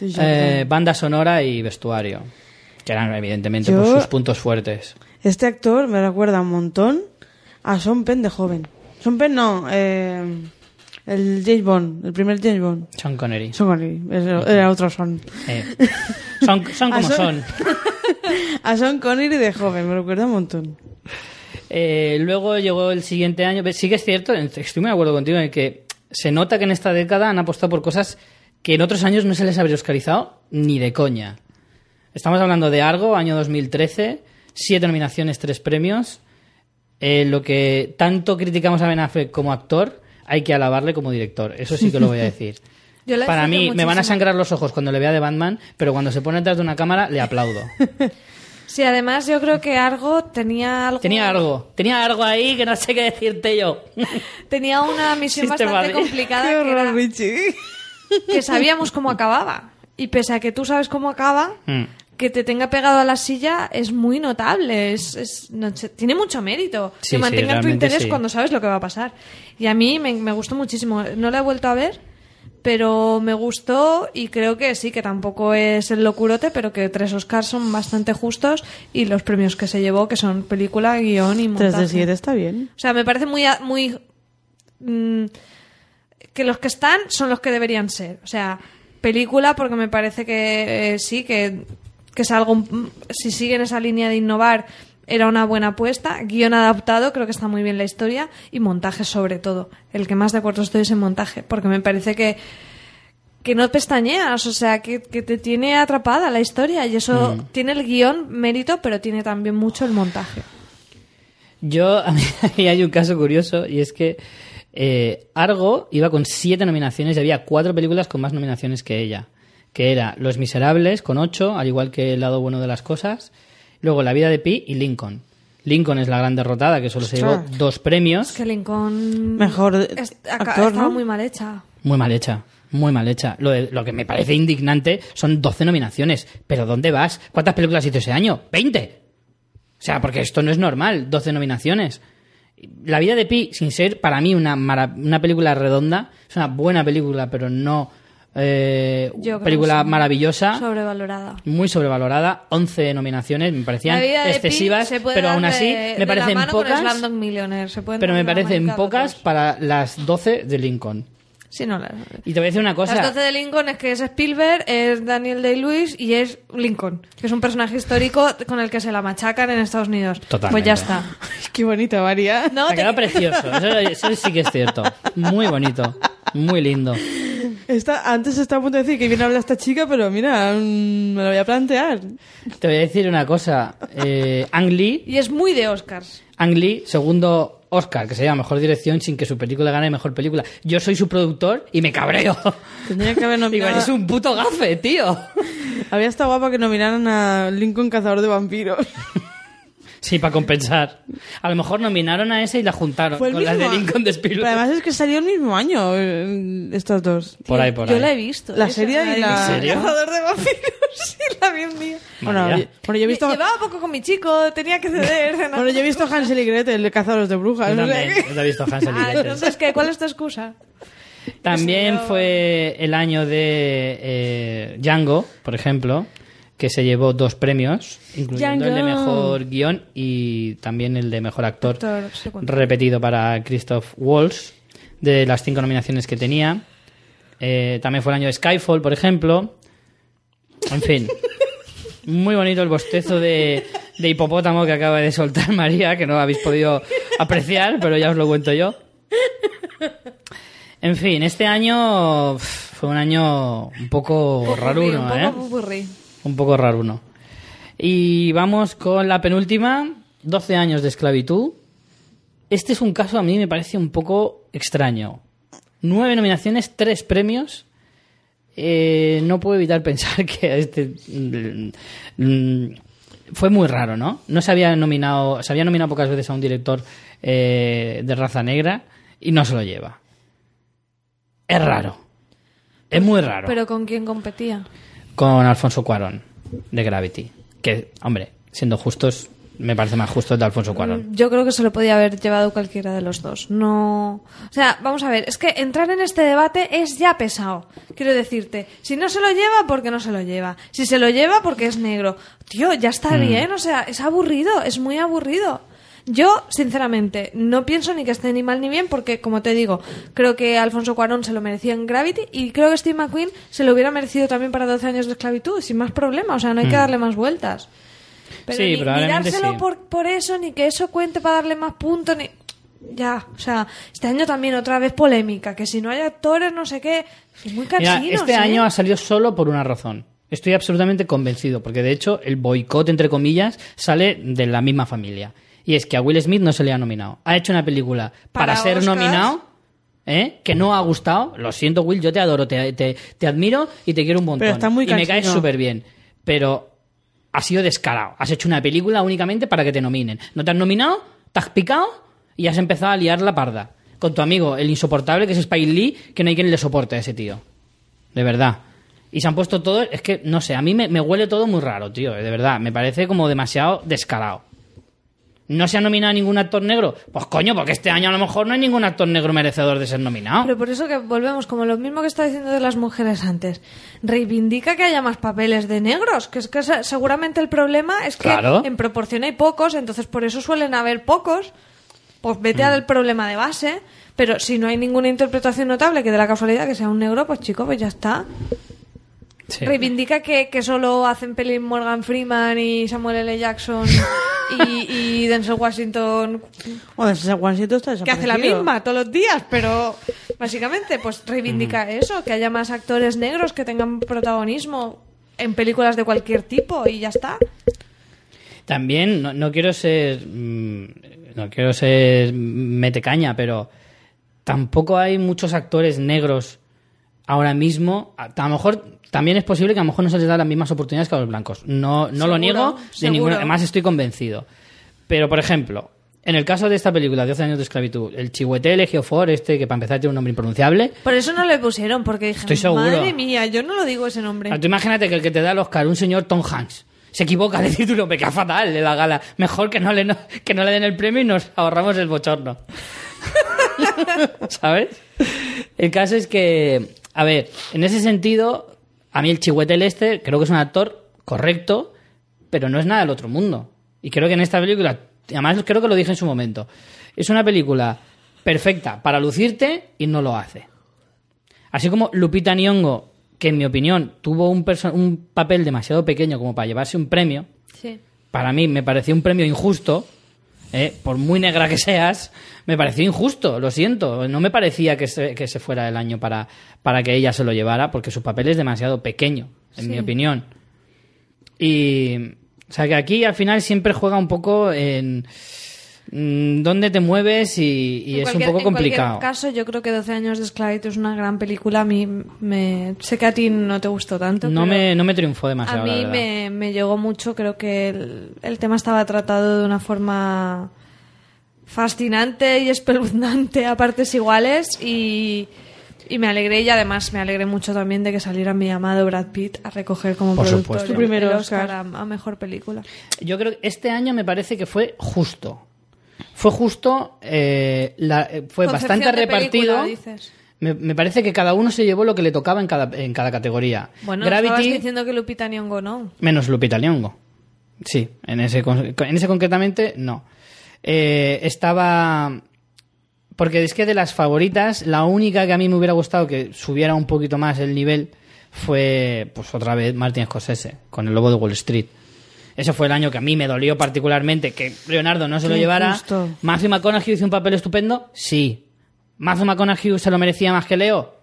S3: Dujardin.
S1: Eh, banda sonora y vestuario. Que eran evidentemente
S3: Yo-
S1: pues, sus puntos fuertes.
S3: Este actor me recuerda un montón a Sean Penn de joven. Sean Penn no, eh, el James Bond, el primer James Bond.
S1: Sean Connery.
S3: Sean Connery, era era otro Sean.
S1: Eh, son, son
S3: A
S2: Ah,
S1: como son.
S3: Sean- A Sean Connery de joven, me recuerda un montón.
S1: Eh, luego llegó el siguiente año. Ve- Sí que es cierto, en- estoy muy de acuerdo contigo en que se nota que en esta década han apostado por cosas que en otros años no se les habría oscarizado ni de coña. Estamos hablando de Argo, año 2013, siete nominaciones, tres premios. Eh, lo que tanto criticamos a Ben Affleck como actor, hay que alabarle como director. Eso sí que lo voy a decir.
S2: Yo la
S1: Para mí,
S2: disfruto
S1: me van a
S2: muchísimo.
S1: sangrar los ojos cuando le vea de Batman, pero cuando se pone detrás de una cámara, le aplaudo.
S2: Sí, además yo creo que Argo tenía algo.
S1: Tenía algo, tenía algo ahí que no sé qué decirte yo.
S2: Tenía una misión
S1: Chiste
S2: bastante
S1: malo.
S2: complicada
S3: Qué
S2: que,
S3: horror,
S2: era-
S3: Richie.
S2: que sabíamos cómo acababa. Y pese a que tú sabes cómo acaba,
S1: Mm.
S2: que te tenga pegado a la silla es muy notable. Es, es- no sé, tiene mucho mérito
S1: Sí, sí,
S2: que mantenga tu
S1: realmente
S2: interés
S1: sí.
S2: cuando sabes lo que va a pasar. Y a mí me, me gustó muchísimo. No la he vuelto a ver, pero me gustó y creo que sí, que tampoco es el locurote, pero que tres Oscars son bastante justos y los premios que se llevó, que son película, guión y montaje.
S3: 3 de 7 está bien.
S2: O sea, me parece muy... a- muy mm, que los que están son los que deberían ser. O sea, película porque me parece que eh, sí, que, que es algo... mm, Si siguen esa línea de innovar, era una buena apuesta. Guión adaptado, creo que está muy bien la historia. Y montaje sobre todo. El que más de acuerdo estoy es en montaje, porque me parece que que no pestañeas, o sea, que, que te tiene atrapada la historia y eso tiene el guión mérito, pero tiene también mucho el montaje.
S1: Yo, a mí, ahí hay un caso curioso y es que eh, Argo iba con siete nominaciones y había cuatro películas con más nominaciones que ella, que era Los Miserables con ocho, al igual que El lado bueno de las cosas, luego La vida de Pi y Lincoln. Lincoln es la gran derrotada que solo se llevó
S3: Ostras.
S1: dos premios.
S2: Es que Lincoln.
S3: Mejor
S2: es- aca-
S3: actor,
S2: estaba
S3: ¿no?
S2: muy mal hecha.
S1: Muy mal hecha, muy mal hecha. Lo, de- lo que me parece indignante son 12 nominaciones. ¿Pero dónde vas? ¿Cuántas películas hizo ese año? ¡20! O sea, porque esto no es normal, 12 nominaciones. La vida de Pi, sin ser para mí una, mara- una película redonda, es una buena película, pero no eh,
S2: Yo creo que
S1: película
S2: sí.
S1: maravillosa,
S2: Sobrevalorada.
S1: muy sobrevalorada, 11 nominaciones, me parecían
S2: La vida de Pi
S1: excesivas,
S2: se puede
S1: pero
S2: dar
S1: aún
S2: de-
S1: así
S2: de
S1: me
S2: la
S1: parecen
S2: mano con
S1: pocas,
S2: Slumdog Millionaire, se pueden
S1: pero me
S2: dar de la
S1: parecen
S2: manita con
S1: pocas
S2: otros.
S1: para las 12 de Lincoln.
S2: Sí, no, la-
S1: Y te voy a decir una cosa.
S2: Las 12 de Lincoln es que es Spielberg, es Daniel Day-Lewis y es Lincoln, que es un personaje histórico con el que se la machacan en Estados Unidos. Pues
S1: Totalmente.
S2: ya está.
S3: Qué bonita María.
S2: No,
S1: Ha
S2: te-
S1: quedado precioso, eso, eso sí que es cierto. Muy bonito, muy lindo.
S3: Está, antes estaba a punto de decir que bien habla esta chica, pero mira, mm, me lo voy a plantear.
S1: Te voy a decir una cosa. Eh, Ang Lee,
S2: Y es muy de Oscars.
S1: Ang Lee, segundo Oscar, que se llama Mejor Dirección sin que su película gane Mejor Película. Yo soy su productor y me cabreo.
S3: Tendría que haber
S1: Digo,
S3: nominado.
S1: es un puto gafe, tío.
S3: Había estado guapa que nominaran a Lincoln Cazador de Vampiros.
S1: Sí, para compensar. A lo mejor nominaron a ese y la juntaron
S3: Fue el
S1: con las de
S3: mismo
S1: Lincoln de
S3: Pero
S1: Spielberg.
S3: además es que salió el mismo año eh, estas dos.
S1: por ahí, por
S2: Yo
S1: ahí.
S2: la he visto.
S3: La
S2: esa,
S3: serie y
S2: he
S3: la...
S1: ¿En
S2: visto.
S1: serio?
S3: Cazador de Vampiros.
S2: Sí, la vi un día.
S3: Bueno,
S1: María.
S3: yo- bueno, yo he visto...
S2: Llevaba poco con mi chico, tenía que ceder. en
S3: Bueno, yo he visto Hansel y Gretel, de Cazadores de Brujas.
S1: Yo
S3: no sé.
S1: también, yo la he visto Hansel y
S2: Ah,
S1: Gretel.
S2: entonces, ¿qué? ¿cuál es tu excusa?
S1: También
S2: Señor.
S1: fue el año de eh, Django, por ejemplo, que se llevó dos premios, incluyendo el de
S2: Django.
S1: mejor guión y también el de mejor actor,
S2: Actor, sí, cuento.
S1: repetido para Christoph Waltz, de las cinco nominaciones que tenía. Eh, también fue el año de Skyfall, por ejemplo. En fin, muy bonito el bostezo de, de hipopótamo que acaba de soltar María, que no habéis podido apreciar, pero ya os lo cuento yo. En fin, este año uf, fue un año un poco
S2: Popurrí,
S1: raruno, ¿eh?
S2: Un poco popurrí.
S1: Un poco raruno. Y vamos con la penúltima, 12 años de esclavitud. Este es un caso a mí me parece un poco extraño. Nueve nominaciones, tres premios. Eh, no puedo evitar pensar que a este mm, mm, fue muy raro, ¿no? No se había nominado, se había nominado pocas veces a un director eh, de raza negra y no se lo lleva. Es raro. Es muy raro
S2: Pero ¿con quién competía?
S1: con Alfonso Cuarón de Gravity. Que, hombre, siendo justos, me parece más justo el de Alfonso Cuarón.
S2: Mm, Yo creo que se lo podía haber llevado cualquiera de los dos. No. O sea, vamos a ver, es que entrar en este debate es ya pesado. Quiero decirte, si no se lo lleva, porque no se lo lleva. Si se lo lleva, porque es negro. Tío, ya está
S1: Mm.
S2: bien, o sea, es aburrido, es muy aburrido. Yo, sinceramente, no pienso ni que esté ni mal ni bien, porque, como te digo, creo que Alfonso Cuarón se lo merecía en Gravity y creo que Steve McQueen se lo hubiera merecido también para 12 años de esclavitud, sin más problema, o sea, no hay que darle más vueltas.
S1: Mm.
S2: Pero
S1: Sí,
S2: ni, ni
S1: probablemente
S2: dárselo
S1: sí.
S2: por, por eso, ni que eso cuente para darle más puntos, ni... Ya, o sea, este año también otra vez polémica, que si no hay actores, no sé qué, es muy
S1: Mira,
S2: cansino.
S3: ¿eh?
S1: este año ha salido solo por una razón. Estoy absolutamente convencido, porque de hecho el boicot, entre comillas, sale de la misma familia. Y es que a Will Smith no se le ha nominado. Ha hecho una película para,
S2: Para
S1: ser
S2: Oscars.
S1: nominado, ¿eh? que no ha gustado. Lo siento, Will, yo te adoro, te, te- te admiro y te quiero un montón.
S3: Pero está muy
S1: y me caes
S3: cansino.
S1: súper bien. Pero has sido descarado. Has hecho una película únicamente para que te nominen. No te has nominado, te has picado y has empezado a liar la parda. Con tu amigo, el insoportable, que es Spike Lee, que no hay quien le soporte a ese tío. De verdad. Y se han puesto todo, es que no sé, a mí me, me huele todo muy raro, tío, de verdad. Me parece como demasiado descarado. ¿No se ha nominado a ningún actor negro? Pues coño, porque este año a lo mejor no hay ningún actor negro merecedor de ser nominado.
S2: Pero por eso que volvemos, como lo mismo que estaba diciendo de las mujeres antes, reivindica que haya más papeles de negros, que es que se- seguramente el problema es que
S1: Claro.
S2: en proporción hay pocos, entonces por eso suelen haber pocos, pues
S1: Mm.
S2: vete al problema de base, pero si no hay ninguna interpretación notable que de la casualidad que sea un negro, pues chico, pues ya está.
S1: Sí.
S2: Reivindica que, que solo hacen peli Morgan Freeman y Samuel L. Jackson y, y Denzel Washington
S3: O de San Juancito está
S2: que hace la
S3: desaparecido.
S2: misma todos los días, pero básicamente pues
S1: Mm.
S2: reivindica eso, que haya más actores negros que tengan protagonismo en películas de cualquier tipo y ya está.
S1: También no, no quiero ser mm, no quiero ser metecaña, pero tampoco hay muchos actores negros ahora mismo. A, a lo mejor también es posible que a lo mejor no se les da las mismas oportunidades que a los blancos. No, no lo
S2: Seguro,
S1: niego de
S2: seguro.
S1: ninguna. Además estoy convencido. Pero por ejemplo, en el caso de esta película, 12 años de esclavitud, el chihuetele, Geofor, este que para empezar tiene un nombre impronunciable.
S2: Por eso no le pusieron, porque dije,
S1: Estoy seguro.
S2: madre mía, yo no lo digo ese
S1: Ahora,
S2: nombre.
S1: Ah, tú imagínate que el que te da el Oscar, un señor Tom Hanks, se equivoca de título, me queda fatal de la gala. Mejor que no le, no- que no le den el premio y nos ahorramos el bochorno. ¿Sabes? El caso es que, a ver, en ese sentido, a mí el Chihuetel este creo que es un actor correcto, pero no es nada del otro mundo. Y creo que en esta película, y además creo que lo dije en su momento, es una película perfecta para lucirte y no lo hace. Así como Lupita Nyong'o, que en mi opinión tuvo un, perso- un papel demasiado pequeño como para llevarse un premio,
S2: Sí.
S1: para mí me pareció un premio injusto, ¿eh? por muy negra que seas, me pareció injusto, lo siento, no me parecía que se, que se fuera el año para, para que ella se lo llevara, porque su papel es demasiado pequeño, en mi opinión. Y, o sea, que aquí al final siempre juega un poco en mm, dónde te mueves y, y
S2: En
S1: es un
S2: cualquier-
S1: poco
S2: En
S1: complicado.
S2: cualquier caso, yo creo que 12 años de esclavitud es una gran película. A mí me... Sé que a ti no te gustó tanto.
S1: No
S2: pero-
S1: me, no me triunfó demasiado.
S2: A
S1: la
S2: mí
S1: verdad.
S2: me, me llegó mucho, creo que el, el tema estaba tratado de una forma fascinante y espeluznante a partes iguales y, y me alegré y además me alegré mucho también de que saliera mi amado Brad Pitt a recoger como
S1: Por
S2: productor
S1: supuesto.
S2: el-
S3: Su primer
S2: el
S3: Oscar.
S2: a, a Mejor Película.
S1: Yo creo que este año me parece que fue justo. Fue justo, eh, la- eh, fue
S2: Concepción
S1: bastante
S2: de película,
S1: repartido.
S2: dices.
S1: Me, me parece que cada uno se llevó lo que le tocaba en cada, en cada categoría.
S2: Bueno, estabas
S1: Gravity
S2: diciendo que Lupita Nyong'o no.
S1: menos Lupita Nyong'o. Sí, en ese, con- en ese concretamente no. Eh, estaba... Porque es que de las favoritas, la única que a mí me hubiera gustado que subiera un poquito más el nivel fue, pues otra vez, Martin Scorsese, con el Lobo de Wall Street. Ese fue el año que a mí me dolió particularmente que Leonardo no se lo
S3: Qué
S1: llevara.
S3: injusto.
S1: Matthew McConaughey hizo un papel estupendo, sí. Matthew McConaughey se lo merecía más que Leo.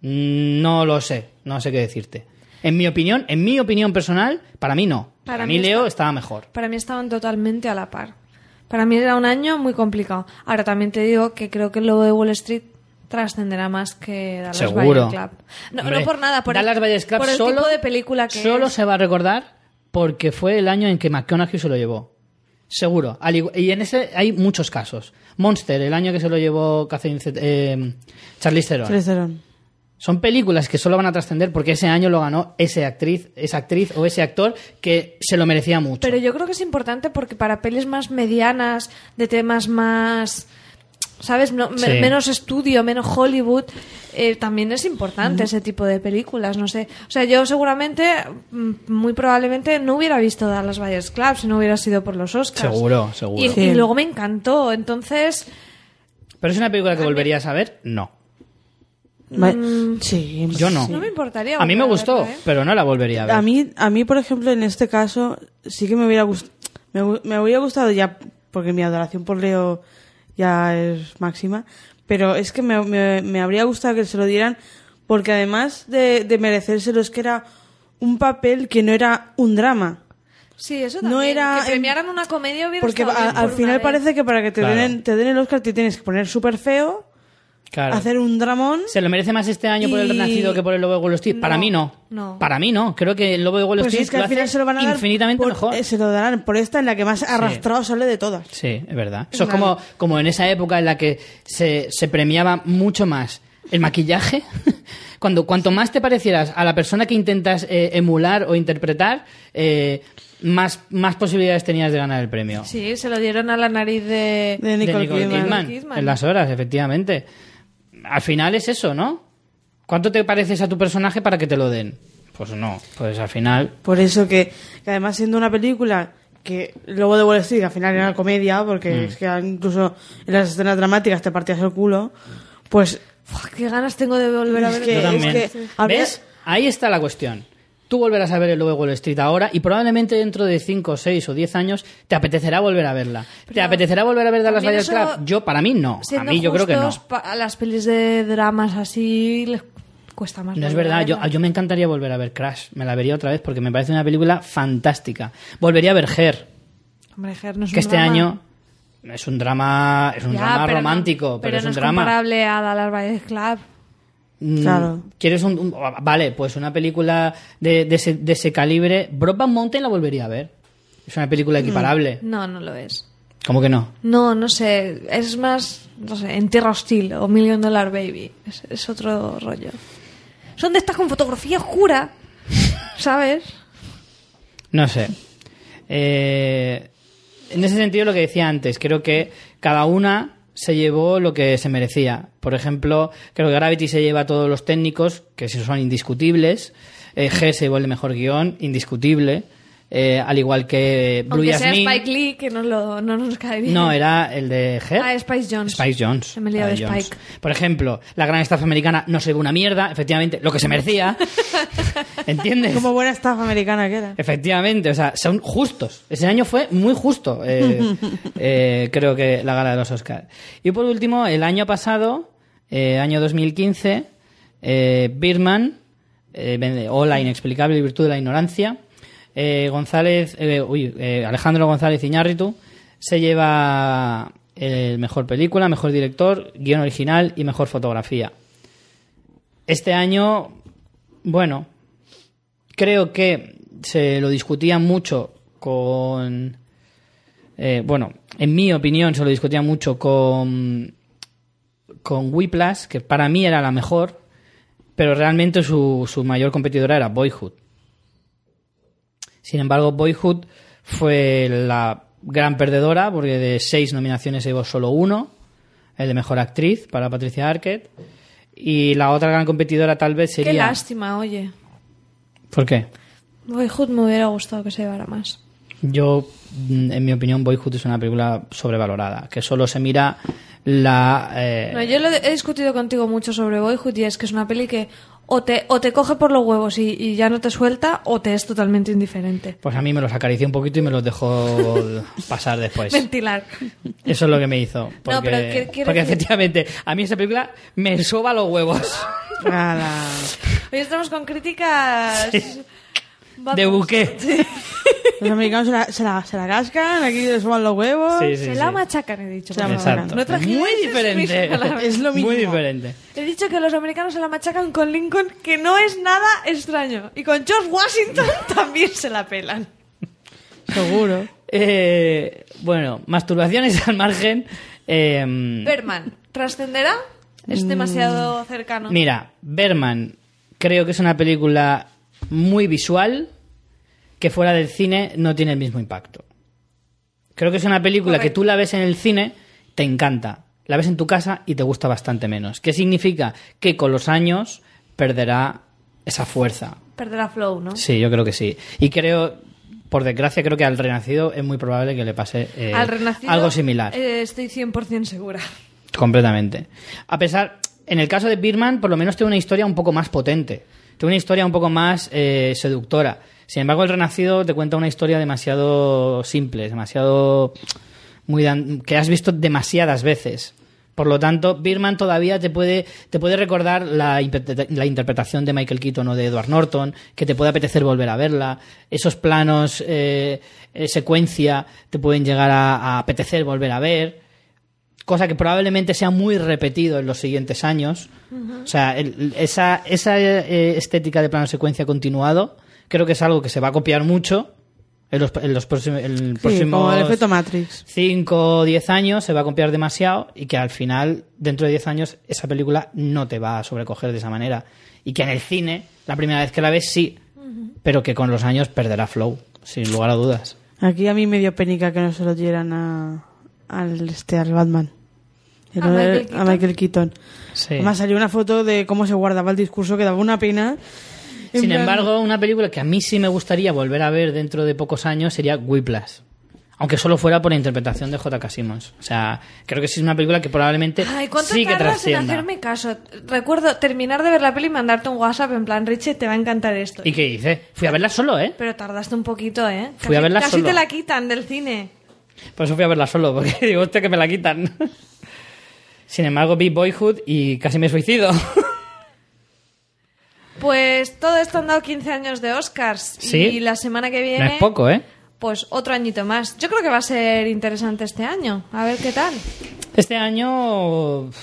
S1: Mm, No lo sé, no sé qué decirte. En mi opinión, en mi opinión personal, para mí no. Para,
S2: Para
S1: mí,
S2: mí
S1: Leo
S2: está-
S1: estaba mejor.
S2: Para mí estaban totalmente a la par. Para mí era un año muy complicado. Ahora también te digo que creo que el lobo de Wall Street trascenderá más que Dallas
S1: Seguro.
S2: Buyers Club. No,
S1: Hombre,
S2: no por nada, por
S1: Dallas
S2: el,
S1: Buyers Club
S2: por el
S1: solo,
S2: tipo de película que
S1: solo
S2: es.
S1: se va a recordar porque fue el año en que McConaughey se lo llevó. Seguro. Al igu- Y en ese hay muchos casos. Monster, el año que se lo llevó Catherine Zet- eh, Charlize Theron.
S3: Charlize Theron.
S1: Son películas que solo van a trascender porque ese año lo ganó ese actriz, esa actriz o ese actor que se lo merecía mucho.
S2: Pero yo creo que es importante porque para pelis más medianas, de temas más... ¿Sabes? No- me-
S1: Sí.
S2: Menos estudio, menos Hollywood. eh, también es importante ese tipo de películas, no sé. O sea, yo seguramente, mm, muy probablemente, no hubiera visto Dallas Buyers Club si no hubiera sido por los Oscars.
S1: Seguro, seguro.
S2: Y,
S3: Sí.
S2: y luego me encantó. Entonces,
S1: ¿Pero es una película que volverías a ver? No.
S3: Ma- Mm. Sí,
S1: Yo no.
S2: no me importaría.
S1: Mm. A mí me
S2: volver
S1: gustó,
S2: verla, ¿eh?
S1: pero no la volvería a ver.
S3: A mí, a mí, por ejemplo, en este caso, sí que me hubiera gustado. Me, hu- me hubiera gustado ya, porque mi adoración por Leo ya es máxima. Pero es que me, me- me habría gustado que se lo dieran, porque además de, de merecérselo, es que era un papel que no era un drama.
S2: Sí, eso
S3: No
S2: también.
S3: era-
S2: Que premiaran una comedia hubiera
S3: Porque
S2: estado
S3: a-
S2: bien ¿eh?
S3: al
S2: por
S3: final
S2: una vez.
S3: parece que para que te,
S1: Claro.
S3: den, te den el Oscar te tienes que poner súper feo,
S1: Claro.
S3: hacer un dramón.
S1: ¿Se lo merece más este año por el
S3: Y-
S1: Renacido que por el Lobo de Wall Street? Para
S2: No,
S1: mí no.
S2: no.
S1: Para mí no. Creo que el Lobo de Wall
S3: Pues
S1: Street
S3: es que
S1: lo
S3: al final
S1: hace
S3: se lo van a dar
S1: infinitamente
S3: por-
S1: mejor.
S3: eh, se lo darán por esta en la que más arrastrado sale de todas.
S1: Sí, es verdad. Eso es como, como en esa época en la que se, se premiaba mucho más el maquillaje. Cuando cuanto más te parecieras a la persona que intentas eh, emular o interpretar, eh, más, más posibilidades tenías de ganar el premio.
S2: Sí, se lo dieron a la nariz de...
S1: De
S3: De Nicole,
S1: Nicole
S3: Kidman.
S1: Kidman,
S2: Kidman.
S1: En las horas, efectivamente. Al final es eso, ¿no? ¿Cuánto te pareces a tu personaje para que te lo den? Pues no, pues al final.
S3: Por eso que, que además siendo una película que luego de Wall Street que al final era comedia, porque
S1: Mm.
S3: es que incluso en las escenas dramáticas te partías el culo, pues
S2: Uf, qué ganas tengo de volver a
S3: Es
S2: ver.
S3: que-
S1: Yo también.
S3: es habría-
S1: ¿Ves? Ahí está la cuestión. Tú volverás a ver el Lobo de Wall Street ahora y probablemente dentro de 5, 6 o 10 años te apetecerá volver a verla. ¿Te
S2: Pero
S1: apetecerá volver a ver Dallas
S2: también
S1: Buyers
S2: eso-
S1: Club? Yo, para mí, no. A
S2: Siendo
S1: mí, yo creo que no.
S2: justos, pa- A las pelis de dramas así les cuesta más.
S1: No es
S2: pues volver a
S1: verdad, yo,
S2: verlas.
S1: yo me encantaría volver a ver Crash, me la vería otra vez porque me parece una película fantástica. Volvería a ver Her,
S2: Hombre, Ger, no es
S1: que
S2: un
S1: este
S2: drama.
S1: año es un drama, es un
S2: Ya,
S1: drama
S2: pero no-
S1: romántico, pero,
S2: pero
S1: es
S2: no
S1: un
S2: es
S1: drama.
S2: comparable a Dallas Buyers Club.
S1: Mm,
S3: Claro.
S1: ¿Quieres un, un- vale, pues una película de, de ese, de ese calibre, Broadback Mountain la volvería a ver. Es una película
S2: Mm.
S1: equiparable.
S2: No, no lo es.
S1: ¿Cómo que no?
S2: No, no sé. Es más, no sé, En Tierra Hostil o Million Dollar Baby. Es, es otro rollo. Son de estas con fotografía oscura, ¿sabes?
S1: No sé. Eh, en ese sentido, lo que decía antes, creo que cada una se llevó lo que se merecía. Por ejemplo, creo que Gravity se lleva a todos los técnicos, que sí son indiscutibles. Eh, G se llevó el mejor guión, indiscutible. Eh, al igual que Blue
S2: Aunque sea
S1: Jasmine.
S2: Spike Lee, que no, lo, no nos cae bien.
S1: No, era el de G.
S2: Ah, Spice Jones.
S1: Spice Jones.
S2: Me he liado de
S1: Spike.
S2: Spike.
S1: Por ejemplo, la gran estafa americana no se llevó una mierda, efectivamente, lo que se merecía. ¿Entiendes?
S3: como buena estafa americana que era.
S1: Efectivamente, o sea, son justos. Ese año fue muy justo, eh, eh, creo que la gala de los Oscars. Y por último, el año pasado, eh, año 2015, eh, Birman, eh, vende- o la inexplicable virtud de la ignorancia, eh, González, eh, uy, eh, Alejandro González Iñárritu se lleva el mejor película, mejor director, guión original y mejor fotografía. Este año, bueno, creo que se lo discutía mucho con. eh, bueno, en mi opinión, se lo discutía mucho con. con Whiplash, que para mí era la mejor, pero realmente su, su mayor competidora era Boyhood. Sin embargo, Boyhood fue la gran perdedora, porque de seis nominaciones se llevó solo uno, el de mejor actriz para Patricia Arquette. Y la otra gran competidora tal vez sería.
S2: Qué lástima, oye.
S1: ¿Por qué?
S2: Boyhood me hubiera gustado que se llevara más.
S1: Yo, mm, en mi opinión, Boyhood es una película sobrevalorada, que solo se mira la... eh,
S2: No, yo lo he he discutido contigo mucho sobre Boyhood y es que es una peli que o te, o te coge por los huevos y, y ya no te suelta o te es totalmente indiferente.
S1: Pues a mí me los acaricié un poquito y me los dejó pasar
S2: Pues-
S1: después.
S2: Ventilar.
S1: Eso es lo que me hizo. Porque,
S2: pero que- quiero
S1: porque
S2: decir-
S1: efectivamente, a mí esa película me soba los huevos
S3: Ala.
S2: Hoy estamos con críticas... Vamos.
S1: de buque. Sí,
S3: Los americanos se la, se la, se la cascan, aquí les suban los huevos.
S1: sí,
S2: Se
S1: sí.
S2: la machacan, he dicho.
S3: Se la
S2: por favor.
S1: Exacto.
S2: No traje
S1: Muy
S2: esas
S1: diferente.
S2: mismas palabras.
S3: Es lo mismo.
S1: Muy diferente.
S2: He dicho que los americanos se la machacan con Lincoln, que no es nada extraño. Y con George Washington también se la pelan.
S3: Seguro.
S1: Eh, bueno, masturbaciones al margen.
S2: Mm.
S1: eh,
S2: Berman, ¿trascenderá? Es demasiado cercano.
S1: Mira, Berman creo que es una película muy visual que fuera del cine no tiene el mismo impacto. Creo que es una película que
S2: Correcto.
S1: tú la ves en el cine, te encanta. La ves en tu casa y te gusta bastante menos. ¿Qué significa? Que con los años perderá esa fuerza.
S2: Perderá flow, ¿no?
S1: Sí, yo creo que sí. Y creo, por desgracia, creo que al Renacido es muy probable que le pase eh,
S2: Al renacido,
S1: algo similar.
S2: eh, estoy 100% segura.
S1: Completamente. A pesar, en el caso de Birman, por lo menos tiene una historia un poco más potente. Tiene una historia un poco más eh, seductora. Sin embargo, El Renacido te cuenta una historia demasiado simple, demasiado muy dan- que has visto demasiadas veces. Por lo tanto, Birman todavía te puede, te puede recordar la, impe- la interpretación de Michael Keaton o de Edward Norton, que te puede apetecer volver a verla. Esos planos, eh, eh, secuencia, te pueden llegar a, a apetecer volver a ver. Cosa que probablemente sea muy repetido en los siguientes años. O sea, el- esa, esa eh, estética de plano secuencia continuado, creo que es algo que se va a copiar mucho en los, en los próximos. En
S3: Sí, como el
S1: próximos-
S3: efecto Matrix.
S1: 5 o 10 años se va a copiar demasiado y que al final, dentro de 10 años, esa película no te va a sobrecoger de esa manera. Y que en el cine, la primera vez que la ves, sí, pero que con los años perderá flow, sin lugar a dudas.
S3: Aquí a mí me dio penica que no se lo dieran a, al, este, al Batman. El-
S2: ¿A Michael
S3: a Michael Keaton.
S1: Sí.
S3: Además salió una foto de cómo se guardaba el discurso, que daba una pena. En
S1: Sin
S3: plan-
S1: embargo, una película que a mí sí me gustaría volver a ver dentro de pocos años sería Whiplash. Aunque solo fuera por la interpretación de J.K. Simmons. O sea, creo que sí es una película que probablemente
S2: Ay, ¿cuánto
S1: sí que
S2: tardas en
S1: trascienda.
S2: hacerme caso? Recuerdo terminar de ver la peli y mandarte un WhatsApp en plan, Richie, te va a encantar esto.
S1: ¿Y qué hice? Fui a verla solo, ¿eh?
S2: Pero tardaste un poquito, ¿eh?
S1: Fui a verla
S2: casi
S1: solo.
S2: te la quitan del cine.
S1: Por eso fui a verla solo, porque digo, hostia, que me la quitan. Sin embargo, vi Boyhood y casi me suicido.
S2: Pues todo esto han dado 15 años de Oscars.
S1: Sí.
S2: Y la semana que viene...
S1: No es poco, ¿eh?
S2: Pues otro añito más. Yo creo que va a ser interesante este año. A ver qué tal.
S1: Este año uf,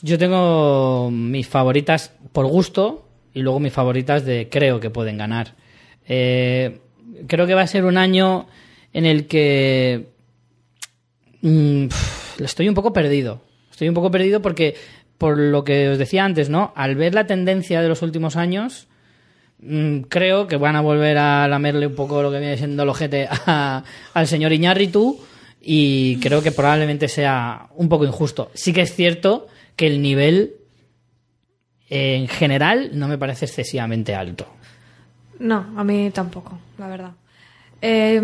S1: yo tengo mis favoritas por gusto y luego mis favoritas de creo que pueden ganar. Eh, creo que va a ser un año en el que Mm, pf, estoy un poco perdido. Estoy un poco perdido porque, por lo que os decía antes, ¿no? Al ver la tendencia de los últimos años, mm, creo que van a volver a lamerle un poco lo que viene siendo el ojete a- al señor Iñárritu y creo que probablemente sea un poco injusto. Sí que es cierto que el nivel eh, en general no me parece excesivamente alto.
S2: No, a mí tampoco, la verdad. Eh,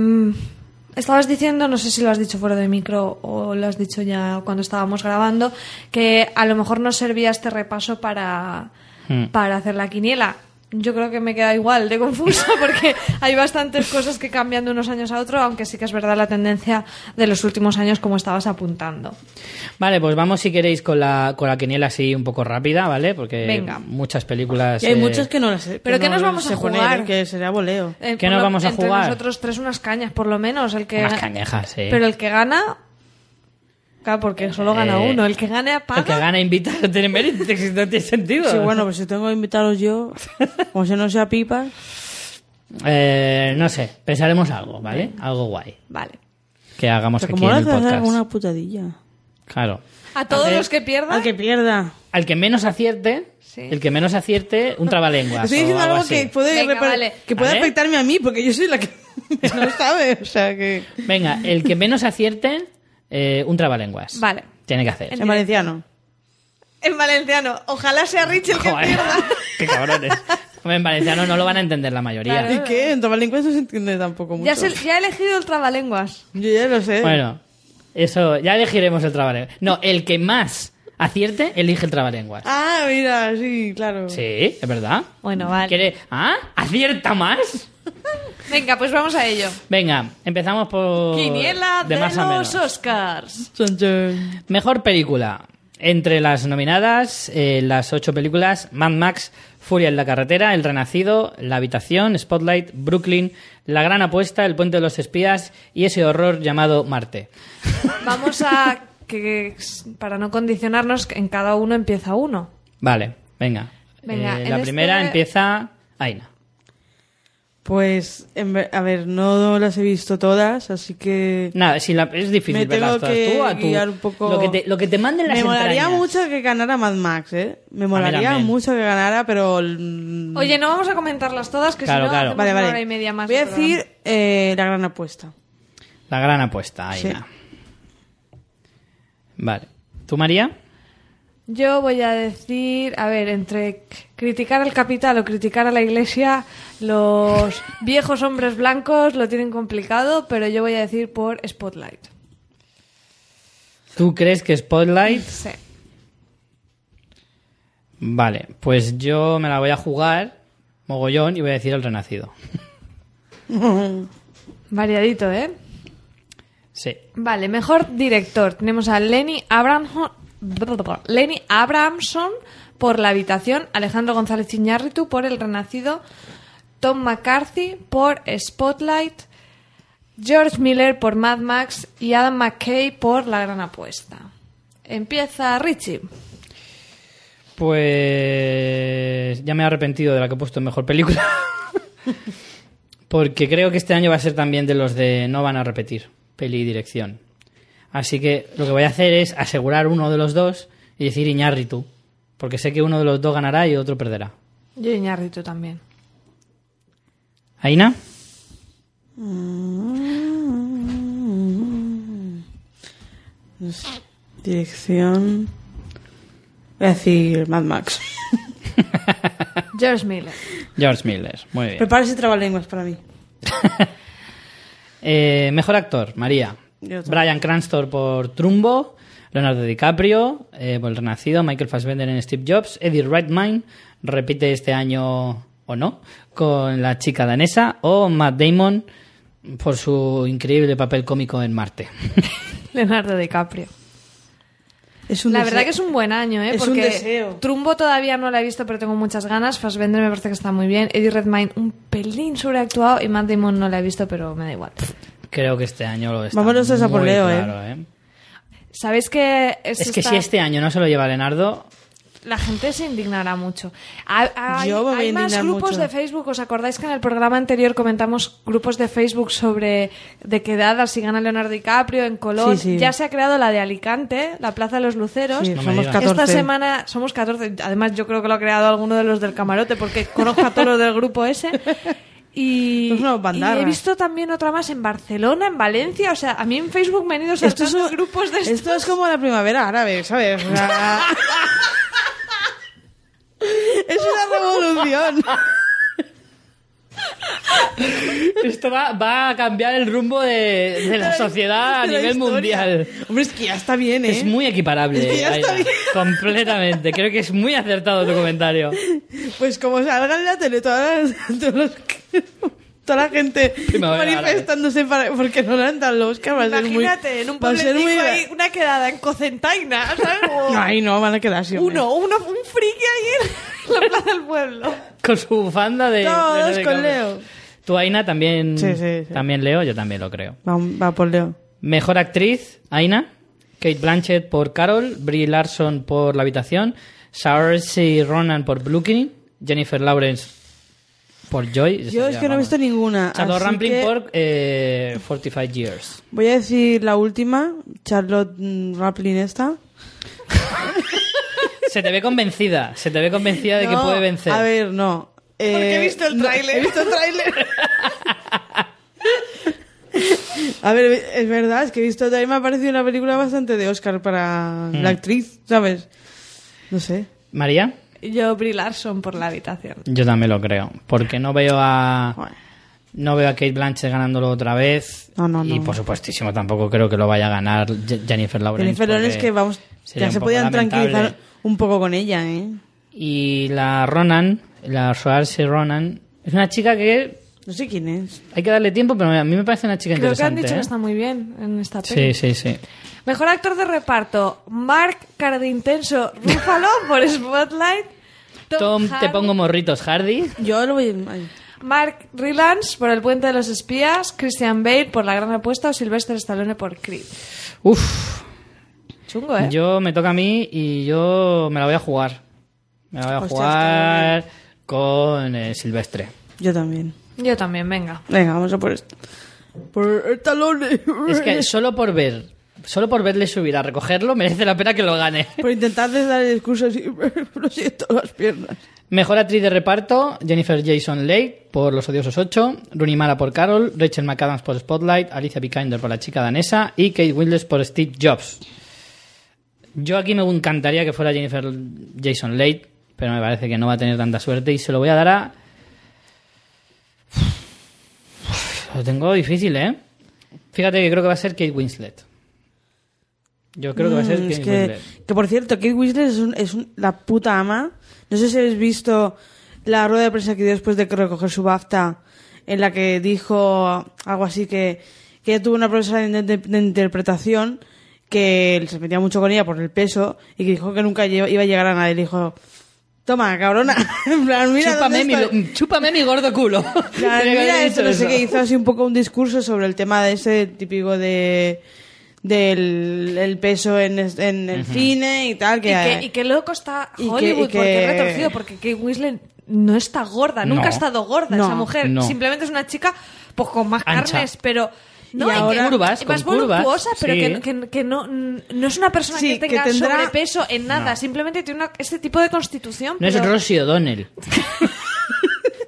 S2: estabas diciendo, no sé si lo has dicho fuera de micro o lo has dicho ya cuando estábamos grabando, que a lo mejor nos servía este repaso para,
S1: Hmm.
S2: para hacer la quiniela. Yo creo que me queda igual de confusa porque hay bastantes cosas que cambian de unos años a otros, aunque sí que es verdad la tendencia de los últimos años como estabas apuntando.
S1: Vale, pues vamos si queréis con la, con la quiniela así un poco rápida, ¿vale? Porque
S2: Venga.
S1: muchas películas...
S3: Y hay
S1: eh,
S3: muchas que no las sé.
S2: ¿Pero qué
S3: no
S2: nos vamos
S3: sé
S2: a
S3: poner,
S2: jugar?
S3: ¿eh? que será voleo.
S2: Eh,
S1: ¿Qué
S2: por
S1: nos
S2: lo-
S1: vamos a
S2: entre
S1: jugar?
S2: nosotros tres unas cañas, por lo menos. El que
S1: Unas eh.
S2: ga-
S1: cañejas, sí.
S2: Pero el que gana... Claro, porque solo gana
S1: Eh,
S2: uno. El que gane paga.
S1: El que gana invita no tiene mérito, si no tiene sentido.
S3: Sí, bueno, pues si tengo que invitaros yo, como si no sea pipa,
S1: Eh, no sé, pensaremos algo, ¿vale? Algo guay
S2: Vale.
S1: que hagamos
S3: pero
S1: aquí en
S3: como no
S1: el
S3: haces
S1: podcast.
S3: alguna putadilla.
S1: Claro.
S2: A todos
S1: Hacer-
S2: los que pierdan.
S3: Al que pierda.
S1: Al que menos acierte,
S2: Sí.
S1: el que menos acierte, un trabalenguas.
S3: Estoy
S1: Ah, o
S3: diciendo algo,
S1: así.
S3: que puede,
S2: Venga,
S3: repar-
S2: vale.
S3: que puede
S1: ¿Vale?
S3: afectarme a mí, porque yo soy la que no sabe. O sea que.
S1: Venga, el que menos acierte, eh, un trabalenguas.
S2: Vale.
S1: Tiene que hacer.
S3: En valenciano.
S2: En valenciano. Ojalá sea Rich el que
S1: Joder,
S2: pierda.
S1: qué cabrones. Hombre, en valenciano no lo van a entender la mayoría.
S2: Claro.
S3: ¿Y qué? En Tomalencuas no se entiende tampoco mucho.
S2: Ya, se- ya he elegido el trabalenguas.
S3: Yo ya lo sé.
S1: Bueno, eso, ya elegiremos el trabalenguas. No, el que más acierte, elige el trabalenguas.
S3: Ah, mira, sí, claro.
S1: Sí, es verdad.
S2: Bueno, vale.
S1: ¿Quiere? ¿Ah? ¿Acierta más?
S2: Venga, pues vamos a ello.
S1: Venga, empezamos por.
S2: Quiniela de,
S1: Pues, más a
S2: los
S1: menos.
S2: Oscars.
S3: Chan, chan.
S1: Mejor película. Entre las nominadas, eh, las ocho películas: Mad Max, Furia en la carretera, El Renacido, La Habitación, Spotlight, Brooklyn, La Gran Apuesta, El Puente de los Espías y ese horror llamado Marte.
S2: Vamos a... que Para no condicionarnos, en cada uno empieza uno.
S1: Vale, venga.
S2: Venga,
S1: Eh,
S2: en
S1: la primera
S2: este-
S1: empieza. Aina.
S3: Pues, en ver- a ver, no las he visto todas, así que.
S1: Nada, si la- es difícil
S3: me
S1: verlas
S3: tengo
S1: todas.
S3: que
S1: Tú a tu-
S3: guiar un poco.
S1: Lo que te, lo que te manden las
S3: Me molaría
S1: entrañas.
S3: mucho que ganara Mad Max, ¿eh? Me molaría
S1: también.
S3: mucho que ganara, pero. mm,
S2: Oye, no vamos a comentarlas todas, que
S1: Claro,
S2: si no,
S1: claro.
S2: hacemos
S3: vale,
S2: una
S3: vale.
S2: hora y media más.
S3: Voy a
S2: de programa.
S3: decir eh, la gran apuesta.
S1: La gran apuesta, Aina. Vale. ¿Tú, María?
S2: Yo voy a decir, a ver, entre c- criticar al capital o criticar a la iglesia, los viejos hombres blancos lo tienen complicado, pero yo voy a decir por Spotlight.
S1: ¿Tú crees que Spotlight?
S2: Sí.
S1: Vale, pues yo me la voy a jugar mogollón y voy a decir el renacido.
S2: Variadito, ¿eh?
S1: Sí.
S2: Vale, mejor director. Tenemos a Lenny Abramson, Lenny Abramson por La Habitación, Alejandro González Iñárritu por El Renacido, Tom McCarthy por Spotlight, George Miller por Mad Max y Adam McKay por La Gran Apuesta. Empieza Richie.
S1: Pues ya me he arrepentido de la que he puesto en mejor película. Porque creo que este año va a ser también de los de no van a repetir peli y dirección. Así que lo que voy a hacer es asegurar uno de los dos y decir Iñárritu. Porque sé que uno de los dos ganará y otro perderá.
S2: Yo Iñárritu también.
S1: ¿Aina?
S3: No sé. Dirección. Voy a decir Mad Max.
S2: George Miller.
S1: George Miller. Muy bien.
S3: Prepárese trabalenguas para mí.
S1: Eh, mejor actor, María.
S3: Yo también.
S1: Brian Cranston por Trumbo, Leonardo DiCaprio eh, por El Renacido, Michael Fassbender en Steve Jobs, Eddie Redmayne repite este año o no con la chica danesa o Matt Damon por su increíble papel cómico en Marte.
S2: Leonardo DiCaprio.
S3: Es
S2: La
S3: deseo.
S2: verdad que es un buen año, ¿eh?
S3: Es un
S2: Porque
S3: deseo.
S2: Trumbo todavía no la he visto, pero tengo muchas ganas. Fassbender me parece que está muy bien. Eddie Redmayne un pelín sobreactuado y Matt Damon no la he visto, pero me da igual.
S1: Creo que este año lo está
S3: Vámonos a esa por
S1: muy
S3: Leo, ¿eh?
S1: claro, ¿eh?
S2: ¿Sabéis que eso
S1: Es que
S2: está-
S1: si este año no se lo lleva Leonardo,
S2: la gente se indignará mucho? Hay, hay-
S3: Yo me voy
S2: hay
S3: a
S2: más
S3: indignar
S2: grupos
S3: mucho.
S2: de Facebook. ¿Os acordáis que en el programa anterior comentamos grupos de Facebook sobre de quedadas si gana Leonardo DiCaprio en Colón?
S3: Sí, sí.
S2: Ya se ha creado la de Alicante, la Plaza de los Luceros.
S3: Sí,
S1: No me
S3: somos
S1: digas.
S3: 14.
S2: Esta semana somos 14. Además, yo creo que lo ha creado alguno de los del camarote, porque conozco a todos los del grupo ese. Y,
S3: Pues no,
S2: y
S3: bandarra.
S2: he visto también otra más en Barcelona, en Valencia. O sea, a mí en Facebook me han ido
S3: Esto es,
S2: saltando grupos de
S3: esto es como la primavera árabe, ¿sabes? O sea, es una revolución.
S1: esto va, va a cambiar el rumbo de, de la sociedad a
S3: De la
S1: nivel
S3: historia.
S1: mundial.
S3: Hombre, es que ya está bien, ¿eh?
S1: Es muy equiparable.
S3: Es que ya está
S1: Aida.
S3: bien.
S1: Completamente. Creo que es muy acertado tu comentario.
S3: Pues como salgan en la tele todas las- todos los- toda la gente
S1: Primavera árabe.
S3: manifestándose para, porque no le han dado los Oscar. Va a ser muy,
S2: Imagínate, en un
S3: va a ser
S2: pueblecito
S3: muy-
S2: hay una quedada en Cocentaina, ¿sabes? O
S3: No, ahí no, van a quedar así. hombre.
S2: uno, uno, un friki ahí en la plaza del pueblo.
S1: Con su bufanda de.
S3: Todos
S1: de- de-
S3: con Leo.
S1: Tú, Aina, también.
S3: Sí, sí, sí.
S1: También Leo, yo también lo creo.
S3: Va, va por Leo.
S1: Mejor actriz, Aina. Kate Blanchett por Carol. Brie Larson por La Habitación. Saoirse Ronan por Brooklyn. Jennifer Lawrence por Joy.
S3: Yo es que no he visto ninguna.
S1: Charlotte
S3: así
S1: Rampling
S3: que
S1: por eh, 45 Years.
S3: Voy a decir la última, Charlotte mm, Rampling esta.
S1: Se te ve convencida. Se te ve convencida de que
S3: No,
S1: puede vencer.
S3: A ver, no. Eh,
S2: Porque he visto el
S3: no,
S2: tráiler.
S3: he visto el tráiler. a ver, es verdad, es que he visto el tráiler. Me ha parecido una película bastante de Oscar para
S1: Hmm.
S3: la actriz, ¿sabes? No sé.
S1: María.
S2: Yo, Brie Larson por la habitación.
S1: Yo también lo creo, porque no veo a
S3: Bueno,
S1: no veo a Kate Blanchett ganándolo otra vez
S3: No, no,
S1: y
S3: no.
S1: por supuestísimo tampoco creo que lo vaya a ganar Je- Jennifer Lawrence.
S3: Jennifer
S1: porque
S3: Lawrence que vamos,
S1: sería
S3: ya
S1: un
S3: se
S1: poco
S3: podían
S1: lamentable.
S3: tranquilizar un poco con ella, ¿eh?
S1: Y la Ronan, la Saoirse Ronan, es una chica que
S3: No sé quién es.
S1: hay que darle tiempo, pero a mí me parece una chica
S2: Creo que han
S1: interesante.
S2: dicho que
S1: ¿eh?
S2: está muy bien en esta
S1: Sí,
S2: peli.
S1: sí, sí.
S2: Mejor actor de reparto, Mark Cardintenso Ruffalo por Spotlight.
S1: Tom, te
S2: Hardy-
S1: pongo morritos, Hardy.
S3: Yo lo voy ay.
S2: Mark Rylance por El Puente de los Espías, Christian Bale por La Gran Apuesta o Sylvester Stallone por Creed.
S1: Uf,
S2: Chungo, ¿eh?
S1: yo me toca a mí y yo me la voy a jugar. Me la voy a
S3: Hostia,
S1: jugar con eh, Silvestre.
S3: Yo también.
S2: Yo también, venga.
S3: Venga, vamos a por esto. Por el talón.
S1: Es que solo por ver, solo por verle subir a recogerlo, merece la pena que lo gane.
S3: Por intentar dar el discurso así, lo siento las piernas.
S1: Mejor actriz de reparto, Jennifer Jason Leigh por Los Odiosos 8, Rooney Mara por Carol, Rachel McAdams por Spotlight, Alicia Vikander por La Chica Danesa y Kate Winslet por Steve Jobs. Yo aquí me encantaría que fuera Jennifer Jason Leigh, pero me parece que no va a tener tanta suerte y se lo voy a dar a... Lo tengo difícil, ¿eh? Fíjate que creo que va a ser Kate Winslet. Yo creo que va a ser
S3: Mm,
S1: Kate
S3: es
S1: Winslet.
S3: que, que, por cierto, Kate Winslet es, un- es un- la puta ama. No sé si habéis visto la rueda de prensa que dio después de que recoger su BAFTA, en la que dijo algo así que, que que ella tuvo una profesora de, de- de interpretación que se metía mucho con ella por el peso y que dijo que nunca lle- iba a llegar a nadie. Le dijo, toma, cabrona, en plan, mira
S10: chúpame,
S3: dónde
S10: mi,
S3: estoy".
S10: lo- chúpame mi gordo culo.
S3: Claro,
S10: Tenía que
S3: mira
S10: haber
S3: esto, no
S10: dicho
S3: sé
S10: eso.
S3: qué, hizo así un poco un discurso sobre el tema de ese típico de del el peso en, es- en el cine y tal que,
S2: Y que, y que loco está
S3: Y que-
S2: Hollywood
S3: y que-
S2: porque es retorcido, porque Kate Winslet no está gorda, nunca
S1: No.
S2: ha estado gorda
S3: No,
S2: esa mujer.
S1: no.
S2: Simplemente es una chica pues con más
S1: Ancha.
S2: carnes, pero... No,
S1: Y
S2: y
S1: ahora-
S2: que-
S1: curvas,
S2: más
S1: con curvas,
S2: voluptuosa, pero
S1: sí.
S2: que, que- que no, no es una persona
S3: Sí,
S2: que tenga
S3: que tendrá-
S2: sobrepeso en nada. Simplemente tiene una- este tipo de constitución.
S1: No es
S2: pero-
S1: Rosie O'Donnell.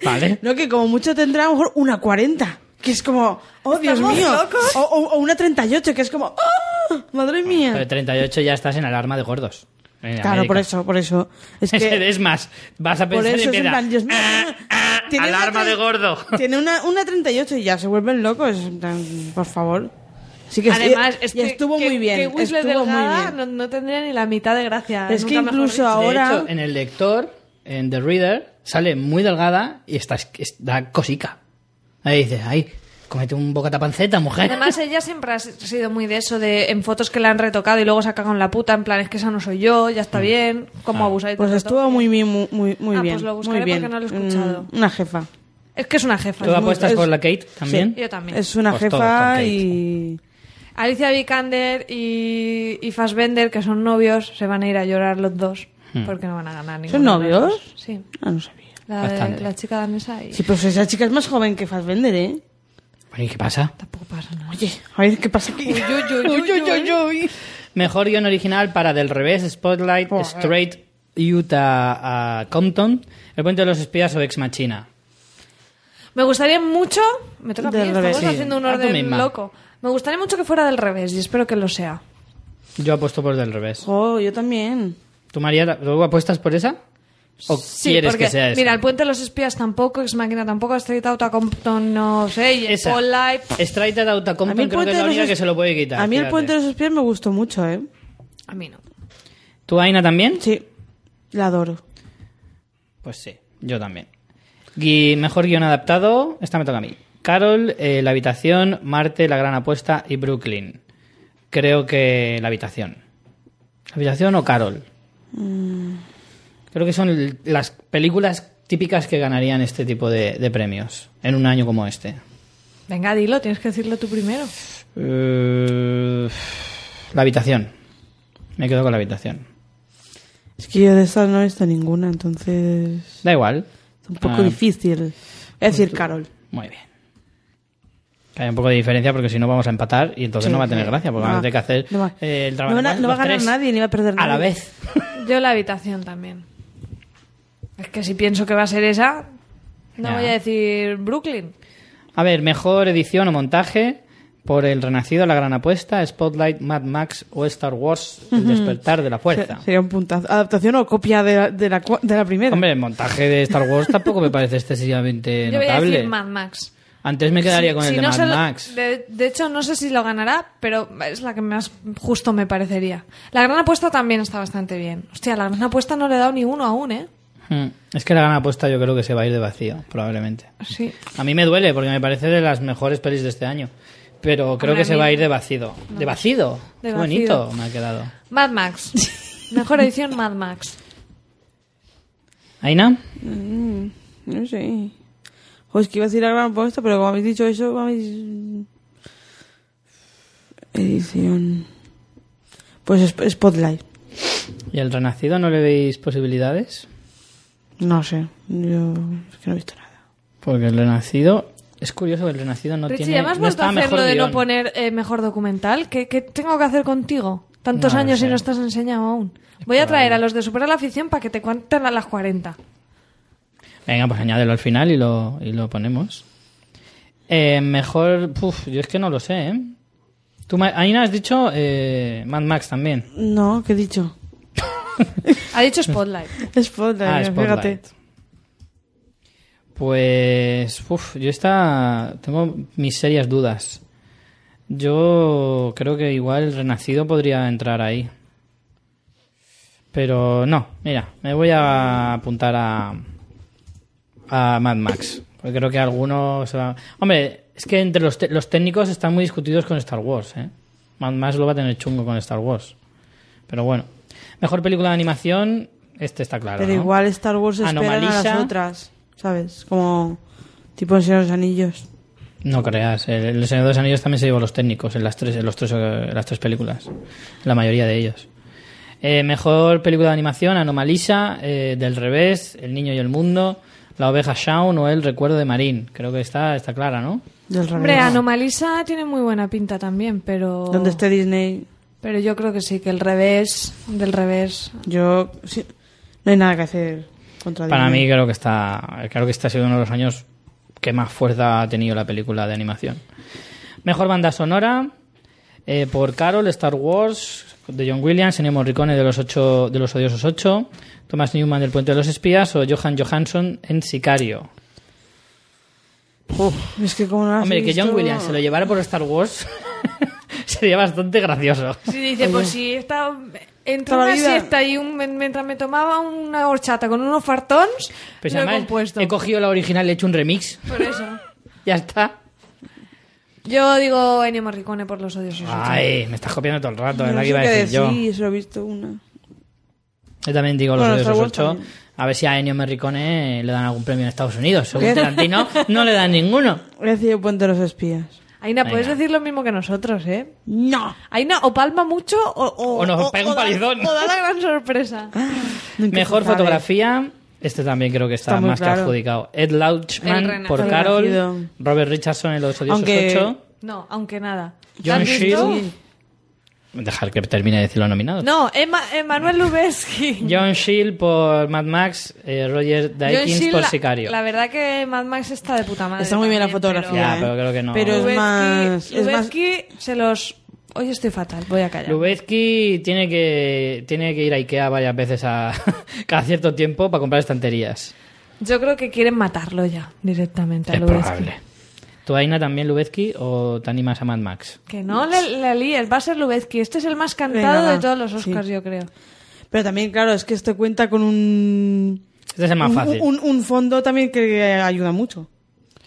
S1: ¿Vale?
S3: no que como mucho tendrá a lo mejor una 40 que es como oh dios
S2: ¿Estamos
S3: mío
S2: locos?
S3: o, o- o una 38 que es como ¡ah! madre
S1: Pero
S3: mía
S1: 38 ya estás en alarma de gordos. en
S3: claro por
S1: América.
S3: eso por eso es que
S1: es más, vas a
S3: por
S1: pensar y
S3: eso es en
S1: empieza,
S3: plan, Dios mío
S1: "Ah, ah,
S3: tiene una
S1: alarma
S3: tre-
S1: de gordo.
S3: tiene una, una 38 y ya se vuelven locos en plan, por favor sí que sí,
S2: Además, es
S3: y
S2: que,
S3: estuvo
S2: que-
S3: muy bien
S2: que Winslet
S3: estuvo muy
S2: delgada
S3: bien
S2: No, no tendría ni la mitad de gracia.
S3: Es que
S2: nunca mejor dicho.
S3: incluso
S1: De
S3: ahora-
S1: hecho, en el lector, en The Reader, sale muy delgada y está, está cosica. Ahí dices, ay, comete un bocata panceta, mujer.
S2: Además, ella siempre ha sido muy de eso, de en fotos que la han retocado y luego se ha cagado en la puta, en plan, es que esa no soy yo, ya
S1: Mm.
S2: está bien, como abusáis de
S3: Pues
S2: los
S3: estuvo
S2: dos?
S3: muy bien, muy, muy, muy
S2: Ah,
S3: bien.
S2: pues lo buscaré
S3: muy bien.
S2: porque no lo he escuchado.
S3: Mm, Una jefa.
S2: Es que es una jefa.
S1: ¿Tú
S2: es muy-
S1: apuestas
S3: es-
S1: por la Kate también?
S2: Yo también.
S3: Es una
S1: Pues todo con
S3: jefa
S1: Kate.
S3: y...
S2: Alicia Vikander y, y Fassbender, que son novios, se van a ir a llorar los dos,
S1: Mm.
S2: porque no van a ganar ninguno.
S3: ¿Son
S2: de los
S3: novios?
S2: dos. Sí.
S3: Ah, no sabía.
S2: La, de-
S1: Bastante.
S2: la chica danesa y...
S3: Sí, pues esa chica es más joven que Fassbender, ¿eh?
S1: Bueno, ¿y qué pasa?
S2: Tampoco pasa nada.
S3: Oye, a ver qué pasa aquí.
S2: uy, uy, uy,
S1: Mejor guión original para Del Revés, Spotlight, Straight, Utah a Compton, El Puente de los Espías o Ex Machina.
S2: Me gustaría mucho... Me toca a mí,
S3: Del
S2: estamos
S3: revés,
S1: sí.
S2: haciendo un
S1: Haz tú
S2: orden
S1: misma.
S2: loco. Me gustaría mucho que fuera del revés y espero que lo sea.
S1: Yo apuesto por Del Revés.
S3: Jo, yo también.
S1: ¿Tú, María, tú apuestas por esa? ¿O quieres que sea esa?
S2: Mira, el puente de los espías tampoco, Ex Máquina tampoco, Street Outta Compton, no sé, y
S1: Esa.
S2: Spotlight.
S1: Straight Outta
S3: A mí
S1: Compton creo
S3: el
S1: que
S3: puente
S1: es la
S3: de los
S1: única
S3: es-
S1: que se lo puede quitar.
S3: A mí el
S1: fíjate.
S3: Puente de los Pies me gustó mucho, ¿eh?
S2: A mí no.
S1: ¿Tú, Aina, también?
S3: Sí, la adoro.
S1: Pues sí, yo también. Gui- mejor guión adaptado, esta me toca a mí. Carol, eh, La Habitación, Marte, La Gran Apuesta y Brooklyn. Creo que La Habitación. ¿La Habitación o Carol? Creo que son l- las películas típicas que ganarían este tipo de, de premios en un año como este.
S2: Venga, dilo, tienes que decirlo tú primero.
S1: Eh, la Habitación. Me quedo con La Habitación.
S3: Es que yo de estas no he visto ninguna, entonces...
S1: Da igual.
S3: Es un poco
S1: Ah. Pues
S3: difícil. Es decir, Carol.
S1: Muy bien. Que haya un poco de diferencia porque si no vamos a empatar y entonces
S3: Sí,
S1: no va a tener
S3: sí.
S1: gracia porque
S3: No
S1: vamos a
S3: va.
S1: tener que hacer
S3: No va.
S1: eh, el trabajo.
S3: No van a-
S1: Además,
S3: no va a
S1: los
S3: ganar
S1: tres
S3: nadie, ni va a perder
S1: A la
S3: nadie.
S1: vez.
S2: Yo la habitación también. Es que si pienso que va a ser esa, no
S1: Ya.
S2: voy a decir Brooklyn.
S1: A ver, mejor edición o montaje por El Renacido, La Gran Apuesta, Spotlight, Mad Max o Star Wars, El Despertar de la Fuerza.
S3: Sería un puntazo. ¿Adaptación o copia de la, de la, cua- de la primera?
S1: Hombre, el montaje de Star Wars tampoco me parece excesivamente
S2: Yo voy a decir
S1: notable.
S2: Mad Max.
S1: Antes me quedaría con
S2: Si
S1: el de
S2: no se
S1: Mad
S2: lo-
S1: Max.
S2: De, de hecho, no sé si lo ganará, pero es la que más justo me parecería. La gran apuesta también está bastante bien. Hostia, la gran apuesta no le he dado ni uno aún, ¿eh?
S1: Mm. Es que La Gran Apuesta yo creo que se va a ir de vacío, probablemente.
S2: Sí.
S1: A mí me duele porque me parece de las mejores pelis de este año. Pero creo
S2: Hombre,
S1: que
S2: a
S1: se
S2: mí-
S1: va a ir de vacío. ¿De vacío?
S2: De
S1: Qué
S2: vacío.
S1: bonito me ha quedado.
S2: Mad Max. Mejor edición Mad Max.
S1: ¿Aina?
S3: No sé. Pues que iba a decir la gran apuesta, pero como habéis dicho eso, habéis... Edición... Pues Sp- Spotlight.
S1: ¿Y el Renacido no le veis posibilidades?
S3: No sé. Yo es que no he visto nada.
S1: Porque el Renacido... Es curioso que el Renacido no
S2: Richie,
S1: tiene...
S2: ya me has
S1: no
S2: vuelto
S1: está
S2: a hacer
S1: mejor
S2: lo de no
S1: guión.
S2: poner eh, mejor documental. ¿Qué, qué tengo que hacer contigo? Tantos
S1: No lo
S2: años y
S1: sé.
S2: no estás enseñado aún. Voy a traer a los de Superar la Afición para que te cuenten a las 40.
S1: Venga, pues añádelo al final y lo, y lo ponemos. Eh, mejor... Uf, yo es que no lo sé, ¿eh? Tú, Ma- Aina, has dicho eh, Mad Max también.
S3: No, ¿qué he dicho?
S2: Ha dicho Spotlight.
S3: Spotlight,
S1: Ah,
S3: mira,
S1: Spotlight.
S3: fíjate.
S1: Pues, uf, yo esta tengo mis serias dudas. Yo creo que igual el Renacido podría entrar ahí. Pero no, mira, me voy a apuntar a a Mad Max, porque creo que alguno se va- Hombre, Es que entre los, te- los técnicos están muy discutidos con Star Wars, ¿eh? Más, más lo va a tener chungo con Star Wars. Pero bueno. Mejor película de animación, este está claro.
S3: Pero
S1: ¿no?
S3: igual Star Wars esperan a
S1: Anomalisa.
S3: las otras, ¿sabes? Como tipo El Señor de los Anillos.
S1: No creas, el, el Señor de los Anillos también se llevó a los técnicos en las tres, en los tres, eh, en las tres películas, la mayoría de ellos. Eh, mejor película de animación, Anomalisa, eh, Del Revés, El Niño y el Mundo, La Oveja Shaun o El Recuerdo de Marín. Creo que está, está clara, ¿no?
S3: Del revés.
S2: Hombre, Anomalisa tiene muy buena pinta también, pero.
S3: Donde esté Disney,
S2: Pero yo creo que sí, que el revés, del revés.
S3: yo... sí, no hay nada que hacer contra
S1: Para mí
S3: Disney.
S1: creo que está, creo que este ha sido uno de los años que más fuerza ha tenido la película de animación. Mejor banda sonora eh, por Carol, Star Wars de John Williams, Ennio Morricone de los ocho, de los odiosos ocho, Thomas Newman del Puente de los Espías o Johan Johansson en Sicario.
S3: Es que como no las he
S1: Hombre, que John
S3: visto-
S1: Williams se lo llevara por Star Wars sería bastante gracioso.
S2: Sí, dice, pues si estaba entre
S3: Toda la
S2: una
S3: vida.
S2: siesta y un, mientras me tomaba una horchata con unos fartons,
S1: Pues
S2: lo he
S1: además,
S2: compuesto.
S1: he cogido la original y le he hecho un remix.
S2: Por eso.
S1: Ya está.
S2: Yo digo Ennio Morricone por los odiosos.
S1: Ay, me estás copiando todo el rato, es
S3: no
S1: la
S3: sé
S1: que iba a
S3: qué
S1: decir yo.
S3: decir, solo he visto una.
S1: Yo también digo los
S3: Bueno,
S1: odiosos
S3: Star Wars
S1: 8.
S3: también.
S1: A ver si a Ennio Morricone le dan algún premio en Estados Unidos. Según
S3: ¿Qué?
S1: Tarantino, no le dan ninguno.
S3: He decidido El Puente de los Espías.
S2: Aina, puedes
S1: Venga.
S2: decir lo mismo que nosotros, ¿eh?
S3: ¡No!
S2: Aina, o palma mucho o... O,
S1: O nos pega un
S2: da-
S1: palizón.
S2: O da la gran sorpresa.
S3: Nunca
S1: Mejor
S3: se sabe.
S1: fotografía. Este también creo que está,
S3: Está muy
S1: más que
S3: claro.
S1: adjudicado. Ed
S2: El
S1: Lauchman
S2: Renacido.
S1: por Carol.
S3: Renacido.
S1: Robert Richardson en Los Odiosos
S3: Aunque-
S1: 8.
S2: No, aunque nada. ¿La
S1: John
S2: has visto?
S1: Shield. Dejar que termine de decir los nominados.
S2: No, Emma, Emanuel Lubezki.
S1: John Shield por Mad Max. eh, Roger
S2: John
S1: Dykins
S2: Shield,
S1: por
S2: la-
S1: Sicario.
S2: La, verdad que Mad Max está de puta madre.
S3: Está muy bien la
S2: también,
S3: fotografía,
S1: Ya,
S3: ¿eh?
S1: pero creo que no.
S3: Pero
S2: Lubezki-
S3: es más... Es más
S2: Lubezki se los... Hoy estoy fatal, voy a callar.
S1: Lubezki tiene que, tiene que ir a Ikea varias veces a, cada cierto tiempo para comprar estanterías.
S2: Yo creo que quieren matarlo ya, directamente a
S1: Es
S2: Lubezki.
S1: probable. ¿Tú, Aina, también Lubezki o te animas a Mad Max?
S2: Que no le, le líes, va a ser Lubezki. Este es el más cantado
S3: Venga, va.
S2: de todos los Oscars,
S3: Sí.
S2: yo creo.
S3: Pero también, claro, es que esto cuenta con un...
S1: Este es el más
S3: un,
S1: fácil.
S3: un- un fondo también que ayuda mucho.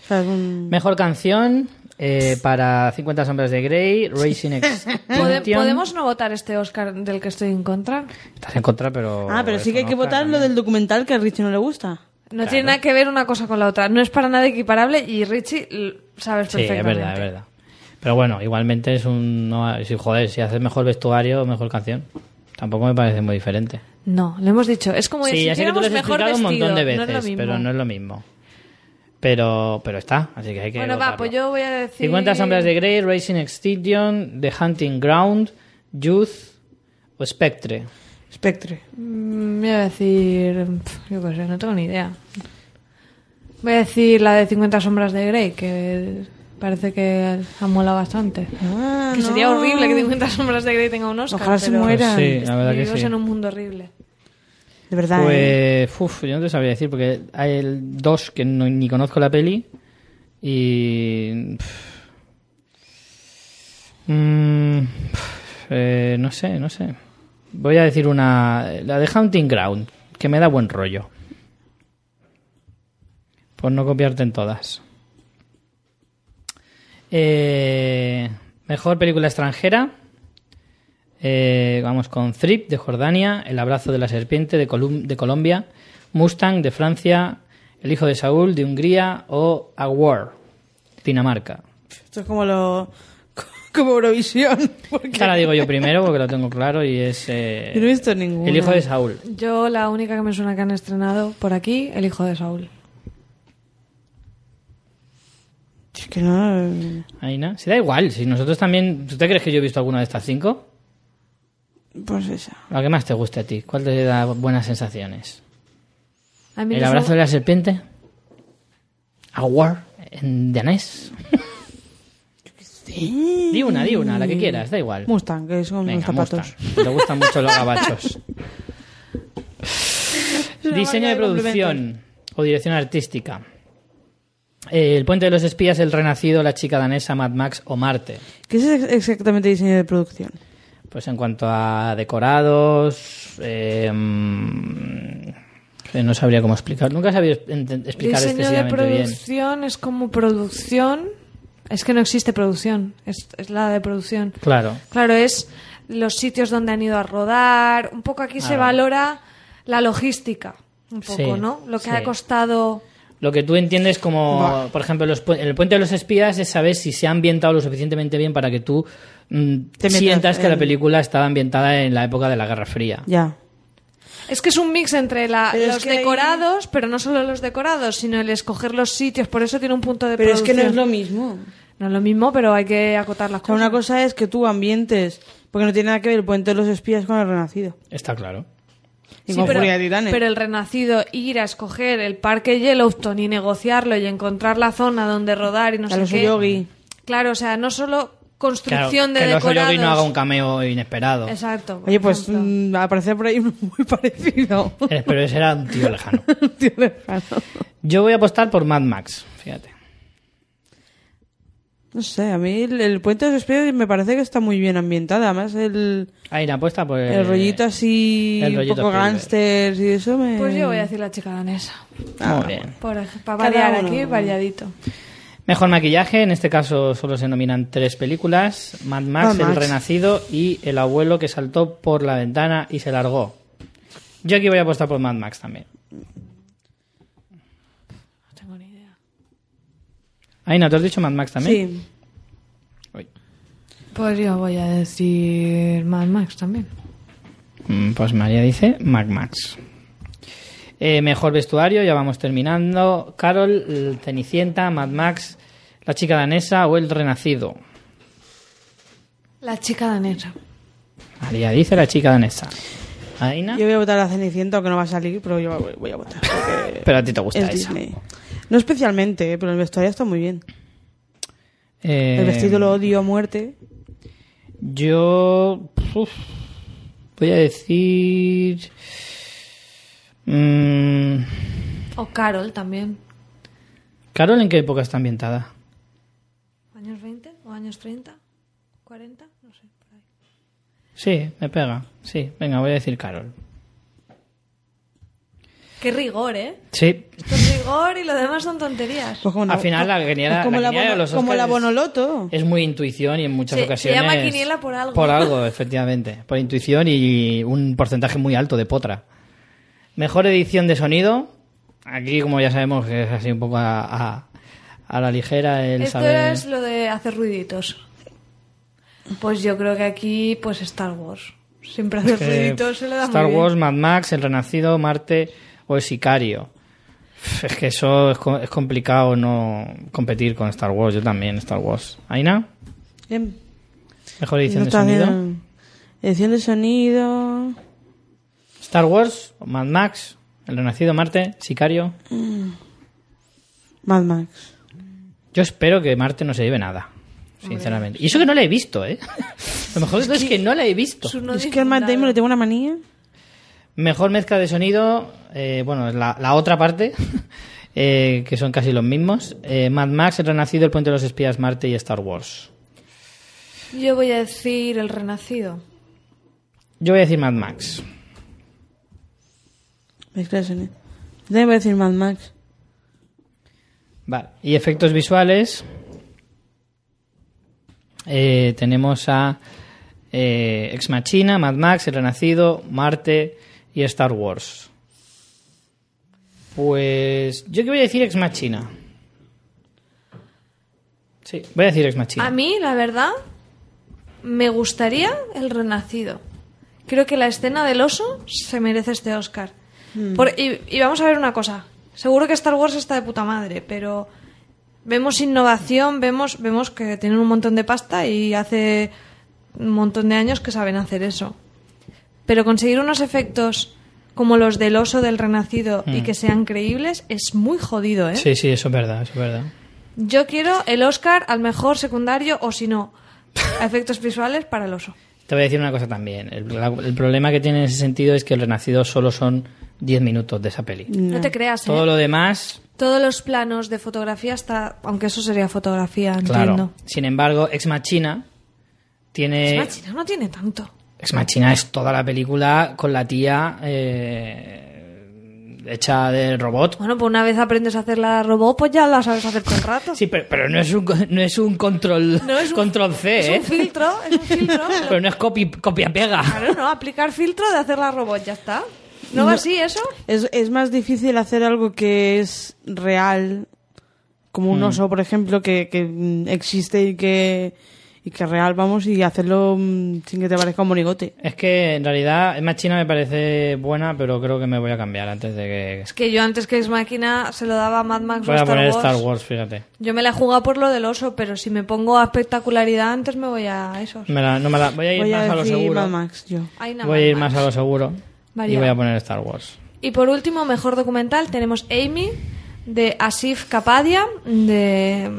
S3: O sea, es un-
S1: Mejor canción eh, para 50 sombras de Grey, Racing
S2: ¿Pode-
S1: Extinction.
S2: ¿Podemos no votar este Oscar del que estoy en contra?
S1: Estás en contra, pero...
S3: Ah, pero
S1: es
S3: sí que hay
S1: un
S3: que
S1: Oscar
S3: votar lo
S1: también.
S3: del documental que a Richie no le gusta.
S2: No tiene nada que ver una cosa con la otra. No es para nada equiparable y Richie l- sabes
S1: Sí, es
S2: perfectamente.
S1: verdad, es verdad. Pero bueno, igualmente es un... No, si, joder, si haces mejor vestuario, mejor canción. Tampoco me parece muy diferente.
S2: No, lo hemos dicho. Es como
S1: sí,
S2: si
S1: ya sé que tú lo
S2: hiciéramos
S1: has
S2: mejor
S1: explicado
S2: vestido.
S1: un montón de
S2: no es lo
S1: veces,
S2: mismo.
S1: pero no es lo mismo. Pero, pero está, así que hay que
S2: Bueno, va,
S1: votarlo.
S2: pues yo voy a decir...
S1: 50 sombras de Grey, Racing Extinction, The Hunting Ground, Youth o Spectre.
S3: Spectre.
S2: Mm, Voy a decir... pf, Yo qué sé, no tengo ni idea. Voy a decir la de 50 sombras de Grey, que parece que ha molado bastante. que sería horrible que 50 sombras de Grey tenga un Oscar.
S3: Ojalá se
S2: pero
S3: muera.
S1: Pues sí. La verdad que
S2: Vivimos
S1: sí.
S2: en un mundo horrible.
S3: De verdad. ¿eh?
S1: Pues, uf, yo no te sabría decir porque hay el dos que no- ni conozco la peli y... pff. Mm, pff, eh, no sé, no sé. Voy a decir una... La de Hunting Ground, que me da buen rollo. Por no copiarte en todas. Eh, mejor película extranjera. Eh, vamos con Thrip de Jordania, El abrazo de la serpiente de, Colum- de Colombia, Mustang de Francia, El hijo de Saúl de Hungría o A War, Dinamarca.
S3: Esto es como lo... Como Eurovisión. Porque
S1: Esta la digo yo primero porque lo tengo claro y es eh,
S3: yo no he visto ninguna.
S1: El hijo de Saúl.
S2: Yo la única que me suena que han estrenado por aquí, El hijo de Saúl.
S3: Es que no... eh,
S1: Aina, si da igual, si nosotros también... ¿Tú te crees que yo he visto alguna de estas cinco?
S3: Pues esa.
S1: La que más te guste a ti, ¿cuál te da buenas sensaciones?
S2: A mí
S1: ¿El
S2: los-
S1: abrazo de la serpiente? ¿A War en danés? Di una, di una, la que quieras, da igual.
S3: Mustang, que son
S1: Venga,
S3: unos zapatos.
S1: Mustang. Te gustan mucho los gabachos. Diseño de
S3: marca de
S1: producción o dirección artística. Eh, el puente de los espías, el renacido, la chica danesa, Mad Max o Marte.
S3: ¿Qué es ex- exactamente diseño de producción?
S1: Pues en cuanto a decorados, eh, mm, eh, no sabría cómo explicar. Nunca he sabido ent- explicar
S2: Diseño de
S1: excesivamente bien.
S2: producción es como producción, Es que no existe producción, es, es la de producción.
S1: Claro.
S2: Claro, es los sitios donde han ido a rodar. Un poco aquí se
S1: Ah.
S2: valora la logística, un poco,
S1: Sí,
S2: ¿no? Lo que
S1: sí.
S2: ha costado.
S1: Lo que tú entiendes como, por ejemplo, los, pu- el puente de los espías es saber si se ha ambientado lo suficientemente bien para que tú mm,
S3: Te metas
S1: sientas que la
S3: en-
S1: película estaba ambientada en la época de la Guerra Fría.
S3: Ya.
S2: Es que es un mix entre la-
S3: Pero es
S2: los
S3: que ahí-
S2: decorados, pero no solo los decorados, sino el escoger los sitios. Por eso tiene un punto de
S3: Pero es que
S2: producción.
S3: no es lo mismo.
S2: No es lo mismo, pero hay que acotar las
S3: O sea,
S2: cosas.
S3: una cosa es que tú ambientes, porque no tiene nada que ver el puente de los espías con el renacido.
S1: Está claro.
S3: Y
S2: Sí,
S3: con
S2: pero,
S3: Furia de ¿eh? Titanes.
S2: pero el renacido ir a escoger el parque Yellowstone y negociarlo y encontrar la zona donde rodar y no
S3: A
S2: sé
S3: los
S2: qué.
S3: Oyogi.
S2: Claro, o sea, no solo
S1: Claro,
S2: construcción de
S1: que el oso
S2: decorados.
S1: Yogi no haga un cameo inesperado.
S2: Exacto. por
S3: Oye, pues
S2: ejemplo.
S3: mm, al parecer por ahí uno muy parecido.
S1: Eh, Pero ese era un tío lejano.
S3: Tío lejano.
S1: Yo voy a apostar por Mad Max, fíjate.
S3: No sé, a mí el, el puente de los espías me parece que está muy bien ambientada. Además, el,
S1: Ahí la apuesta pues, por
S3: el rollito así,
S1: Eh, el rollito
S3: un poco
S1: Spielberg.
S3: gángsters y eso me.
S2: Pues yo voy a decir la chica danesa.
S1: Muy bien.
S2: Por, para variar
S3: uno.
S2: aquí, variadito.
S1: Mejor maquillaje, en este caso solo se nominan tres películas, Mad Max,
S3: Mad
S1: El
S3: Max.
S1: Renacido y El Abuelo que saltó por la ventana y se largó. Yo aquí voy a apostar por Mad Max también.
S2: No tengo ni idea.
S1: Aina, ¿tú has dicho Mad Max también?
S3: Sí.
S1: Uy.
S2: Pues yo voy a decir Mad Max también.
S1: Mm, Pues María dice Mad Max. Eh, mejor vestuario, ya vamos terminando. Carol, el Cenicienta, Mad Max, La Chica Danesa o El Renacido.
S2: La chica danesa.
S1: María dice La Chica Danesa. Aina,
S3: Yo voy a votar a Cenicienta, aunque no va a salir, pero yo voy, voy a votar. porque
S1: pero a ti te gusta
S3: es
S1: esa.
S3: Disney. No especialmente, eh, pero el vestuario está muy bien.
S1: Eh,
S3: El vestido lo odio a muerte.
S1: Yo. uf, voy a decir. mm,
S2: O Carol también.
S1: Carol, ¿en qué época está ambientada?
S2: ¿Años 20 o años 30? ¿40? No sé. por ahí.
S1: Sí, me pega. Sí, venga, voy a decir Carol.
S2: Qué rigor, ¿eh?
S1: Sí.
S2: Esto es rigor y lo demás son tonterías.
S3: Pues como
S1: Al final, la guiñada-
S3: es como
S1: la
S3: la,
S1: guiñada de
S3: bono-
S1: los
S3: como
S1: Oscars
S3: la
S1: es-
S3: Bonoloto.
S1: Es muy intuición y en muchas
S2: Se- se
S1: ocasiones.
S2: llama quiniela por algo.
S1: Por algo, efectivamente. Por intuición y un porcentaje muy alto de potra. Mejor edición de sonido. Aquí, como ya sabemos, que es así un poco a, a- a la ligera el
S2: Esto
S1: saber.
S2: es lo de hacer ruiditos. Pues yo creo que aquí, pues Star Wars. Siempre hacer
S1: que
S2: ruiditos se le da
S1: Eh, Star
S2: muy
S1: Wars,
S2: bien.
S1: Mad Max, El Renacido, Marte o El Sicario. Es que eso es, co- es complicado no competir con Star Wars. Yo también, Star Wars. Aina,
S3: Bien.
S1: mejor edición
S3: Em, No
S1: de
S3: está
S1: sonido.
S3: bien. Edición de sonido.
S1: Star Wars, Mad Max, El Renacido, Marte, Sicario.
S3: Mad Max.
S1: Yo espero que Marte no se lleve nada, sinceramente. Y eso que no la he visto, ¿eh? Lo mejor de todo es que no la he visto.
S2: Su no
S3: es que al Matt Damon le
S2: disfrutado.
S3: tengo una manía.
S1: Mejor mezcla de sonido, eh, bueno, es la, la otra parte, eh, que son casi los mismos. Eh, Mad Max, El Renacido, El Puente de los Espías, Marte y Star Wars.
S2: Yo voy a decir El Renacido.
S1: Yo voy a decir Mad Max.
S3: Mezcla de sonido. Yo también voy a decir Mad Max.
S1: Vale. Y efectos visuales. eh, tenemos a eh, Ex Machina, Mad Max, El Renacido, Marte y Star Wars. Pues yo que voy a decir Ex Machina. Sí, voy a decir Ex Machina.
S2: A mí, la verdad, me gustaría El Renacido. Creo que la escena del oso se merece este Oscar. Por- y, y vamos a ver una cosa. Seguro que Star Wars está de puta madre, pero vemos innovación, vemos, vemos que tienen un montón de pasta y hace un montón de años que saben hacer eso. Pero conseguir unos efectos como los del oso del renacido y que sean creíbles es muy jodido, ¿eh?
S1: Sí, sí, eso es verdad, eso es verdad.
S2: Yo quiero el Oscar al mejor secundario o si no, a efectos visuales para el oso.
S1: Te voy a decir una cosa también. El, la- el problema que tiene en ese sentido es que el Renacido solo son 10 minutos de esa peli.
S2: No, te creas, ¿eh?
S1: Todo lo demás,
S2: Todos los planos de fotografía está... Aunque eso sería fotografía,
S1: claro.
S2: entiendo.
S1: Sin embargo, Ex Machina tiene.
S2: Es más, no tiene tanto.
S1: Ex Machina es toda la película con la tía eh, hecha de robot.
S2: Bueno, pues una vez aprendes a hacer la robot, pues ya la sabes hacer todo el rato.
S1: Sí, pero, pero no, es un, co- no es un control,
S2: No, es un-
S1: control C,
S2: es
S1: ¿eh?
S2: un filtro, es un filtro.
S1: Pero no es copy, copia-pega.
S2: Claro, no, aplicar filtro de hacer la robot, ya está. ¿No va así eso?
S3: Es, es más difícil hacer algo que es real, como
S1: Hmm.
S3: un oso, por ejemplo, que, que, mm, existe y que, y que es real, vamos, y hacerlo mm, sin que te parezca un monigote.
S1: Es que en realidad Ex Machina me parece buena, pero creo que me voy a cambiar antes de que...
S2: Es que yo antes que es máquina se lo daba a Mad Max
S1: Voy
S2: o
S1: a
S2: Pues Star
S1: poner
S2: Wars.
S1: Star Wars, fíjate.
S2: Yo me la he jugado por lo del oso, pero si me pongo a espectacularidad antes me voy a esos.
S1: Me la- no me la- voy a ir
S3: Voy
S1: más
S3: a
S1: a lo
S3: decir
S1: seguro.
S3: Mad Max, yo.
S2: Hay una
S1: Voy a ir
S2: Mad
S1: más
S2: Max.
S1: a lo seguro. Y
S2: Variado.
S1: voy a poner Star Wars.
S2: Y por último, mejor documental, tenemos Amy de Asif Kapadia, de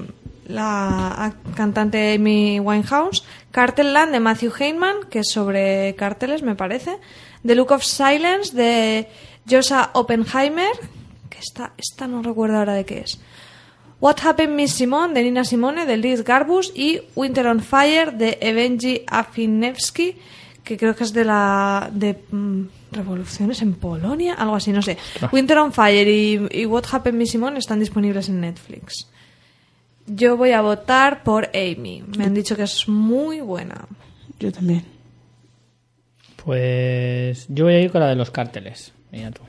S2: la ac- cantante Amy Winehouse, Cartelland de Matthew Heyman, que es sobre cárteles, me parece, The Look of Silence de Josa Oppenheimer, que esta, esta no recuerdo ahora de qué es. What Happened Miss Simone de Nina Simone de Liz Garbus y Winter on Fire de Evenji Afinevsky que creo que es de la de mm, revoluciones en Polonia algo así no sé Winter on Fire y, y What Happened Miss Simone están disponibles en Netflix yo voy a votar por Amy me han dicho que es muy buena
S3: Yo también.
S1: Pues yo voy a ir con la de los cárteles. Mira tú.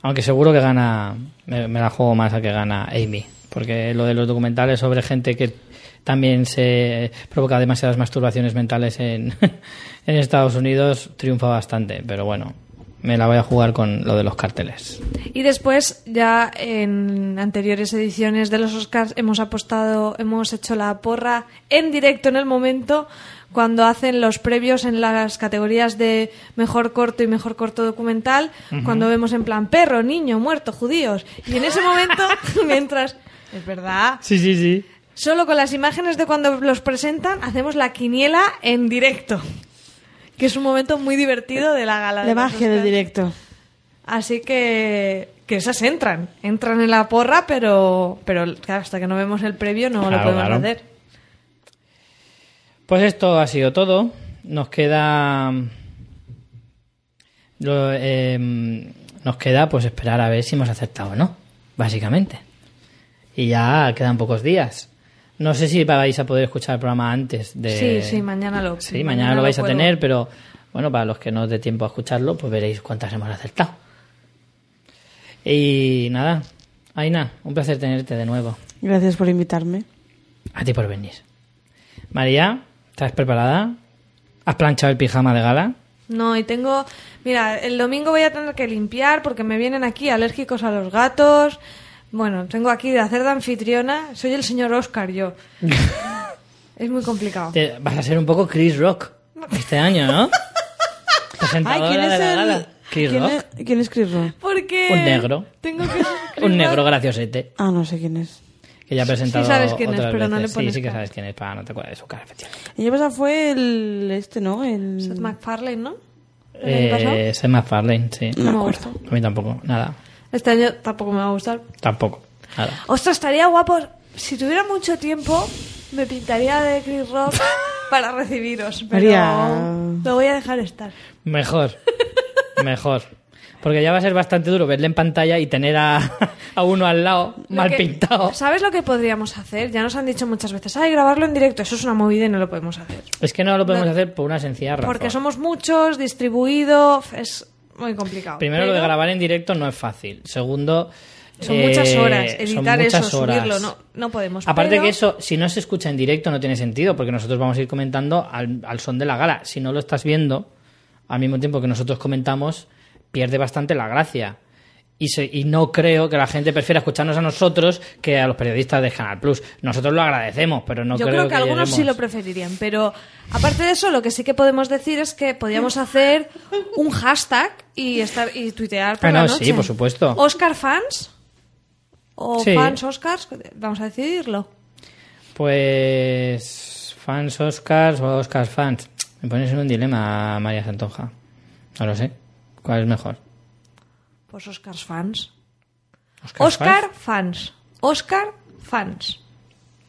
S1: Aunque seguro que gana. Me, me la juego más a que gana Amy. Porque lo de los documentales sobre gente que también se provoca demasiadas masturbaciones mentales en, en Estados Unidos triunfa bastante. Pero bueno, me la voy a jugar con lo de los cárteles.
S2: Y después, ya en anteriores ediciones de los Oscars, hemos apostado, hemos hecho la porra en directo en el momento cuando hacen los previos en las categorías de mejor corto y mejor corto documental, cuando vemos en plan perro, niño, muerto, judíos. Y en ese momento, mientras... Es verdad.
S1: Sí, sí, sí.
S2: Solo con las imágenes de cuando los presentan, hacemos la quiniela en directo. Que es un momento muy divertido de la gala. de
S3: La
S1: pues
S2: los
S3: magia del
S2: Oscars.
S3: directo.
S2: Así que, que esas entran, entran en la porra, pero, pero claro, hasta que no vemos el previo no lo
S1: Claro,
S2: podemos
S1: claro.
S2: hacer.
S1: Pues esto ha sido todo. Nos queda. lo, eh, nos queda pues esperar a ver si hemos aceptado o no, básicamente. Y ya quedan pocos días. No sé si vais a poder escuchar el programa antes de.
S2: Sí, sí, mañana lo.
S1: Sí, mañana, lo vais a
S2: cuelgo.
S1: tener, pero bueno, para los que no os dé tiempo a escucharlo, pues veréis cuántas hemos acertado. Y nada, Aina, un placer tenerte de nuevo.
S3: Gracias por invitarme.
S1: A ti por venir. María, ¿estás preparada? ¿Has planchado el pijama de gala?
S2: No, y tengo. Mira, el domingo voy a tener que limpiar porque me vienen aquí alérgicos a los gatos. Bueno, tengo aquí de hacer de anfitriona. Soy el señor Oscar, yo. es muy complicado.
S1: Te- vas a ser un poco Chris Rock este año, ¿no? Presentadora de la gala. Chris
S3: ¿quién
S1: Rock.
S3: es, ¿Quién es Chris Rock?
S2: Porque.
S1: Un negro.
S2: Tengo que.
S1: Un negro graciosete
S3: Ah, no sé quién es.
S1: que ya ha presentado
S2: sabes quién es,
S1: otras
S2: pero no
S1: veces.
S2: le pones
S1: sí, sí que
S2: cara.
S1: sabes quién es, para no te acuerdas de su cara, efectivamente.
S3: El año pasado fue el este, ¿no? El...
S2: Seth MacFarlane, ¿no? ¿El año pasado?
S1: Eh, Seth MacFarlane, sí.
S2: No me gusta.
S1: A mí tampoco, nada.
S2: Este año tampoco me va a gustar.
S1: Tampoco, nada.
S2: Ostras, estaría guapo. Si tuviera mucho tiempo, me pintaría de Chris Rock para recibiros. Pero
S3: María.
S2: lo voy a dejar estar.
S1: Mejor, mejor. Porque ya va a ser bastante duro verle en pantalla y tener a, a uno al lado
S2: Lo
S1: mal
S2: que-
S1: pintado.
S2: ¿Sabes lo que podríamos hacer? Ya nos han dicho muchas veces, ay, grabarlo en directo. Eso es una movida y no lo podemos hacer.
S1: Es que no lo podemos hacer por una sencilla razón.
S2: Porque somos muchos, distribuido, es muy complicado.
S1: Primero, lo de
S2: Pero
S1: grabar en directo no es fácil. Segundo,
S2: Son
S1: eh,
S2: muchas horas,
S1: son
S2: editar
S1: muchas
S2: eso,
S1: horas.
S2: subirlo, no, no podemos.
S1: Aparte
S2: pero-
S1: que eso, si no se escucha en directo, no tiene sentido, porque nosotros vamos a ir comentando al, al son de la gala. Si no lo estás viendo, al mismo tiempo que nosotros comentamos, pierde bastante la gracia. Y, se- y no creo que la gente prefiera escucharnos a nosotros que a los periodistas de Canal Plus. Nosotros lo agradecemos, pero no
S2: Yo creo, que, algunos sí lo
S1: lleguemos.
S2: preferirían, pero aparte de eso, lo que sí que podemos decir es que podíamos hacer un hashtag y estar y tuitear por
S1: Ah,
S2: la
S1: no, sí,
S2: noche.
S1: por supuesto.
S2: Oscar fans o
S1: Sí.
S2: fans Oscars, vamos a decidirlo.
S1: Pues fans Oscars o Oscars fans. Me pones en un dilema, María Santonja. No lo sé. ¿Cuál es mejor?
S2: Pues Oscars fans.
S1: ¿Oscars
S2: Oscar
S1: fans?
S2: fans. Oscar fans.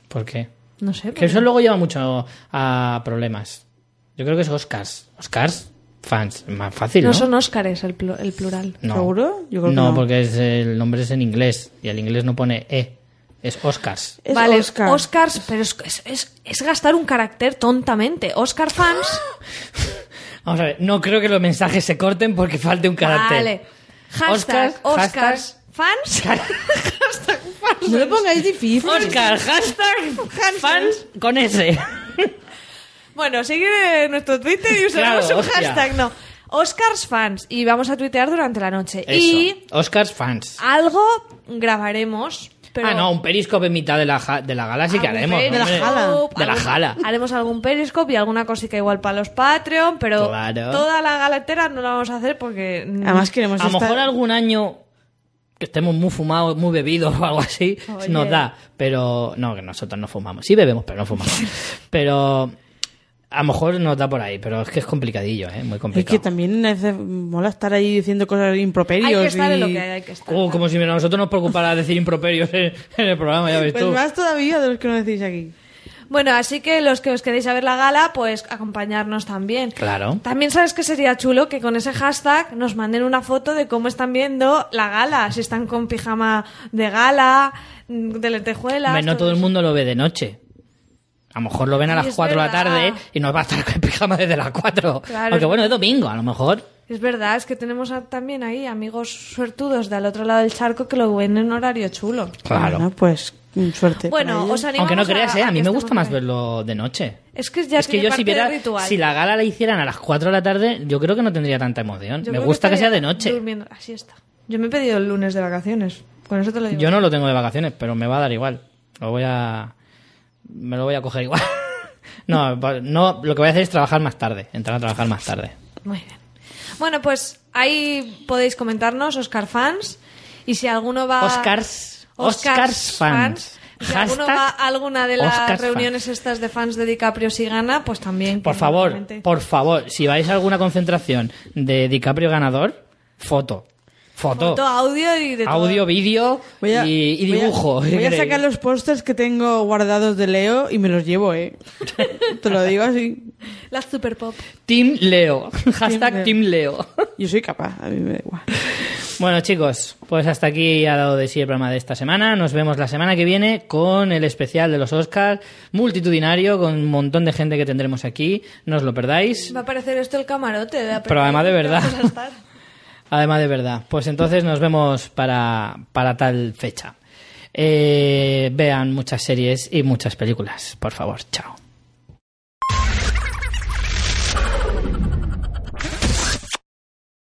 S1: ¿Por qué?
S2: No sé.
S1: Que eso luego lleva mucho a problemas. Yo creo que es Oscars. ¿Oscars? Fans, más fácil, ¿no?
S2: No son Óscares el, plu- el plural.
S1: No.
S3: ¿Seguro? Yo creo que
S1: no,
S3: no.
S1: porque es, el nombre es en inglés y el inglés no pone E, es Oscars.
S3: Es
S2: vale,
S3: Oscar.
S2: Oscars, pero es, es- es- es gastar un carácter tontamente. Oscar fans.
S1: Vamos a ver, no creo que los mensajes se corten porque falte un carácter.
S2: Vale. Hashtag
S1: Oscars,
S2: Oscars fans. Hashtag fans.
S3: No lo pongáis difícil.
S1: Oscar, hashtag fans con S.
S2: Bueno, sigue nuestro Twitter y usaremos
S1: Claro,
S2: un
S1: hostia.
S2: hashtag, no. Oscars fans. Y vamos a tuitear durante la noche.
S1: Eso,
S2: Y
S1: Oscars fans.
S2: algo grabaremos. Pero
S1: Ah, no, un periscope en mitad de la, ja- de la galaxia que
S2: algún
S1: haremos.
S2: periscope,
S1: hombre. De la
S2: algún-
S1: jala.
S2: Haremos algún periscope y alguna cosica igual para los Patreon, pero
S1: Claro.
S2: toda la galatera no la vamos a hacer porque... mm,
S3: Además queremos
S1: A lo
S3: estar...
S1: mejor algún año que estemos muy fumados, muy bebidos o algo así,
S2: Oye.
S1: nos da. Pero no, que nosotros no fumamos. Sí bebemos, pero no fumamos. pero a lo mejor nos da por ahí, pero es que es complicadillo, ¿eh? Muy
S3: Es
S1: complicado.
S3: que también hace- mola estar ahí diciendo cosas improperios
S2: hay que estar
S3: y...
S2: en lo que hay, hay que estar.
S1: Oh, como si a nosotros nos preocupara decir improperios en, en el programa, ya ves
S3: Pues
S1: tú.
S3: más todavía de los que no decís aquí.
S2: Bueno, así que los que os queréis a ver la gala, pues acompañarnos también.
S1: Claro.
S2: También sabes que sería chulo que con ese hashtag nos manden una foto de cómo están viendo la gala, si están con pijama de gala, mm, de lentejuelas.
S1: Hombre, no todo el
S2: eso.
S1: mundo lo ve de noche. A lo mejor lo ven a
S2: Sí,
S1: las
S2: es
S1: 4 de la
S2: verdad.
S1: tarde y nos va a estar con el pijama desde las 4.
S2: Claro,
S1: Aunque
S2: es
S1: bueno, es domingo, a lo mejor.
S2: Es verdad, es que tenemos a- también ahí amigos suertudos del otro lado del charco que lo ven en horario chulo.
S1: Claro.
S3: Bueno, pues mm, suerte.
S2: Bueno,
S3: para
S2: os animamos
S1: Aunque no creas,
S2: a,
S1: ¿eh? A mí
S2: que
S1: me
S2: estemos
S1: gusta más
S2: ahí.
S1: verlo de noche.
S2: Es que ya
S1: es que yo si viera, si la gala la hicieran a las 4 de la tarde, yo creo que no tendría tanta emoción. me gusta que, sea de noche.
S2: Durmiendo, así está. Yo me he pedido el lunes de vacaciones. Con eso te lo digo.
S1: Yo no lo tengo de vacaciones, pero me va a dar igual. Lo voy a... Me lo voy a coger igual. no, va- no, lo que voy a hacer es trabajar más tarde. Entrar a trabajar más tarde.
S2: Muy bien. Bueno, pues ahí podéis comentarnos, Oscar fans. Y si alguno va.
S1: Oscars. Oscars fans.
S2: Y Si alguno
S1: Hashtag
S2: va a alguna de las
S1: Oscars
S2: reuniones estas de fans de DiCaprio si gana, pues también.
S1: Por favor,
S2: obviamente.
S1: por favor, si vais a alguna concentración de DiCaprio ganador, foto. Foto.
S2: Foto, audio y de todo.
S1: Audio, vídeo y,
S3: Voy a-
S1: y
S3: voy a-
S1: dibujo.
S3: Voy a, sacar los pósters que tengo guardados de Leo y me los llevo, ¿eh? Te lo digo así.
S2: La super pop.
S1: Team Leo. Hashtag Team
S3: Team
S1: Leo.
S3: Yo soy capaz, a mí me da igual.
S1: Bueno, chicos, pues hasta aquí ha dado de sí el programa de esta semana. Nos vemos la semana que viene con el especial de los Oscars, multitudinario, con un montón de gente que tendremos aquí. No os lo perdáis.
S2: Va a aparecer esto el camarote. de
S1: Pero además de verdad.
S2: Vamos a estar.
S1: Además de verdad. Pues entonces nos vemos para, para tal fecha. Eh, vean muchas series y muchas películas, por favor. Chao.